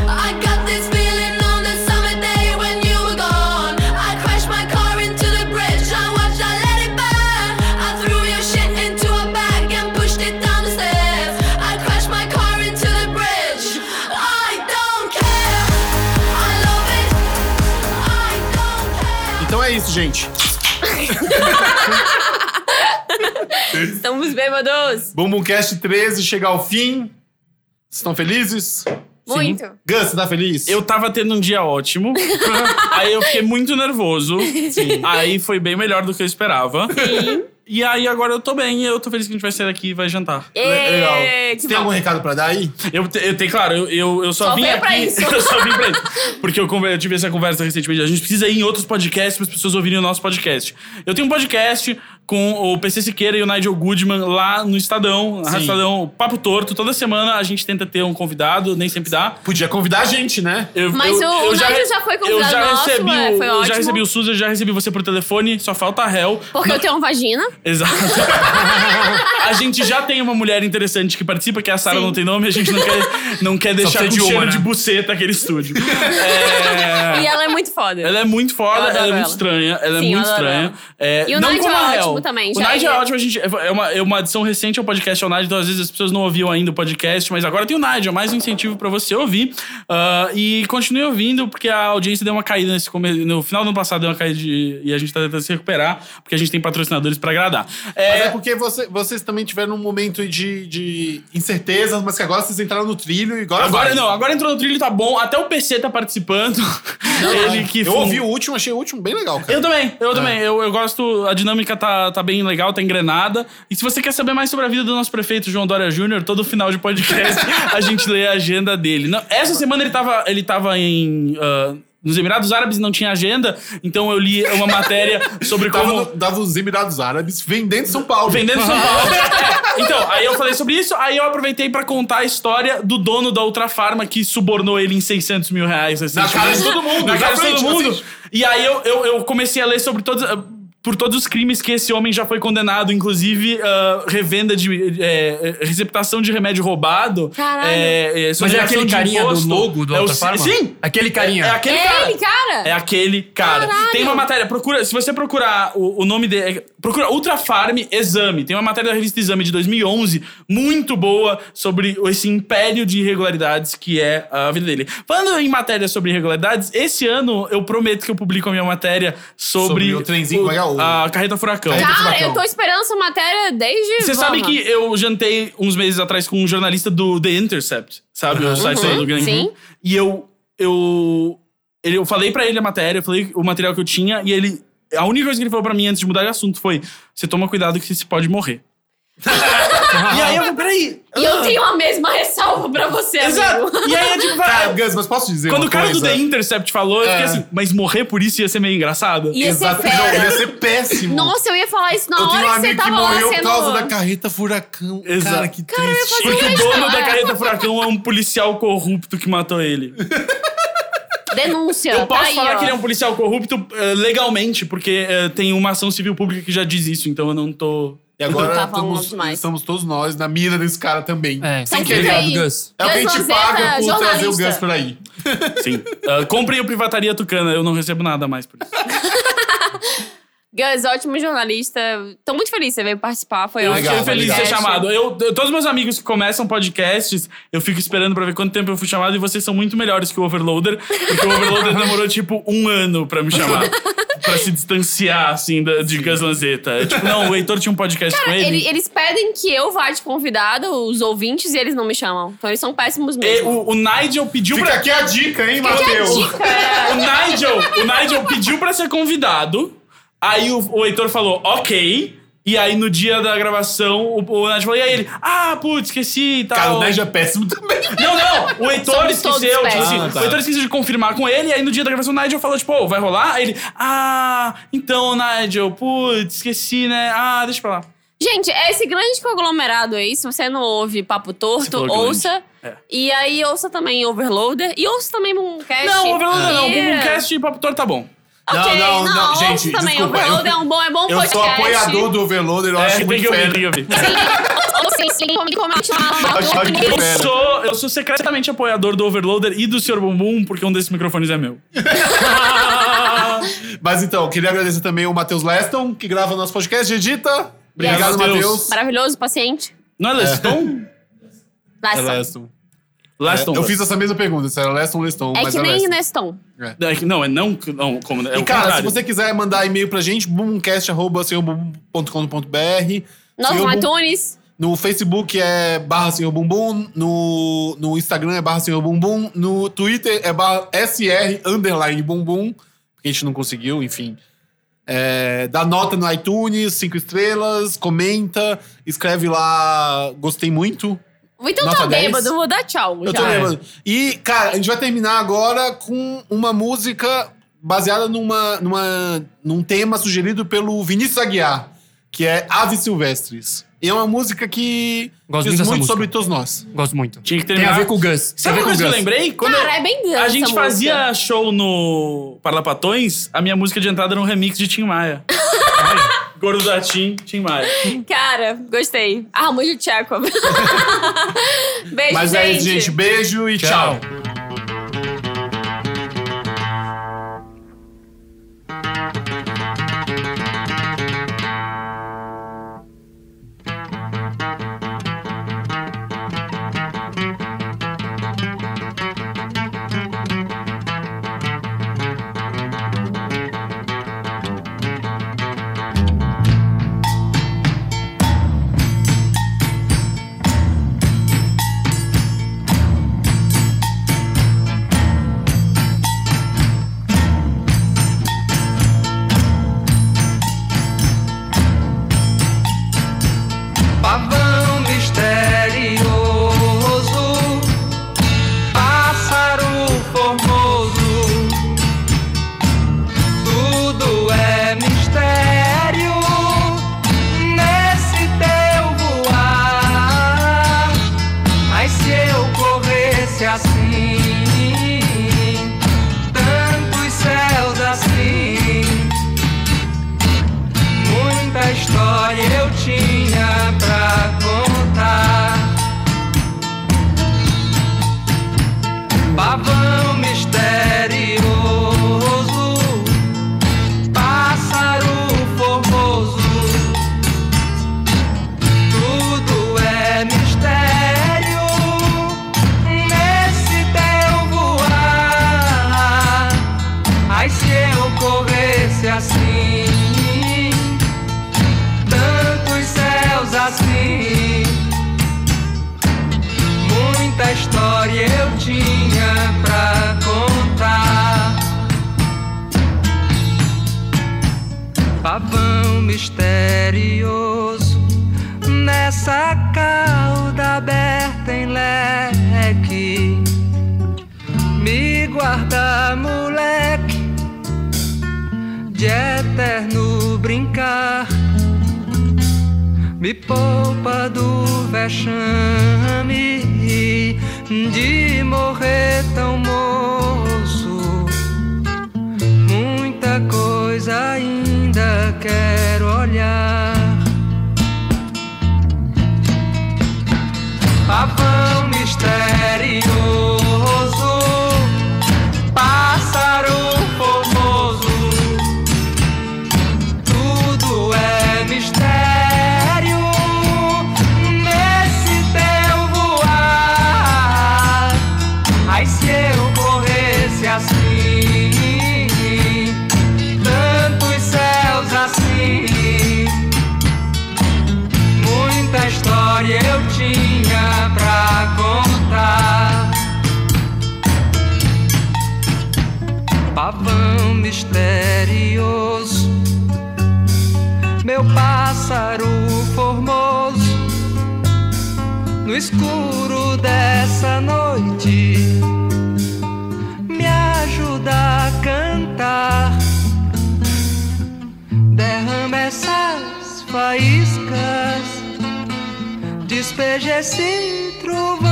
Speaker 8: I got this feeling on the summer day when you were gone. I crashed my car into the bridge. I watched, I let it burn. I threw your shit into a bag and pushed it down the stairs. I crashed my car into the bridge. I don't care. I love it. I don't care.
Speaker 1: Então é isso, gente.
Speaker 3: Estamos bêbados.
Speaker 1: Bumbumcast 13 chega ao fim. Vocês estão felizes?
Speaker 3: Muito.
Speaker 1: Gus, você tá feliz?
Speaker 4: Eu tava tendo um dia ótimo. *laughs* aí eu fiquei muito nervoso. Aí foi bem melhor do que eu esperava. E aí agora eu tô bem, eu tô feliz que a gente vai sair daqui e vai jantar.
Speaker 3: Ê,
Speaker 1: Legal.
Speaker 3: que
Speaker 1: Você tem
Speaker 3: bom.
Speaker 4: um
Speaker 1: algum recado pra dar aí?
Speaker 4: Eu, te- eu tenho, claro, eu, eu, eu só,
Speaker 3: Só
Speaker 4: vim
Speaker 3: veio
Speaker 4: aqui.
Speaker 3: pra isso.
Speaker 4: *laughs* Eu só vim pra isso. Porque eu, conver- eu tive essa conversa recentemente. A gente precisa ir em outros podcasts para as pessoas ouvirem o nosso podcast. Eu tenho um podcast com o PC Siqueira e o Nigel Goodman lá no Estadão, na Rádio Estadão Papo Torto. Toda semana a gente tenta ter um convidado, nem sempre dá.
Speaker 1: Podia convidar a gente, né?
Speaker 4: Eu-
Speaker 3: Mas o- o Nigel já foi
Speaker 4: eu
Speaker 3: convidado
Speaker 4: já
Speaker 3: nosso,
Speaker 4: recebi,
Speaker 3: é,
Speaker 4: o-
Speaker 3: foi
Speaker 4: Eu já
Speaker 3: ótimo.
Speaker 4: recebi o SUS, eu já recebi você por telefone, só falta a réu. *laughs*
Speaker 3: Porque eu tenho uma vagina.
Speaker 4: Exato. a gente já tem uma mulher interessante que participa, que é a Sara não tem nome, a gente não quer, não quer deixar com
Speaker 2: precisa de
Speaker 4: cheiro
Speaker 2: uma, né?
Speaker 4: de buceta aquele estúdio. É,
Speaker 3: *laughs* E ela é muito foda.
Speaker 4: ela é muito foda,
Speaker 3: Eu adoro
Speaker 4: ela é muito
Speaker 3: ela.
Speaker 4: estranha, ela
Speaker 3: Sim, eu
Speaker 4: é muito
Speaker 3: adoro
Speaker 4: estranha.
Speaker 3: ela.
Speaker 4: É,
Speaker 3: E o
Speaker 4: não
Speaker 3: Nigel
Speaker 4: como a
Speaker 3: é
Speaker 4: Hel.
Speaker 3: ótimo também,
Speaker 4: O
Speaker 3: já
Speaker 4: Nigel é
Speaker 3: ele-
Speaker 4: ótimo, a gente, é, uma, é uma adição recente ao podcast, é o Nigel, então às vezes as pessoas não ouviam ainda o podcast, mas agora tem o Nigel, mais um incentivo pra você ouvir. Ah, e continue ouvindo, porque a audiência deu uma caída nesse come- no final do ano passado, deu uma caída de- e a gente tá tentando se recuperar, porque a gente tem patrocinadores pra agradar.
Speaker 1: Mas é
Speaker 4: É,
Speaker 1: porque você- vocês também tiveram um momento de, de incertezas, mas que agora vocês entraram no trilho e agora.
Speaker 4: Agora
Speaker 1: vai.
Speaker 4: não, agora entrou no trilho, tá bom. Até o PC tá participando. Ele que
Speaker 1: Eu
Speaker 4: fun-
Speaker 1: ouvi o último, achei o último bem legal, cara.
Speaker 4: *laughs* Eu também, eu
Speaker 1: É.
Speaker 4: também. Eu, eu gosto, a dinâmica tá, tá bem legal, tá engrenada. E se você quer saber mais sobre a vida do nosso prefeito João Dória Júnior, todo final de podcast
Speaker 1: *laughs*
Speaker 4: a gente lê a agenda dele. Não, essa semana ele tava, ele tava em. ah, nos Emirados Árabes não tinha agenda, então eu li uma matéria sobre
Speaker 1: Tava,
Speaker 4: como.
Speaker 1: no- tava os Emirados Árabes vendendo São Paulo.
Speaker 4: Vendendo São Paulo. *laughs* É, Então, aí eu falei sobre isso, aí eu aproveitei pra contar a história do dono da Ultra Farma que subornou ele em 600 mil reais. assim,
Speaker 1: Na cara de todo mundo,
Speaker 4: Na
Speaker 1: na
Speaker 4: cara de
Speaker 1: frente,
Speaker 4: todo mundo.
Speaker 1: assim.
Speaker 4: E aí eu, eu, eu comecei a ler sobre todos. eh, Por todos os crimes que esse homem já foi condenado, inclusive ah, revenda de. eh, eh, receptação de remédio roubado.
Speaker 3: Caralho.
Speaker 4: eh, eh,
Speaker 2: Mas é
Speaker 4: sonegação
Speaker 2: aquele
Speaker 4: de
Speaker 2: carinha
Speaker 4: imposto.
Speaker 2: do logo do
Speaker 4: é o
Speaker 2: Alta
Speaker 4: si-
Speaker 2: Farma?
Speaker 4: Sim!
Speaker 2: Aquele
Speaker 4: É
Speaker 2: carinha.
Speaker 4: aquele
Speaker 3: É
Speaker 4: cara.
Speaker 3: ele, cara?
Speaker 4: É aquele cara.
Speaker 3: Caralho.
Speaker 4: Tem uma matéria, procura, se você procurar o, o nome dele, é- procura Ultra Farm Exame. Tem uma matéria da revista Exame de 2011 muito boa sobre esse império de irregularidades que é a vida dele. Falando em matéria sobre irregularidades, esse ano eu prometo que eu publico a minha matéria sobre,
Speaker 1: Sobre o trenzinho, como é que é o-
Speaker 4: a carreta furacão.
Speaker 1: Carreta
Speaker 3: Cara,
Speaker 1: Furacão.
Speaker 3: Tá, eu tô esperando essa matéria desde.
Speaker 4: Você sabe
Speaker 3: Vamos.
Speaker 4: que eu jantei uns meses atrás com um jornalista do The Intercept, sabe? O site
Speaker 3: Uhum.
Speaker 4: do Gang.
Speaker 3: Sim.
Speaker 4: E eu. Eu. Ele, eu falei pra ele a matéria, eu falei o material que eu tinha, e ele. A única coisa que ele falou pra mim antes de mudar de assunto foi: você toma cuidado que você pode
Speaker 1: *laughs*
Speaker 4: morrer. e aí eu falei, peraí.
Speaker 3: E eu tenho a mesma ressalva pra você,
Speaker 4: Ah! Exato!
Speaker 3: *laughs* amigo.
Speaker 4: E aí é tipo,
Speaker 1: Cara,
Speaker 4: vai.
Speaker 1: Gus, mas posso dizer
Speaker 4: Quando
Speaker 1: uma
Speaker 4: o cara do
Speaker 1: coisa?
Speaker 4: The Intercept falou, eu
Speaker 1: É.
Speaker 4: fiquei assim, mas morrer por isso ia ser meio engraçado.
Speaker 3: Ia ser
Speaker 1: Exato.
Speaker 3: fera.
Speaker 1: Não, ia ser péssimo.
Speaker 3: é Nossa, eu ia falar isso na
Speaker 1: eu tenho um
Speaker 3: hora que você
Speaker 1: amigo que
Speaker 3: tava lá
Speaker 1: morreu
Speaker 3: sendo. um-
Speaker 1: por causa da carreta furacão.
Speaker 4: Exato.
Speaker 1: Cara, que triste.
Speaker 4: Porque o dono da
Speaker 3: história.
Speaker 4: carreta furacão é um policial corrupto que matou ele.
Speaker 3: Denúncia.
Speaker 4: Eu posso
Speaker 3: tá aí,
Speaker 4: falar
Speaker 3: ó.
Speaker 4: que ele é um policial corrupto eh, legalmente, porque eh, tem uma ação civil pública que já diz isso, então eu não tô.
Speaker 1: E agora
Speaker 3: Tá falando
Speaker 1: estamos,
Speaker 3: demais.
Speaker 1: estamos todos nós na mira desse cara também.
Speaker 2: É.
Speaker 3: Sai
Speaker 1: querer.
Speaker 2: Obrigado,
Speaker 3: daí.
Speaker 2: Gus.
Speaker 1: É o que a gente
Speaker 3: Lanzetta,
Speaker 1: paga por trazer o
Speaker 3: jornalista.
Speaker 1: Gus por aí.
Speaker 3: *laughs*
Speaker 4: Sim. Eh, comprem o Privataria Tucana, eu não recebo nada mais por isso.
Speaker 3: Ah, Gus, ótimo jornalista. Tô muito feliz que você veio participar. Foi
Speaker 4: Eu
Speaker 3: ótimo.
Speaker 1: Obrigado,
Speaker 4: fiquei feliz de ser
Speaker 1: obrigado.
Speaker 4: chamado. Eu, eu- todos meus amigos que começam podcasts, eu fico esperando pra ver quanto tempo eu
Speaker 3: *laughs*
Speaker 4: fui chamado, e vocês são muito melhores que o Overloader, porque o Overloader demorou tipo um ano pra me chamar. pra se distanciar, assim, da, de Gus Lanzetta. É tipo, não, o Heitor tinha um podcast com
Speaker 3: Cara,
Speaker 4: ele.
Speaker 3: ele- eles pedem que eu vá de convidado, os ouvintes, e eles não me chamam. Então eles são péssimos
Speaker 4: E
Speaker 3: mesmo.
Speaker 4: o, o Nigel pediu
Speaker 1: Fica
Speaker 4: pra.
Speaker 1: aqui a dica, hein,
Speaker 3: Que é a
Speaker 1: Matheus?
Speaker 3: dica, é.
Speaker 4: O Nigel, o Nigel pediu pra ser convidado. Aí o, o Heitor falou, ok. E aí no dia da gravação, o, o Nigel falou, e aí ele, ah, putz, esqueci e tal.
Speaker 1: Cara, o Nerd é péssimo também.
Speaker 4: Não, não, o Heitor
Speaker 3: Somos todos
Speaker 4: esqueceu. Tipo
Speaker 3: péssimos.
Speaker 4: assim,
Speaker 1: Ah, tá.
Speaker 4: O Heitor esqueceu de confirmar com ele. E aí no dia da gravação, o Nigel falou, tipo, ô, vai rolar? Aí ele, ah, então, Nigel, putz, esqueci, né? Ah, deixa pra lá.
Speaker 3: Gente, é esse grande conglomerado aí. Se você não ouve Papo Torto,
Speaker 4: falou grande.
Speaker 3: ouça.
Speaker 4: É.
Speaker 3: E aí ouça também Overloader. E ouça também Mooncast.
Speaker 4: Não, Overload não,
Speaker 3: E-
Speaker 4: o cast e Papo Torto tá bom.
Speaker 3: Ok,
Speaker 1: Não, não, não,
Speaker 3: ouça
Speaker 1: gente,
Speaker 3: também.
Speaker 1: desculpa,
Speaker 3: Overloader
Speaker 1: eu-
Speaker 3: é um bom, é bom
Speaker 1: Eu
Speaker 3: podcast.
Speaker 1: sou apoiador do Overloader, eu acho
Speaker 4: É, tem
Speaker 1: muito
Speaker 4: que ouvir, tem
Speaker 1: fera.
Speaker 4: que ouvir.
Speaker 3: Sim, sim, sim, como- como eu chamo,
Speaker 1: *laughs* Acho muito
Speaker 4: Eu
Speaker 1: fera.
Speaker 4: sou, eu sou secretamente apoiador do Overloader e do Sr. Bumbum, porque um desses microfones
Speaker 1: *laughs*
Speaker 4: é meu.
Speaker 1: Mas então, queria agradecer também o Matheus Leston, que grava nosso podcast, edita. Obrigado,
Speaker 4: Matheus.
Speaker 1: Matheus.
Speaker 3: Maravilhoso, paciente.
Speaker 4: Não é Leston?
Speaker 1: É
Speaker 3: Leston.
Speaker 1: Leston.
Speaker 4: Leston.
Speaker 1: É, Eu fiz essa mesma pergunta, se era Leston ou Leston,
Speaker 3: É,
Speaker 1: mas
Speaker 3: que
Speaker 1: é
Speaker 3: nem
Speaker 1: Leston.
Speaker 3: Neston.
Speaker 4: É que- Não, é não, não como, é
Speaker 1: E cara,
Speaker 4: o
Speaker 1: se
Speaker 4: contrário.
Speaker 1: você quiser mandar e-mail pra gente, boomcast.com.br.
Speaker 3: Nós no iTunes.
Speaker 1: No Facebook é barra senhor bumbum, no, no Instagram é barra senhor bumbum, no Twitter é barra sr underline bumbum, porque a gente não conseguiu, enfim. É, dá nota no iTunes, cinco estrelas, comenta, escreve lá, gostei muito.
Speaker 3: Então
Speaker 1: Nota
Speaker 3: tá
Speaker 1: 10.
Speaker 3: bêbado, vou dar tchau.
Speaker 1: Eu
Speaker 3: já.
Speaker 1: tô lembrando. E, cara, a gente vai terminar agora com uma música baseada numa, numa, num tema sugerido pelo Vinícius Aguiar, que é Aves Silvestres. E é uma música que
Speaker 2: Gosto
Speaker 1: diz
Speaker 2: muito dessa
Speaker 1: muito
Speaker 2: música.
Speaker 1: sobre todos nós.
Speaker 2: Gosto muito.
Speaker 4: Tinha que
Speaker 2: Tem
Speaker 4: terminar.
Speaker 2: a ver com o Gus.
Speaker 4: Sabe
Speaker 2: Tem a ver
Speaker 4: uma
Speaker 2: com o
Speaker 4: coisa que eu
Speaker 2: Gus.
Speaker 4: lembrei? Quando eu-
Speaker 3: Cara, é bem grande
Speaker 4: a gente
Speaker 3: essa música.
Speaker 4: fazia show no Parlapatões, a minha música de entrada era um remix de Tim Maia.
Speaker 3: *laughs*
Speaker 4: Gordo da Tim, Tim Maia.
Speaker 3: Cara, gostei. Ah, muito
Speaker 1: *laughs*
Speaker 3: Tchekov. Beijo,
Speaker 1: Mas
Speaker 3: gente.
Speaker 1: é isso, gente. Beijo e tchau.
Speaker 2: Tchau.
Speaker 7: Pavão misterioso, pássaro formoso, tudo é mistério nesse teu voar. Mas se eu corresse assim, tantos céus assim. Muita história eu tinha pra contar. Pavão misterioso, pássaro formoso. Tudo é mistério nesse teu voar. Ai, se eu corresse assim, tantos céus assim, muita história eu tinha pra contar. Pavão misterioso, nessa cauda aberta em leque, me guarda, moleque de eterno brincar. Me poupa do vexame de morrer tão moço. Muita coisa ainda quero olhar. Pavão misterioso pássaro formoso. Tudo é mistério nesse teu voar. Ai, se eu corresse assim, tantos
Speaker 5: assim, sabão misterioso, meu pássaro formoso, no escuro dessa noite, me ajuda a cantar, derrama essas faíscas, despeja esse trovão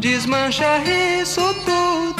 Speaker 5: desmancha isso tudo. é Um